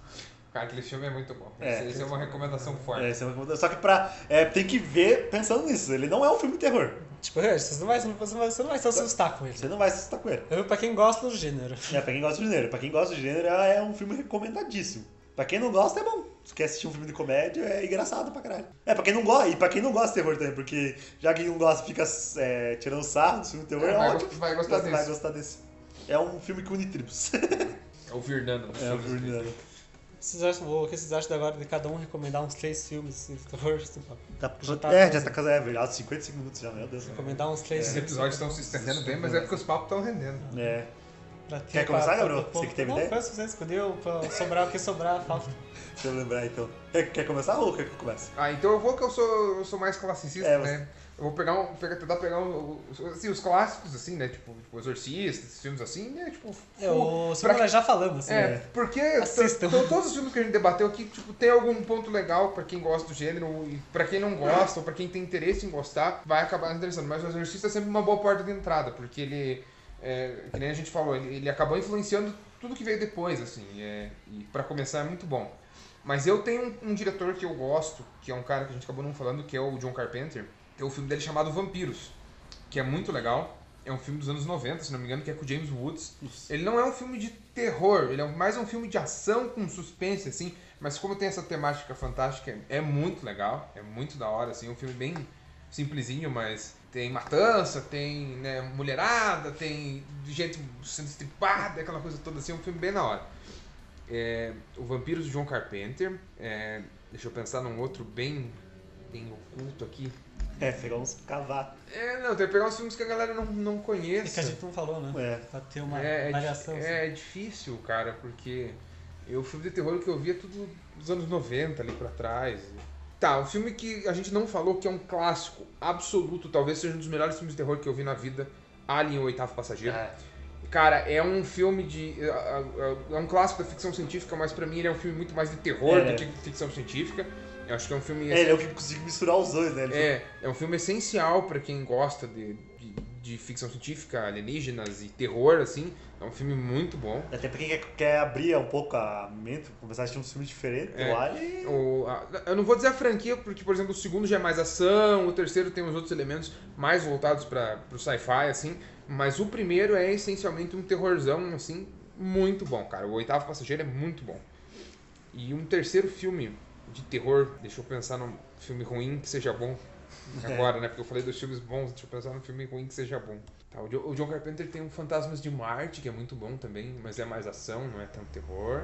Speaker 3: Cara, aquele filme é muito bom.
Speaker 2: É.
Speaker 3: Esse, esse é uma recomendação forte.
Speaker 2: É, isso é uma coisa- só que pra, é, tem que ver pensando nisso, ele não é um filme de terror,
Speaker 4: Tipo, é, você não vai, você não vai, você não vai se assustar com ele.
Speaker 2: você não vai se assustar com ele.
Speaker 4: Eu pra quem gosta do gênero.
Speaker 2: É, pra quem gosta do gênero, pra quem gosta do gênero é um filme recomendadíssimo. Pra quem não gosta, é bom. Se quer assistir um filme de comédia, é engraçado pra caralho. É, pra quem não gosta, e pra quem não gosta de terror também, porque já quem não gosta fica é, tirando sarro do filme de terror,
Speaker 3: É,
Speaker 2: é,
Speaker 3: vai
Speaker 2: ótimo.
Speaker 3: go- vai gostar
Speaker 2: Você Vai
Speaker 3: desse.
Speaker 2: gostar desse. É um filme que une tribos.
Speaker 3: É o Virnando.
Speaker 2: É, o filme, né?
Speaker 4: Vocês acham, o que vocês acham agora de cada um recomendar uns três filmes assim, de terror? assim, pra-
Speaker 2: Tá-
Speaker 4: Já tá
Speaker 2: é,
Speaker 4: quase.
Speaker 2: já tá casado, é verdade, 55 minutos já, meu Deus.
Speaker 4: Recomendar uns três
Speaker 3: Esses
Speaker 4: filmes.
Speaker 3: episódios estão se estendendo bem, mas é porque os papos estão rendendo.
Speaker 2: É.
Speaker 4: pra
Speaker 2: Quer
Speaker 4: ter,
Speaker 2: começar,
Speaker 4: pra- pra-
Speaker 2: Gabriel?
Speaker 4: pra-
Speaker 2: Você que teve
Speaker 4: não,
Speaker 2: ideia?
Speaker 4: Não, se você escolheu, pra sobrar o que sobrar, fala.
Speaker 2: Deixa eu lembrar então. Quer, quer começar ou quer que eu comece?
Speaker 3: Ah, então eu vou que eu sou, eu sou mais classicista,
Speaker 2: É, você-
Speaker 3: né? Eu vou pegar um, pegar, tentar pegar um, assim, os clássicos, assim, né? Tipo, tipo Exorcista, esses filmes assim, né? Tipo,
Speaker 4: É, o
Speaker 3: pra-
Speaker 4: Simon já falamos, assim.
Speaker 3: É, porque
Speaker 4: Assistam.
Speaker 3: to- to- todos os filmes que a gente debateu aqui, tipo, tem algum ponto legal pra quem gosta do gênero e pra quem não gosta ou pra quem tem interesse em gostar, vai acabar se interessando. Mas o Exorcista é sempre uma boa porta de entrada, porque ele, é, que nem a gente falou, ele, ele acabou influenciando tudo que veio depois, assim, é, e pra começar é muito bom. Mas eu tenho um, um diretor que eu gosto, que é um cara que a gente acabou não falando, que é o John Carpenter. Tem um filme dele chamado Vampiros, que é muito legal. É um filme dos anos 90, se não me engano, que é com o James Woods. Ele não é um filme de terror, ele é mais um filme de ação com suspense, assim. Mas como tem essa é temática fantástica, é muito legal, é muito da hora, assim. É um filme bem simplesinho, mas Tem matança, tem né, mulherada, tem gente sendo estripada, aquela coisa toda assim, é um filme bem na hora. É, o Vampiros de John Carpenter, é, deixa eu pensar num outro bem, bem oculto aqui.
Speaker 2: É, pegar uns cavar.
Speaker 3: É, não, tem que pegar uns filmes que a galera não,
Speaker 6: É
Speaker 3: não
Speaker 6: que a
Speaker 3: conhece.
Speaker 6: gente não falou, né?
Speaker 2: É.
Speaker 6: Pra ter uma
Speaker 3: É, é di-
Speaker 6: variação. assim.
Speaker 3: é difícil, cara, porque eu, o filme de terror que eu vi é tudo dos anos 90 ali pra trás. Tá, um filme que a gente não falou, que é um clássico absoluto, talvez seja um dos melhores filmes de terror que eu vi na vida, Alien, o oitavo passageiro.
Speaker 2: É.
Speaker 3: Cara, é um filme de... é- é- é um clássico da ficção científica, mas pra mim ele é um filme muito mais de terror
Speaker 2: É.
Speaker 3: do que de ficção científica. Eu acho que é um filme...
Speaker 2: É, ele é o que conseguiu misturar os dois, né? Ele
Speaker 3: É, é um filme essencial pra quem gosta de, de, de ficção científica, alienígenas e terror, assim. É um filme muito bom.
Speaker 2: Até pra quem quer, quer abrir um pouco a mente, começar a assistir um filme diferente,
Speaker 3: É.
Speaker 2: o Alien.
Speaker 3: O- a- eu não vou dizer a franquia, porque, por exemplo, o segundo já é mais ação, o terceiro tem os outros elementos mais voltados para o sci-fi, assim. Mas o primeiro é essencialmente um terrorzão, assim, muito bom, cara. O Oitavo Passageiro é muito bom. E um terceiro filme de terror, deixa eu pensar num filme ruim que seja bom agora, né? Porque eu falei dos filmes bons, deixa eu pensar num filme ruim que seja bom. Tá, o, Jo- o John Carpenter tem um Fantasmas de Marte, que é muito bom também, mas é mais ação, não é tanto terror.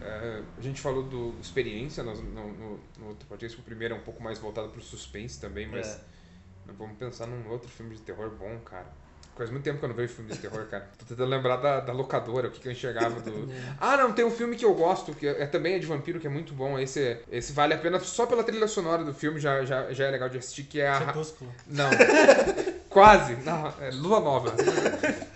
Speaker 3: É, a gente falou do Experiência no, no, no, no outro podcast, que o primeiro é um pouco mais voltado pro suspense também, mas
Speaker 2: É.
Speaker 3: vamos pensar num outro filme de terror bom, cara. Faz muito tempo que eu não vejo filme de terror, cara. Tô tentando lembrar da, da locadora, o que, que eu enxergava do. Ah, não, tem um filme que eu gosto, que é, também é de vampiro, que é muito bom. Esse, é- esse vale a pena só pela trilha sonora do filme, já, já, já é legal de assistir, que é a. Ra-
Speaker 6: Crepúsculo.
Speaker 3: Não. Quase. Não, é Lua Nova.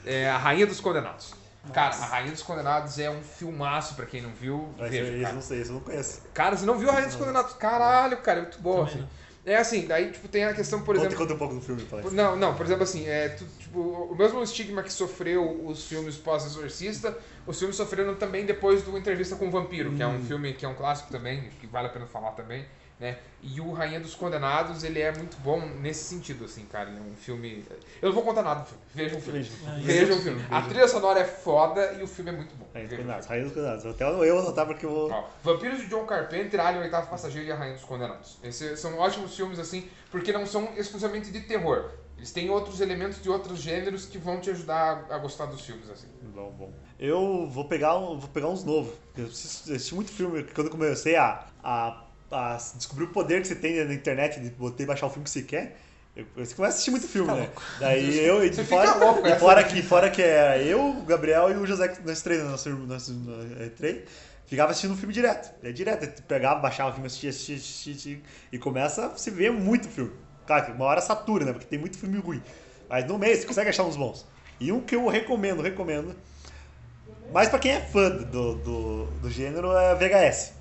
Speaker 3: É a Rainha dos Condenados. Cara, a Rainha dos Condenados é um filmaço pra quem não viu.
Speaker 2: Mas
Speaker 3: Veja,
Speaker 2: eu,
Speaker 3: cara.
Speaker 2: não sei, isso eu não conheço.
Speaker 3: Cara, você não viu a Rainha dos Condenados? Caralho, cara, é muito bom.
Speaker 6: Também
Speaker 3: assim. É assim, daí tipo, tem a questão, por
Speaker 2: Conta,
Speaker 3: exemplo.
Speaker 2: conta um pouco do filme, fala.
Speaker 3: Não, não, por exemplo, assim, é, tu- tipo, o mesmo estigma que sofreu os filmes pós-exorcista, os filmes sofreram também depois do Entrevista com o Vampiro, que é um filme que é um clássico também, que vale a pena falar também, né? E o Rainha dos Condenados, ele é muito bom nesse sentido, assim, cara. Ele é um filme. Eu não vou contar nada do filme. Vejam o filme. Vejam o filme. A trilha sonora é foda e o filme é muito bom.
Speaker 2: Rainha dos
Speaker 3: Vejam.
Speaker 2: Condenados, Rainha dos Condenados. Até eu vou anotar porque eu vou.
Speaker 3: Ó, Vampiros de John Carpenter, Alien, o Oitavo Passageiro e A Rainha dos Condenados. Esses são ótimos filmes, assim, porque não são exclusivamente de terror. Eles têm outros elementos de outros gêneros que vão te ajudar a, a gostar dos filmes, assim.
Speaker 2: Bom, bom. Eu vou pegar, um- vou pegar uns novos. Eu assisti assisti muito filme que quando eu comecei a, a, a descobrir o poder que você tem na internet de botar e baixar o filme que você quer. eu- Você começa a assistir muito filme, né? Daí eu e de
Speaker 3: Tá Você
Speaker 2: fora,
Speaker 3: fica louco,
Speaker 2: e
Speaker 3: essa
Speaker 2: fora
Speaker 3: é a
Speaker 2: que fora que era eu, o Gabriel e o José que nós três, nós, nós, nós três, ficava assistindo o filme direto. É direto, tu pegava, baixava o filme, assistia, assistia, assistia, assistia, e começa a se ver muito filme. Claro que uma hora satura, né? Porque tem muito filme ruim. Mas no meio você consegue achar uns bons. E um que eu recomendo, recomendo, mas pra quem é fã do, do, do gênero, é VHS.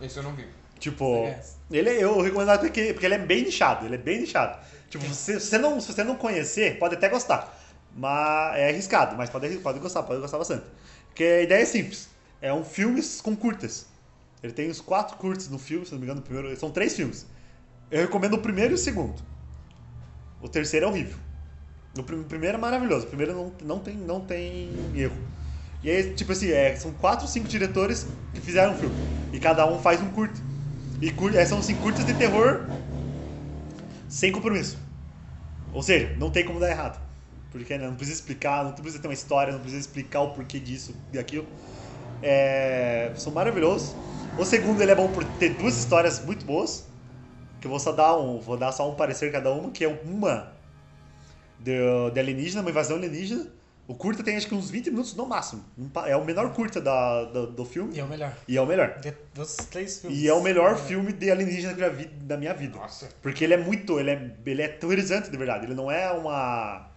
Speaker 3: Esse eu não vi.
Speaker 2: Tipo,
Speaker 6: VHS.
Speaker 2: ele é- eu recomendo porque, porque ele é bem nichado, ele é bem nichado. Tipo, se você, não, se você não conhecer, pode até gostar. Mas é arriscado, mas pode, pode gostar, pode gostar bastante. Porque a ideia é simples. É um filme com curtas. Ele tem uns quatro curtas no filme, se não me engano, no primeiro. São três filmes. Eu recomendo o primeiro e o segundo. O terceiro é horrível. O prim- primeiro é maravilhoso. O primeiro não, não, tem, não tem erro. E aí, tipo assim, é, são quatro, cinco diretores que fizeram um filme. E cada um faz um curto. E cur- é, são assim, curtas de terror sem compromisso. Ou seja, não tem como dar errado. Porque né, não precisa explicar, não precisa ter uma história, não precisa explicar o porquê disso e aquilo. É, são maravilhosos. O segundo ele é bom por ter duas histórias muito boas. Que eu vou só dar um. Vou dar só um parecer cada uma, que é uma de, de alienígena, uma invasão alienígena. O curta tem acho que uns 20 minutos no máximo. Um pa- É o menor curta da, do, do filme
Speaker 4: E é o melhor.
Speaker 2: e é o melhor.
Speaker 4: De, dos três filmes.
Speaker 2: E é o melhor filme de alienígena que eu já vi da minha vida.
Speaker 3: Nossa.
Speaker 2: Porque ele é muito, ele é, ele é terrorizante de verdade. Ele não é uma,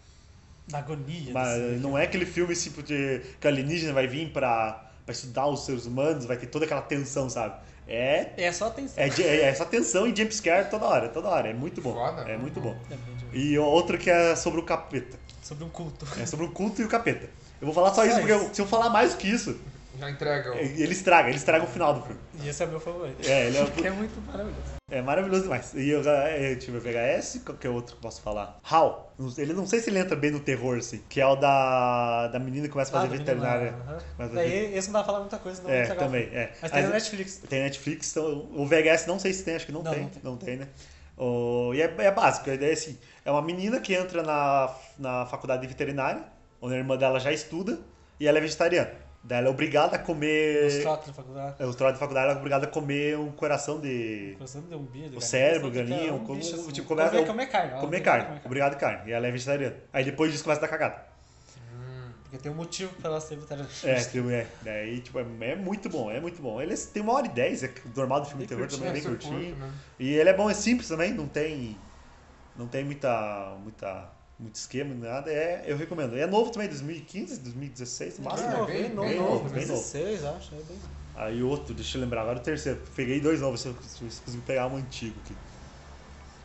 Speaker 6: Da agonia.
Speaker 2: uma-
Speaker 4: né?
Speaker 6: assim.
Speaker 2: não é aquele filme tipo de que o alienígena vai vir pra, pra estudar os seres humanos, vai ter toda aquela tensão, sabe? É
Speaker 4: É só atenção.
Speaker 2: é, de- é, é só tensão e jump scare toda hora, toda hora. É muito bom.
Speaker 3: Foda. né?
Speaker 2: É muito bom.
Speaker 4: É bem demais.
Speaker 2: E outro que é sobre o capeta.
Speaker 4: Sobre um culto.
Speaker 2: É sobre o culto e o capeta. Eu vou falar só isso,
Speaker 4: Só
Speaker 2: porque
Speaker 4: isso.
Speaker 2: eu- se eu falar mais do que isso,
Speaker 3: Já entrega o...
Speaker 2: ele estraga, ele estraga o final do filme.
Speaker 4: E esse é o meu favorito.
Speaker 2: É, ele é o-
Speaker 4: É muito maravilhoso.
Speaker 2: É maravilhoso demais. E eu, é, eu tive o VHS, qual que é outro que eu posso falar? Hal. Ele não sei se ele entra bem no terror, assim. Que é o da, da menina que começa a fazer
Speaker 4: Ah, do
Speaker 2: veterinária.
Speaker 4: menino lá, aham.
Speaker 2: Mas-
Speaker 4: Daí esse não dá pra falar muita coisa, não
Speaker 2: é,
Speaker 4: muito legal.
Speaker 2: também. É.
Speaker 4: Mas tem na
Speaker 2: Mas-
Speaker 4: Netflix.
Speaker 2: tem Netflix, então o VHS não sei se tem, acho que não,
Speaker 4: Não,
Speaker 2: tem,
Speaker 4: não tem.
Speaker 2: Não tem, né? O- e é, é básico, a ideia é assim: é uma menina que entra na, na faculdade de veterinária, onde a irmã dela já estuda, e ela é vegetariana. Daí ela é obrigada a comer.
Speaker 4: Os trotes da faculdade.
Speaker 2: É,
Speaker 4: né?
Speaker 2: Os trotes de faculdade, ela é obrigada a comer um coração de.
Speaker 4: Coração de um bicho.
Speaker 2: O cérebro,
Speaker 4: é
Speaker 2: galinha, um como- tipo, comer-
Speaker 4: assim. comer, comer carne. ela
Speaker 2: Comer
Speaker 4: tem que
Speaker 2: carne, obrigado a carne. E ela é vegetariana. Aí depois disso começa a dar cagada.
Speaker 4: Porque tem um motivo pra ela ser vegetariana.
Speaker 2: É, tipo, é. Daí, tipo, é, é muito bom, é muito bom. Ele é- tem uma hora e dez, é normal do filme de terror também, é bem
Speaker 3: Essa
Speaker 2: curtinho.
Speaker 3: curta, né?
Speaker 2: E ele é bom, é simples também, não tem. Não tem muita. muita muito esquema, nada. É, eu recomendo. E é novo também, 2015, 2016,
Speaker 4: Ah,
Speaker 2: máximo.
Speaker 3: é
Speaker 4: não,
Speaker 3: bem-
Speaker 4: bem
Speaker 3: bem
Speaker 2: novo,
Speaker 4: novo,
Speaker 2: bem novo.
Speaker 4: 16, acho. É bem...
Speaker 2: Aí outro, deixa eu lembrar agora o terceiro. Peguei dois novos, se eu se eu consigo pegar um antigo aqui.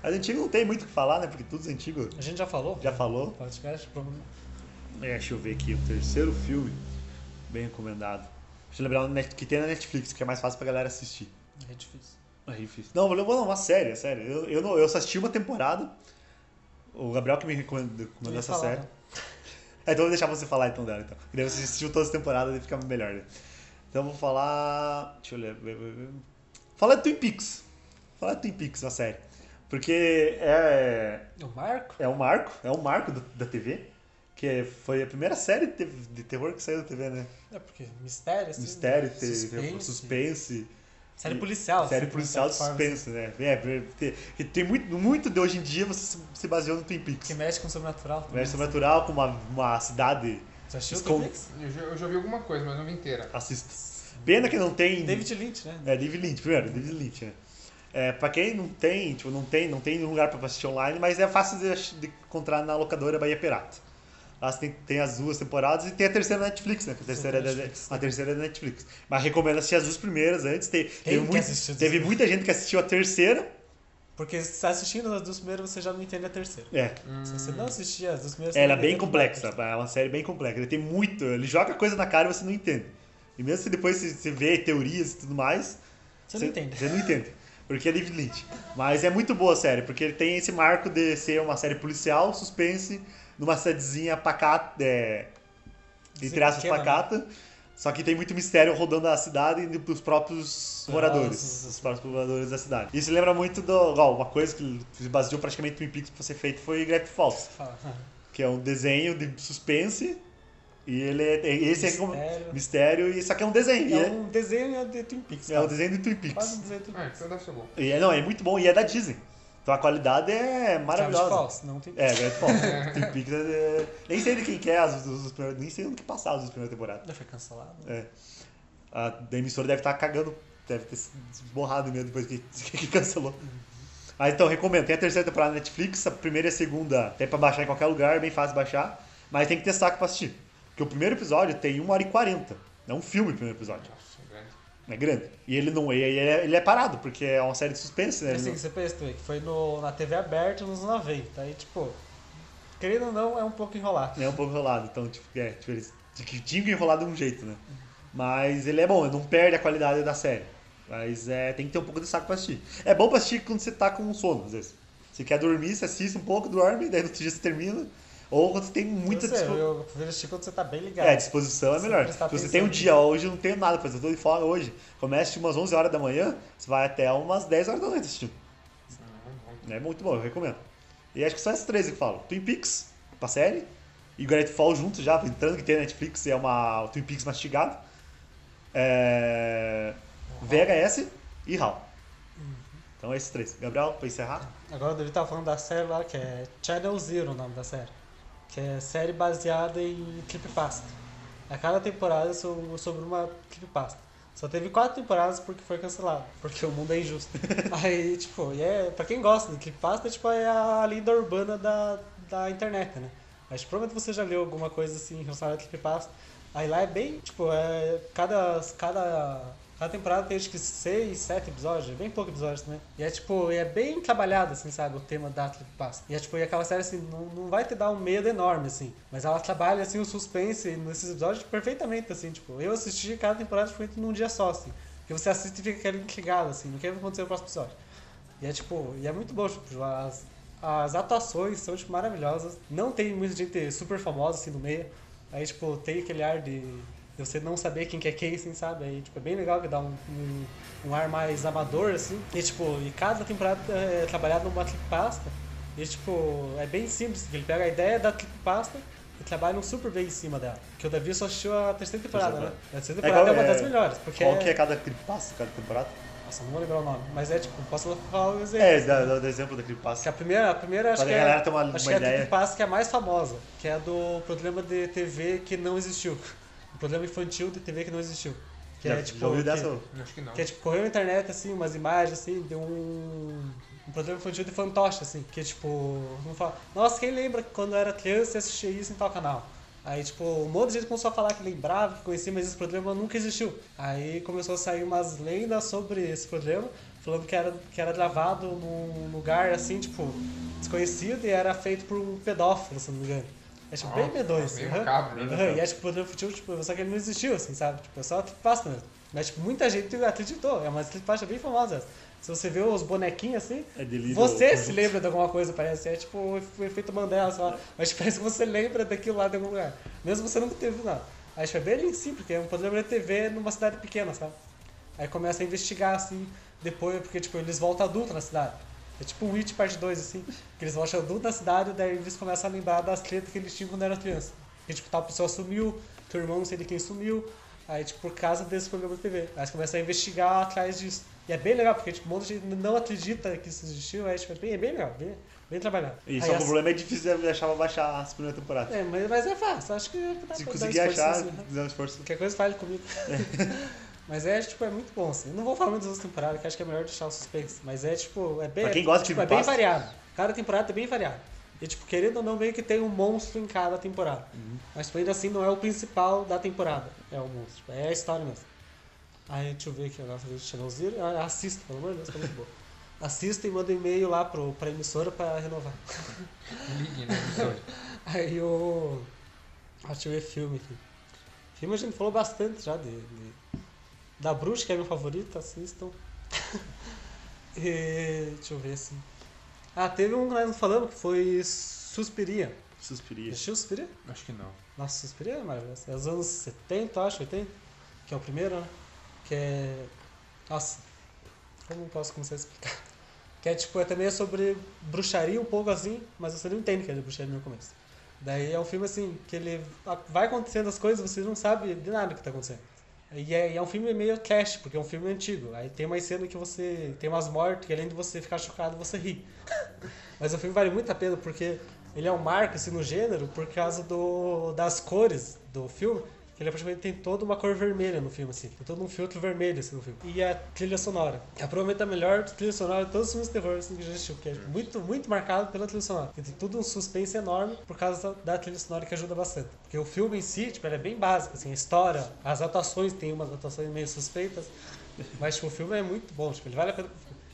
Speaker 2: Mas antigo não tem muito o que falar, né? Porque todos antigos
Speaker 4: A gente já falou?
Speaker 2: já falou.
Speaker 4: No podcast, provavelmente.
Speaker 2: É, deixa eu ver aqui, o terceiro filme, bem recomendado. Deixa eu lembrar o net- que tem na Netflix, que é mais fácil pra galera assistir.
Speaker 4: É difícil.
Speaker 2: Aí fiz. Não, eu vou não, uma série, é sério. Eu, eu, não- eu só assisti uma temporada. O Gabriel que me recomendou,
Speaker 4: Eu
Speaker 2: recomendou
Speaker 4: ia
Speaker 2: essa
Speaker 4: falar,
Speaker 2: série.
Speaker 4: né?
Speaker 2: É, então eu vou deixar você falar então dela, então. E daí você assistiu todas as temporadas e fica melhor, né? Então eu vou falar. Deixa eu ler. ver, ver, ver. Falar de Twin Peaks. Falar de Twin Peaks na série. Porque é,
Speaker 4: O Marco?
Speaker 2: é um marco, é um marco do- da TV. Que é, foi a primeira série de, te- de terror que saiu da TV, né?
Speaker 4: É porque mistério, assim,
Speaker 2: Mistério, te-
Speaker 4: suspense.
Speaker 2: suspense
Speaker 4: Série policial.
Speaker 2: série
Speaker 4: assim,
Speaker 2: policial de
Speaker 4: de certa forma,
Speaker 2: suspense, né? É, porque tem, tem muito, muito de hoje em dia você se- se baseou no Twin Peaks.
Speaker 4: Que mexe com o sobrenatural. também.
Speaker 2: Universo sobrenatural com uma, uma cidade
Speaker 4: Você assistiu o
Speaker 2: Escom-
Speaker 4: Netflix?
Speaker 3: Eu já, eu já vi alguma coisa, mas não vi inteira.
Speaker 2: assista. Pena que não tem.
Speaker 4: David Lynch, né?
Speaker 2: É, David Lynch, primeiro, David Lynch, né? É, pra quem não tem, tipo, não tem, não tem lugar pra assistir online, mas é fácil de, ach- de encontrar na locadora Bahia Pirata. Lá você tem, tem as duas temporadas e tem a terceira da Netflix, né? Que A terceira, é da,
Speaker 4: Netflix,
Speaker 2: a terceira é da Netflix. Mas recomendo assistir as duas primeiras antes. Te- teve
Speaker 4: quer
Speaker 2: muito-
Speaker 4: assistir as
Speaker 2: teve
Speaker 4: duas?
Speaker 2: muita gente que assistiu a terceira.
Speaker 4: Porque se você tá assistindo as duas primeiras, você já não entende a terceira.
Speaker 2: É,
Speaker 4: Se você não assistir as duas primeiras... você
Speaker 2: Ela é
Speaker 4: não
Speaker 2: bem
Speaker 4: entende
Speaker 2: complexa,
Speaker 4: nada.
Speaker 2: é uma série bem complexa. Ele tem muito, ele joga coisa na cara e você não entende. E mesmo se depois você- você vê teorias e tudo mais,
Speaker 4: Você Então não entende.
Speaker 2: Você não entende. Porque é David Lynch. Mas é muito boa a série, porque ele tem esse marco de ser uma série policial, suspense, numa cidadezinha pacata, é, entre
Speaker 4: Sim,
Speaker 2: aspas,
Speaker 4: pequena, né?
Speaker 2: pacata. Só que tem muito mistério rodando a cidade e dos próprios moradores.
Speaker 4: Nossa.
Speaker 2: Os próprios moradores da cidade. Isso lembra muito do. ó, uma coisa que se baseou praticamente no Twin Peaks pra ser feito foi Graphic Falls
Speaker 4: Fala. "Ah,
Speaker 2: que é um desenho de suspense. E ele é. e Esse é como
Speaker 4: Mistério.
Speaker 2: mistério, e só que é um desenho. e
Speaker 4: É
Speaker 2: É,
Speaker 4: um desenho de Twin Peaks.
Speaker 2: é um
Speaker 4: quase.
Speaker 2: desenho de Twin
Speaker 4: Quase um
Speaker 2: Peaks.
Speaker 4: desenho de Twin
Speaker 3: Ah,
Speaker 4: Peaks.
Speaker 3: então deve ser bom.
Speaker 2: E é, não, é muito bom e é da Disney. Então a qualidade é
Speaker 4: Sabe de
Speaker 2: maravilhosa.
Speaker 4: falso, não tem.
Speaker 2: É, Grand Falls. Twin Peaks é, Nem sei de quem que é, as, os, os primeiros- nem sei do que passava as primeiras temporadas.
Speaker 4: Já foi cancelado.
Speaker 2: É. A da emissora deve estar cagando, deve ter se borrado mesmo depois que, que cancelou. Ah, então recomendo. Tem a terceira temporada na Netflix, a primeira e a segunda tem pra baixar em qualquer lugar, é bem fácil baixar, mas tem que ter saco pra assistir. Porque o primeiro episódio tem 1 hora e 40. É um filme o primeiro episódio.
Speaker 3: Nossa, grande.
Speaker 2: É grande. E ele não e ele é, ele é parado, porque é uma série de suspense, né?
Speaker 4: É
Speaker 2: Ele
Speaker 4: assim
Speaker 2: não-
Speaker 4: que você pensa também, que foi no, na TV aberta nos 90. Aí, tipo, querendo ou não, é um pouco enrolado.
Speaker 2: É um pouco enrolado, então, tipo, é, tipo, eles que tinham que enrolar de um jeito, né? Mas ele é bom, ele não perde a qualidade da série. Mas é, tem que ter um pouco de saco pra assistir. É bom pra assistir quando você tá com sono, às vezes. Você quer dormir, você assiste um pouco, dorme, daí no outro dia você termina. Ou quando você tem muita
Speaker 4: Não sei,
Speaker 2: dispo-
Speaker 4: Eu prefiro assistir quando você tá bem ligado.
Speaker 2: é, disposição é
Speaker 4: Você
Speaker 2: melhor. Se
Speaker 4: prestar
Speaker 2: você
Speaker 4: atenção
Speaker 2: tem um
Speaker 4: no
Speaker 2: dia, ó, hoje eu não tenho nada pra fazer, eu tô de fora hoje. Começa tipo, umas 11 horas da manhã, você vai até umas 10 horas da noite assistindo. É muito bom, eu recomendo. E acho que são essas três que eu falo. Twin Peaks, pra série. E Gravity Falls junto já, entrando que tem Netflix, é uma o Twin Peaks mastigado. É...
Speaker 4: Hum.
Speaker 2: VHS e HAL. Então esses três. Gabriel, pra encerrar.
Speaker 4: Agora o David tava falando da série lá, que é Channel Zero o nome da série. Que é série baseada em clipasta. A cada temporada é so- sobre uma clipasta. Só teve quatro temporadas porque foi cancelado, porque o mundo é injusto. Aí, tipo, e é, pra quem gosta de clipasta, tipo, é a lenda urbana da, da internet, né? Mas provavelmente você já leu alguma coisa assim relacionada a clipasta. Aí lá é bem, tipo, é, cada, cada Cada temporada tem acho que seis, sete episódios, é bem pouco episódios também. E é tipo, é bem trabalhado, assim, sabe, o tema da Creepypasta. E é tipo, e aquela série assim, não, não vai te dar um medo enorme, assim. Mas ela trabalha assim o suspense nesses episódios perfeitamente, assim, tipo, eu assisti cada temporada diferente num dia só, assim. Porque você assiste e fica querendo ligado, assim, no que vai acontecer no próximo episódio. E é tipo, e é muito bom, tipo, as, as atuações são tipo, maravilhosas. Não tem muita gente super famosa assim no meio. Aí, tipo, tem aquele ar de de você não saber quem que é quem, assim, sabe? Aí, tipo, é bem legal que dá um, um, um ar mais amador, assim. E, tipo, e cada temporada é trabalhada numa pasta E, tipo, é bem simples, porque ele pega a ideia da pasta e trabalham super bem em cima dela. Porque o Davi só assistiu a terceira temporada, né? A terceira temporada é,
Speaker 2: qual-
Speaker 4: uma das
Speaker 2: é-
Speaker 4: melhores, porque...
Speaker 2: Qual que é cada creepypasta, cada temporada?
Speaker 4: Nossa, não vou lembrar o nome, mas é, tipo, posso falar os
Speaker 2: É, dá, dá, dá exemplo da creepypasta.
Speaker 4: que é a primeira, a primeira acho
Speaker 2: Pra
Speaker 4: que é,
Speaker 2: galera ter uma-
Speaker 4: acho
Speaker 2: uma
Speaker 4: que é a
Speaker 2: ideia.
Speaker 4: creepypasta que é a mais famosa, que é a do programa de TV que não existiu. O programa infantil de TV que não existiu. Que
Speaker 2: já,
Speaker 4: é tipo.
Speaker 2: já ouviu
Speaker 4: que,
Speaker 2: dessa?
Speaker 3: Acho que não.
Speaker 4: que é tipo, correu na internet, assim, umas imagens, assim, de um. Um programa infantil de fantoche, assim, que tipo. Não fala, Nossa, quem lembra que quando eu era criança e assistia isso em tal canal? Aí, tipo, um monte de gente começou a falar que lembrava, que conhecia, mas esse programa nunca existiu. Aí começou a sair umas lendas sobre esse programa, falando que era, que era gravado num lugar, assim, tipo, desconhecido e era feito por um pedófilo, se não me engano. É tipo, bem
Speaker 3: Nossa,
Speaker 4: medonho,
Speaker 3: meio
Speaker 4: aham.
Speaker 3: macabro, né?
Speaker 4: Aham, e acho que o poder futebol, tipo, só que ele não existiu, assim, sabe? Tipo, é só pasta mesmo. Mas, tipo, muita gente acreditou. É uma pasta bem famosa. essa. Se você vê os bonequinhos assim,
Speaker 2: É delírio.
Speaker 4: você se lembra de alguma coisa, parece. É tipo o efeito Mandela, sei lá. Mas tipo, parece que você lembra daquilo lá de algum lugar. Mesmo você nunca teve nada. Aí, tipo, é bem simples, porque é um programa de TV numa cidade pequena, sabe? Aí começa a investigar, assim, depois, porque, tipo, eles voltam adultos na cidade. É tipo o Witch Parte 2, assim, que eles voltam adultos na cidade, daí eles começam a lembrar das tretas que eles tinham quando eram criança. Que, tipo, tal pessoa sumiu, teu irmão não sei de quem sumiu, aí, tipo, por causa desse programa de TV. Aí eles começam a investigar atrás disso. E é bem legal, porque, tipo, um monte de gente não acredita que isso existiu, aí, tipo, é bem, é bem legal, bem, bem trabalhado.
Speaker 2: E
Speaker 4: Aí
Speaker 2: só que o
Speaker 4: as-
Speaker 2: problema é difícil de achar pra baixar as primeiras temporadas.
Speaker 4: É, mas, mas é fácil, acho que dá
Speaker 2: Se
Speaker 4: pra dar
Speaker 2: conseguir
Speaker 4: esforço,
Speaker 2: achar,
Speaker 4: assim.
Speaker 2: dá um esforço.
Speaker 4: Qualquer coisa fale comigo. mas é, tipo, é muito bom, assim. Eu Não vou falar muito das outras temporadas, que acho que é melhor deixar o suspense. Mas é, tipo, é bem.
Speaker 2: Pra quem gosta de
Speaker 4: tipo, é bem
Speaker 2: creepypasta.
Speaker 4: variado. Cada temporada é bem variado. E, tipo, querendo ou não, meio que tem um monstro em cada temporada.
Speaker 2: Uhum.
Speaker 4: Mas, tipo, ainda assim, não é o principal da temporada. É o monstro. Tipo, é a história mesmo. Aí, deixa eu ver aqui agora, fazer o Channelzinho. Ah, Assista, pelo amor de Deus, tá muito bom. Assista e manda um e-mail lá pro, pra emissora pra renovar.
Speaker 3: Ligue, né? emissora.
Speaker 4: Aí o. Deixa eu ver filme aqui. Filme a gente falou bastante já de. de- Da Bruxa, que é meu favorito, assistam. E, deixa eu ver assim. Ah, teve um que nós não falamos que foi Suspiria.
Speaker 2: Suspiria.
Speaker 4: Assistiu Suspiria?
Speaker 3: Acho que não.
Speaker 4: Nossa, Suspiria é maravilhoso. É os anos 70, acho, 80. Que é o primeiro, né? Que é. Nossa, como eu posso começar a explicar? Que é tipo, é também sobre bruxaria um pouco assim, mas você não entende que é de bruxaria no começo. Daí é um filme assim, que ele a- vai acontecendo as coisas, você não sabe de nada o que tá acontecendo. E é, e é um filme meio trash, porque é um filme antigo. Aí tem uma cena que você. tem umas mortes que além de você ficar chocado, você ri. Mas o filme vale muito a pena porque ele é um marco assim, no gênero por causa do, das cores do filme. Que ele praticamente tem toda uma cor vermelha no filme, assim. Tem todo um filtro vermelho assim, no filme. E a trilha sonora. É provavelmente a melhor trilha sonora de todos os filmes de terror assim, que já existiu. Que é muito, muito marcado pela trilha sonora. E tem tudo um suspense enorme por causa da trilha sonora que ajuda bastante. Porque o filme em si, tipo, ele é bem básico, assim. A história, as atuações, tem umas atuações meio suspeitas. Mas tipo, o filme é muito bom, tipo, ele vale a pena.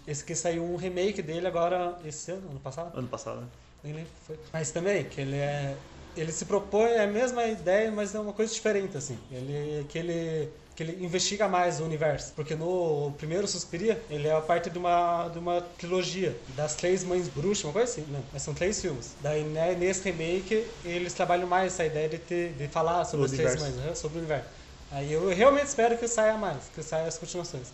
Speaker 4: Esse que saiu um remake dele agora, esse ano, ano passado?
Speaker 2: Ano passado, né?
Speaker 4: Nem lembro o que foi. Mas também, que ele é. Ele se propõe é a mesma ideia, mas é uma coisa diferente, assim. Ele. que ele. que ele investiga mais o universo. Porque no primeiro Suspiria, ele é a parte de uma, de uma trilogia das três mães bruxas, uma coisa assim, né? Mas são três filmes. Daí, né, nesse remake, eles trabalham mais essa ideia de, ter, de falar sobre
Speaker 2: O
Speaker 4: as três
Speaker 2: universo.
Speaker 4: mães, né? sobre o universo. Aí eu realmente espero que saia mais, que saia as continuações.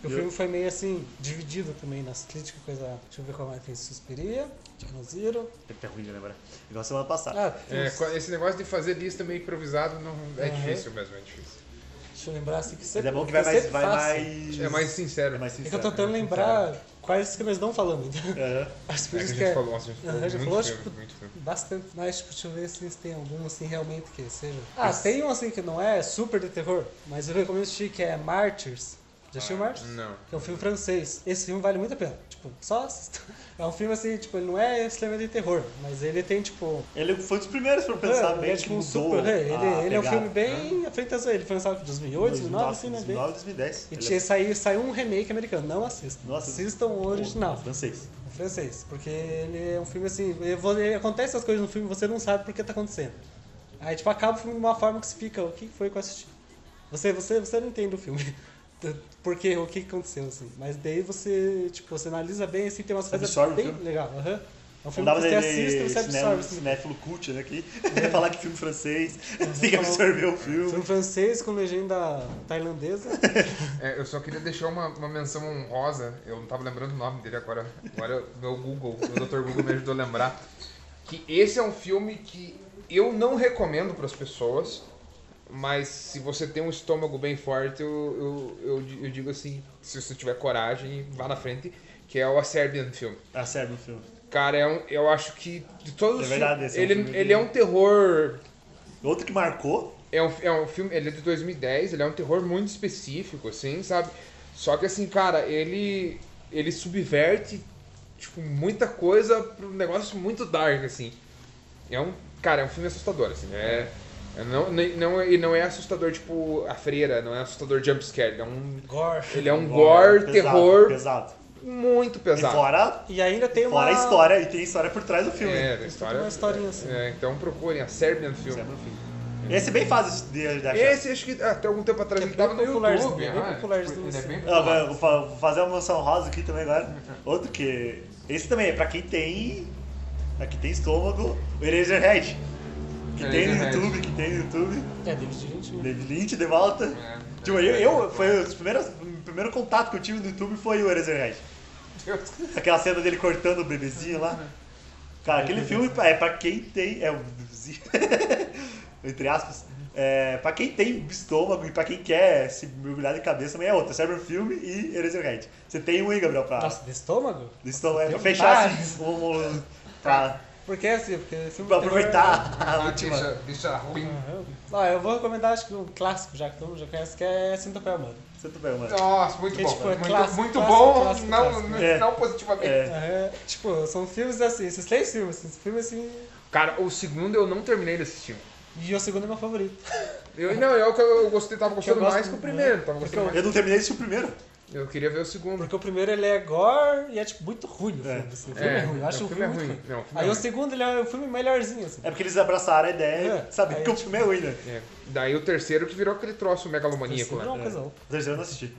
Speaker 4: Porque o
Speaker 2: Eu-
Speaker 4: filme foi meio assim, dividido também nas críticas e coisa. Deixa eu ver qual mais tem Suspiria, Channel Zero.
Speaker 2: É até ruim de lembrar. Igual semana passada.
Speaker 4: Ah,
Speaker 3: É,
Speaker 4: tem-
Speaker 3: co- esse negócio de fazer lista meio improvisado não é
Speaker 4: Uhum.
Speaker 3: difícil mesmo, é difícil.
Speaker 4: deixa eu lembrar assim que
Speaker 2: Mas
Speaker 4: sempre.
Speaker 2: é bom que vai mais.
Speaker 4: sempre
Speaker 2: Vai
Speaker 4: faço.
Speaker 2: mais...
Speaker 3: É mais sincero.
Speaker 2: É mais
Speaker 4: É
Speaker 2: sincero.
Speaker 4: que eu tô tentando lembrar quais que nós não falamos ainda.
Speaker 2: Aham.
Speaker 4: As
Speaker 3: É que a
Speaker 4: coisas
Speaker 3: gente
Speaker 4: que é
Speaker 3: falou, nossa, a gente falou
Speaker 4: Aham, já
Speaker 3: muito
Speaker 4: falou,
Speaker 3: filme, né?
Speaker 4: tipo,
Speaker 3: muito filme.
Speaker 4: bastante. Mas tipo, deixa eu ver se tem algum assim realmente que seja. Ah, tem um assim que não é super de terror, mas eu recomendo assistir que é Martyrs.
Speaker 2: Ah,
Speaker 4: Já assistiu Martyrs?
Speaker 3: Não.
Speaker 4: Que é um filme francês. Esse filme vale muito a pena. Tipo, só assista. É um filme assim, tipo, ele não é extremamente de terror, mas ele tem, tipo.
Speaker 2: Ele foi um dos primeiros pra pensar
Speaker 4: é,
Speaker 2: bem
Speaker 4: é,
Speaker 2: que
Speaker 4: tipo, um
Speaker 2: mudou.
Speaker 4: super- é, ele,
Speaker 2: a
Speaker 4: ele é
Speaker 2: pegada.
Speaker 4: um
Speaker 2: né?
Speaker 4: filme bem à frente da sua. Ele foi lançado em 2008, 2009, assim, né? Bem-
Speaker 2: 2009, 2010.
Speaker 4: E
Speaker 2: Ele é
Speaker 4: tinha saiu, saiu um remake americano, não assistam.
Speaker 2: Nossa.
Speaker 4: assistam o original,
Speaker 2: Francês.
Speaker 4: o francês, porque ele é um filme assim, ele- ele- acontece as coisas no filme e você não sabe por que tá acontecendo. Aí tipo acaba o filme de uma forma que se fica, o que foi que eu assisti? Você você você não entende o filme. Por quê? O que que aconteceu assim? Mas daí você, tipo, você analisa bem assim, tem umas coisas
Speaker 2: Absorve né? o
Speaker 4: bem
Speaker 2: filme.
Speaker 4: legal, aham. É um
Speaker 2: Não
Speaker 4: filme
Speaker 2: dava
Speaker 4: que você
Speaker 2: dele
Speaker 4: assiste e você
Speaker 2: cine-
Speaker 4: absorve. assim. É.
Speaker 2: cinéfilo cult, né? Aqui. Falar que filme francês, tem que
Speaker 4: falou-
Speaker 2: absorver o filme.
Speaker 4: assim, Filme francês com legenda tailandesa.
Speaker 3: É, eu só queria deixar uma, uma menção honrosa, eu não tava lembrando o nome dele agora, agora é meu Google, o Dr. Google me ajudou a lembrar, que esse é um filme que eu não recomendo para as pessoas, mas se você tem um estômago bem forte, eu, eu, eu, di- eu digo assim, se você tiver coragem, vá na frente, que é o A Serbian Film.
Speaker 2: Ah, sério, o filme.
Speaker 3: Cara, é um- eu acho que de todos
Speaker 2: É
Speaker 3: os
Speaker 2: verdade,
Speaker 3: filmes,
Speaker 2: esse é um
Speaker 3: ele,
Speaker 2: filme
Speaker 3: ele
Speaker 2: de-
Speaker 3: é um terror
Speaker 2: Outro que marcou,
Speaker 3: é um, é um filme, ele é de 2010, ele é um terror muito específico, assim, sabe? Só que assim, cara, ele ele subverte tipo muita coisa para um negócio muito dark assim. É um, cara, é um filme assustador assim, é, é não nem- não é- e não é assustador tipo a freira, não é assustador jump scare, ele é um
Speaker 4: Gore.
Speaker 3: ele é um
Speaker 2: Gore, pesado,
Speaker 3: gore, terror
Speaker 2: Pesado. é
Speaker 3: muito
Speaker 2: E
Speaker 3: pesado.
Speaker 2: fora,
Speaker 4: E ainda tem uma.
Speaker 2: fora a história, e tem história por trás do filme.
Speaker 3: É,
Speaker 4: Tem
Speaker 3: a
Speaker 4: toda
Speaker 3: história,
Speaker 4: uma historinha, assim.
Speaker 3: é, então procurem a Serbian
Speaker 2: Esse
Speaker 3: Film.
Speaker 2: é meu filme. Esse é bem fácil de, de achar.
Speaker 3: Esse acho que até algum tempo atrás
Speaker 4: É
Speaker 3: Ah, ele tava no
Speaker 4: bem popularzinho,
Speaker 3: YouTube.
Speaker 4: bem
Speaker 3: ah,
Speaker 4: popularzinho,
Speaker 3: ele é
Speaker 4: assim.
Speaker 3: bem
Speaker 2: Ah,
Speaker 3: popular.
Speaker 2: agora eu vou fa- vou fazer uma mansão rosa aqui também agora. Outro que. Esse também é pra quem tem. Pra quem tem estômago, o Eraserhead. Que tem no
Speaker 3: Eraserhead.
Speaker 2: YouTube, que tem no YouTube.
Speaker 4: É, David Lynch. né?
Speaker 2: David Lynch de volta.
Speaker 3: É.
Speaker 2: Tipo, eu, eu- foi os primeiros, o primeiro contato que eu tive no YouTube foi o Eraserhead.
Speaker 3: Deus.
Speaker 2: Aquela cena dele cortando o bebezinho lá. Cara, aquele filme é pra quem tem. É o bebezinho. Entre aspas. É, pra quem tem estômago e pra quem quer se mergulhar de cabeça, também é outro. Cyber Filme e Eraserhead. Você tem um aí, Gabriel, pra.
Speaker 4: Nossa, de estômago?
Speaker 2: do estômago, é pra
Speaker 4: tem
Speaker 2: fechar
Speaker 4: vários.
Speaker 2: assim. um- um- pra,
Speaker 4: Por que assim? Porque o filme
Speaker 2: pra
Speaker 4: de terror-
Speaker 2: aproveitar a
Speaker 3: Ah,
Speaker 2: última.
Speaker 3: Deixa, deixa ruim.
Speaker 4: Aham. Ah, eu vou recomendar, acho que um clássico, já que todo mundo já conhece, que é Centopeia Humana.
Speaker 2: Você também, mano.
Speaker 3: Nossa, muito
Speaker 4: Que,
Speaker 3: bom.
Speaker 4: tipo, é
Speaker 3: muito
Speaker 4: clássico,
Speaker 3: muito
Speaker 4: clássico,
Speaker 3: bom,
Speaker 4: clássico,
Speaker 3: não,
Speaker 4: clássico.
Speaker 3: não-
Speaker 2: É.
Speaker 3: não positivamente.
Speaker 2: É.
Speaker 4: Aham. Tipo, são filmes assim, esses três filmes, esses filmes assim.
Speaker 3: Cara, o segundo eu não terminei de assistir.
Speaker 4: E o segundo é meu favorito.
Speaker 3: Eu, não, eu, eu gostei, tava
Speaker 4: Porque É. eu
Speaker 3: gostando
Speaker 4: gosto
Speaker 3: mais que o
Speaker 4: muito, né?
Speaker 3: primeiro. Tava gostando mais.
Speaker 2: Eu não terminei esse o primeiro.
Speaker 3: Eu queria ver o segundo.
Speaker 4: Porque o primeiro ele é gore e é tipo muito ruim o
Speaker 2: É.
Speaker 4: filme. assim. O filme é, ruim, eu acho
Speaker 3: o filme é ruim.
Speaker 4: muito ruim.
Speaker 3: Não, o filme
Speaker 4: Aí
Speaker 3: é
Speaker 4: o
Speaker 3: ruim.
Speaker 4: segundo ele é um filme melhorzinho, assim.
Speaker 2: É porque eles abraçaram a ideia,
Speaker 4: É.
Speaker 2: sabe?
Speaker 4: Aí,
Speaker 2: Porque o
Speaker 4: tipo,
Speaker 2: filme é ruim, né?
Speaker 3: É. Daí o terceiro que virou aquele troço megalomaníaco
Speaker 4: Isso não é
Speaker 3: lá.
Speaker 4: uma coisa louca.
Speaker 2: O terceiro eu não assisti.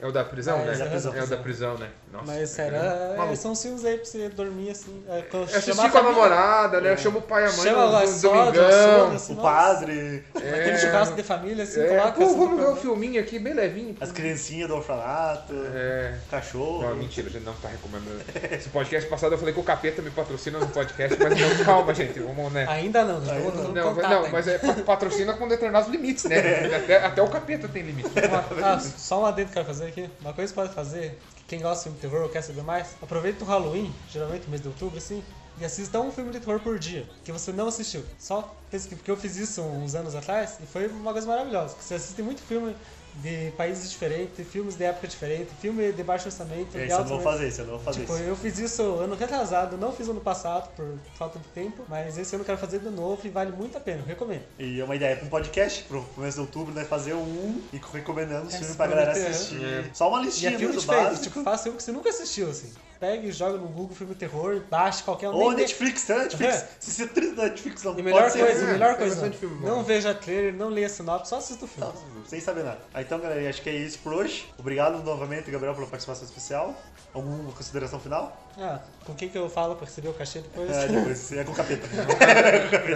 Speaker 3: É o da prisão,
Speaker 4: É,
Speaker 3: né?
Speaker 4: é da prisão.
Speaker 3: É o da prisão, né? Nossa,
Speaker 4: Mas sério,
Speaker 3: cara,
Speaker 4: é,
Speaker 3: maluco.
Speaker 4: são os filmes aí pra você dormir assim. É, quando
Speaker 3: Eu
Speaker 4: chamar
Speaker 3: assisti com a
Speaker 4: família, É.
Speaker 3: namorada, né? Eu chamo o pai e a mãe
Speaker 4: Chama
Speaker 3: no-
Speaker 4: lá
Speaker 3: no
Speaker 4: sogra,
Speaker 3: domingão.
Speaker 4: sogra, assim,
Speaker 2: O
Speaker 4: nossa.
Speaker 2: padre,
Speaker 4: Aquele churrasco de família, assim,
Speaker 3: É,
Speaker 4: coloca.
Speaker 3: pô,
Speaker 4: assim,
Speaker 3: vamos ver
Speaker 4: pra-
Speaker 3: um filminho aqui, bem levinho.
Speaker 2: as criancinhas do orfanato,
Speaker 3: É.
Speaker 2: o cachorro.
Speaker 3: Não, mentira, a gente não tá recomendando. Esse podcast passado eu falei que o capeta me patrocina no podcast, mas não, calma, gente, vamos, né?
Speaker 4: Ainda não, né?
Speaker 2: Ainda
Speaker 4: Vamos- vamos
Speaker 3: Não,
Speaker 4: contar,
Speaker 3: não
Speaker 4: né?
Speaker 3: mas é pa- patrocina com determinados limites, né? Até, até o capeta tem limite.
Speaker 4: Uma- ah, só um adendo que eu quero fazer aqui. Uma coisa que pode fazer, que quem gosta de filme de terror ou quer saber mais, aproveita o Halloween, geralmente no mês de outubro, assim, e assista um filme de terror por dia, que você não assistiu. Só pesquisa, porque eu fiz isso uns anos atrás e foi uma coisa maravilhosa. Porque você assiste muito filme de países diferentes, filmes de época diferente, filme de baixo orçamento, de
Speaker 2: Esse É, eu
Speaker 4: é alto
Speaker 2: não vou
Speaker 4: orçamento.
Speaker 2: fazer, esse eu não vou fazer.
Speaker 4: Tipo,
Speaker 2: esse.
Speaker 4: eu fiz isso ano retrasado, não fiz ano passado por falta de tempo, mas esse ano eu quero fazer de novo e vale muito a pena, eu recomendo.
Speaker 2: E é uma ideia pra um podcast, pro começo de outubro, né? Fazer um e recomendando os
Speaker 4: É,
Speaker 2: filmes
Speaker 4: se
Speaker 2: pra galera
Speaker 4: prometer, né?
Speaker 2: assistir. Só uma
Speaker 4: E
Speaker 2: listinha
Speaker 4: é filme
Speaker 2: mesmo,
Speaker 4: diferente,
Speaker 2: básico.
Speaker 4: tipo, faça filme que você nunca assistiu, assim. Pega e joga no Google filme terror, baixa qualquer um.
Speaker 2: Ou
Speaker 4: nem
Speaker 2: Netflix, tá? Netflix.
Speaker 4: É.
Speaker 2: Se você triste da Netflix, não
Speaker 4: E
Speaker 2: pode
Speaker 4: melhor
Speaker 2: ser.
Speaker 4: coisa,
Speaker 3: né?
Speaker 4: melhor
Speaker 3: Tem
Speaker 4: coisa.
Speaker 3: bastante filme bom.
Speaker 4: Não veja trailer, não leia sinopse, só assista o filme.
Speaker 2: Não, sem saber nada. Ah, Então, galera, acho que é isso por hoje. Obrigado novamente, Gabriel, pela participação especial. Alguma consideração final?
Speaker 4: Ah, com quem que eu falo pra receber o cachê depois?
Speaker 2: É, depois, é com o capeta.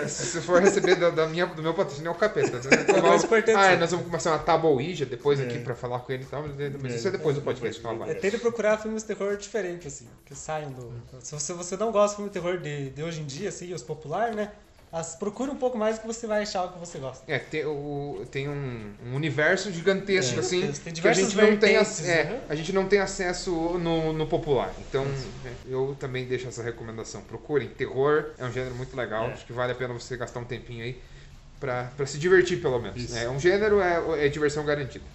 Speaker 3: Se você for receber da, da minha, do meu patrocínio, é o capeta.
Speaker 4: mais importante.
Speaker 3: Ah, é, nós vamos começar uma tábua Ouija depois
Speaker 2: É.
Speaker 3: aqui pra falar com ele e tal, mas, mas isso é depois do podcast, calma.
Speaker 4: É, tem de procurar filmes de terror diferentes, assim, que saiam do... Se você, você não gosta de filme de terror de, de hoje em dia, assim, os populares, né? As, procure um pouco mais que você vai achar o que você gosta.
Speaker 3: É, tem, o, tem um, um universo gigantesco, assim,
Speaker 4: É, Gigantesco. Tem
Speaker 3: que a
Speaker 4: diversas
Speaker 3: gente, não tem,
Speaker 4: vertentes,
Speaker 3: ac- é,
Speaker 4: né?
Speaker 3: a gente não tem acesso no, no popular. Então, é, eu também deixo essa recomendação. Procurem. Terror é um gênero muito legal.
Speaker 2: É.
Speaker 3: Acho que vale a pena você gastar um tempinho aí pra, pra se divertir, pelo menos.
Speaker 2: Isso.
Speaker 3: né? É um gênero, é, é diversão garantida.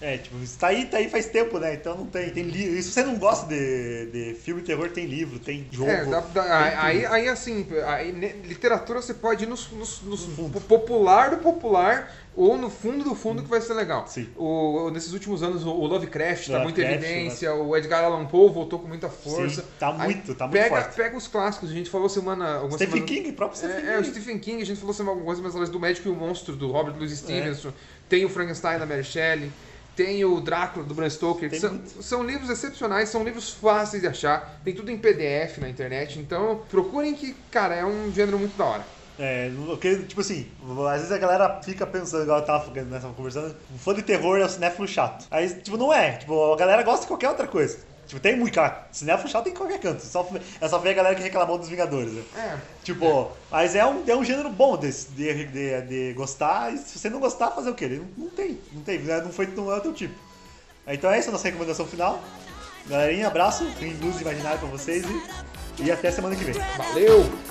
Speaker 2: É, tipo, isso tá aí, tá aí faz tempo, né? Então não tem. Tem livro. E se você não gosta de, de filme terror, tem livro, tem jogo.
Speaker 3: É, dá- dá- aí, aí, assim, aí, né, literatura você pode ir nos, nos- nos po- popular do popular ou no fundo do fundo que vai ser legal.
Speaker 2: Hum. Sim.
Speaker 3: O, o- nesses últimos anos o o Lovecraft está muito em
Speaker 2: Lovecraft, né?
Speaker 3: evidência, o Edgar Allan Poe voltou com muita força.
Speaker 2: Sim, tá
Speaker 3: Aí
Speaker 2: muito, tá muito
Speaker 3: pega,
Speaker 2: forte.
Speaker 3: Pega os clássicos, a gente falou semana... algumas
Speaker 2: Stephen
Speaker 3: semanas-
Speaker 2: King, próprio Stephen
Speaker 3: É, é, o
Speaker 2: King.
Speaker 3: Stephen King, a gente
Speaker 2: É.
Speaker 3: falou semana algumas coisa, mas do Médico e o Monstro, do Robert Louis Stevenson. Tem o Frankenstein da Mary Shelley. Tem o Drácula do Bram Stoker. que
Speaker 2: Tem
Speaker 3: São, são livros excepcionais, são livros fáceis de achar. Tem tudo em PDF na internet. Então procurem que, cara, é um gênero muito da hora.
Speaker 2: É, porque, tipo assim, às vezes a galera fica pensando, igual eu tava, nós tava conversando, o fã de terror é o cinéfilo chato. Aí, tipo, não é. Tipo, a galera gosta de qualquer outra coisa. Tipo, tem muito, cara. Cinéfilo chato tem em qualquer canto. Só, é só ver a galera que reclamou dos Vingadores, né?
Speaker 3: É.
Speaker 2: Tipo, mas é um, é um gênero bom desse, de, de, de gostar. E se você não gostar, fazer o quê? Não, não tem, não tem. né? Não, foi, não é o teu tipo. Então essa é a nossa recomendação final. Galerinha, abraço. Tem luz imaginária pra vocês e, e até semana que vem.
Speaker 3: Valeu!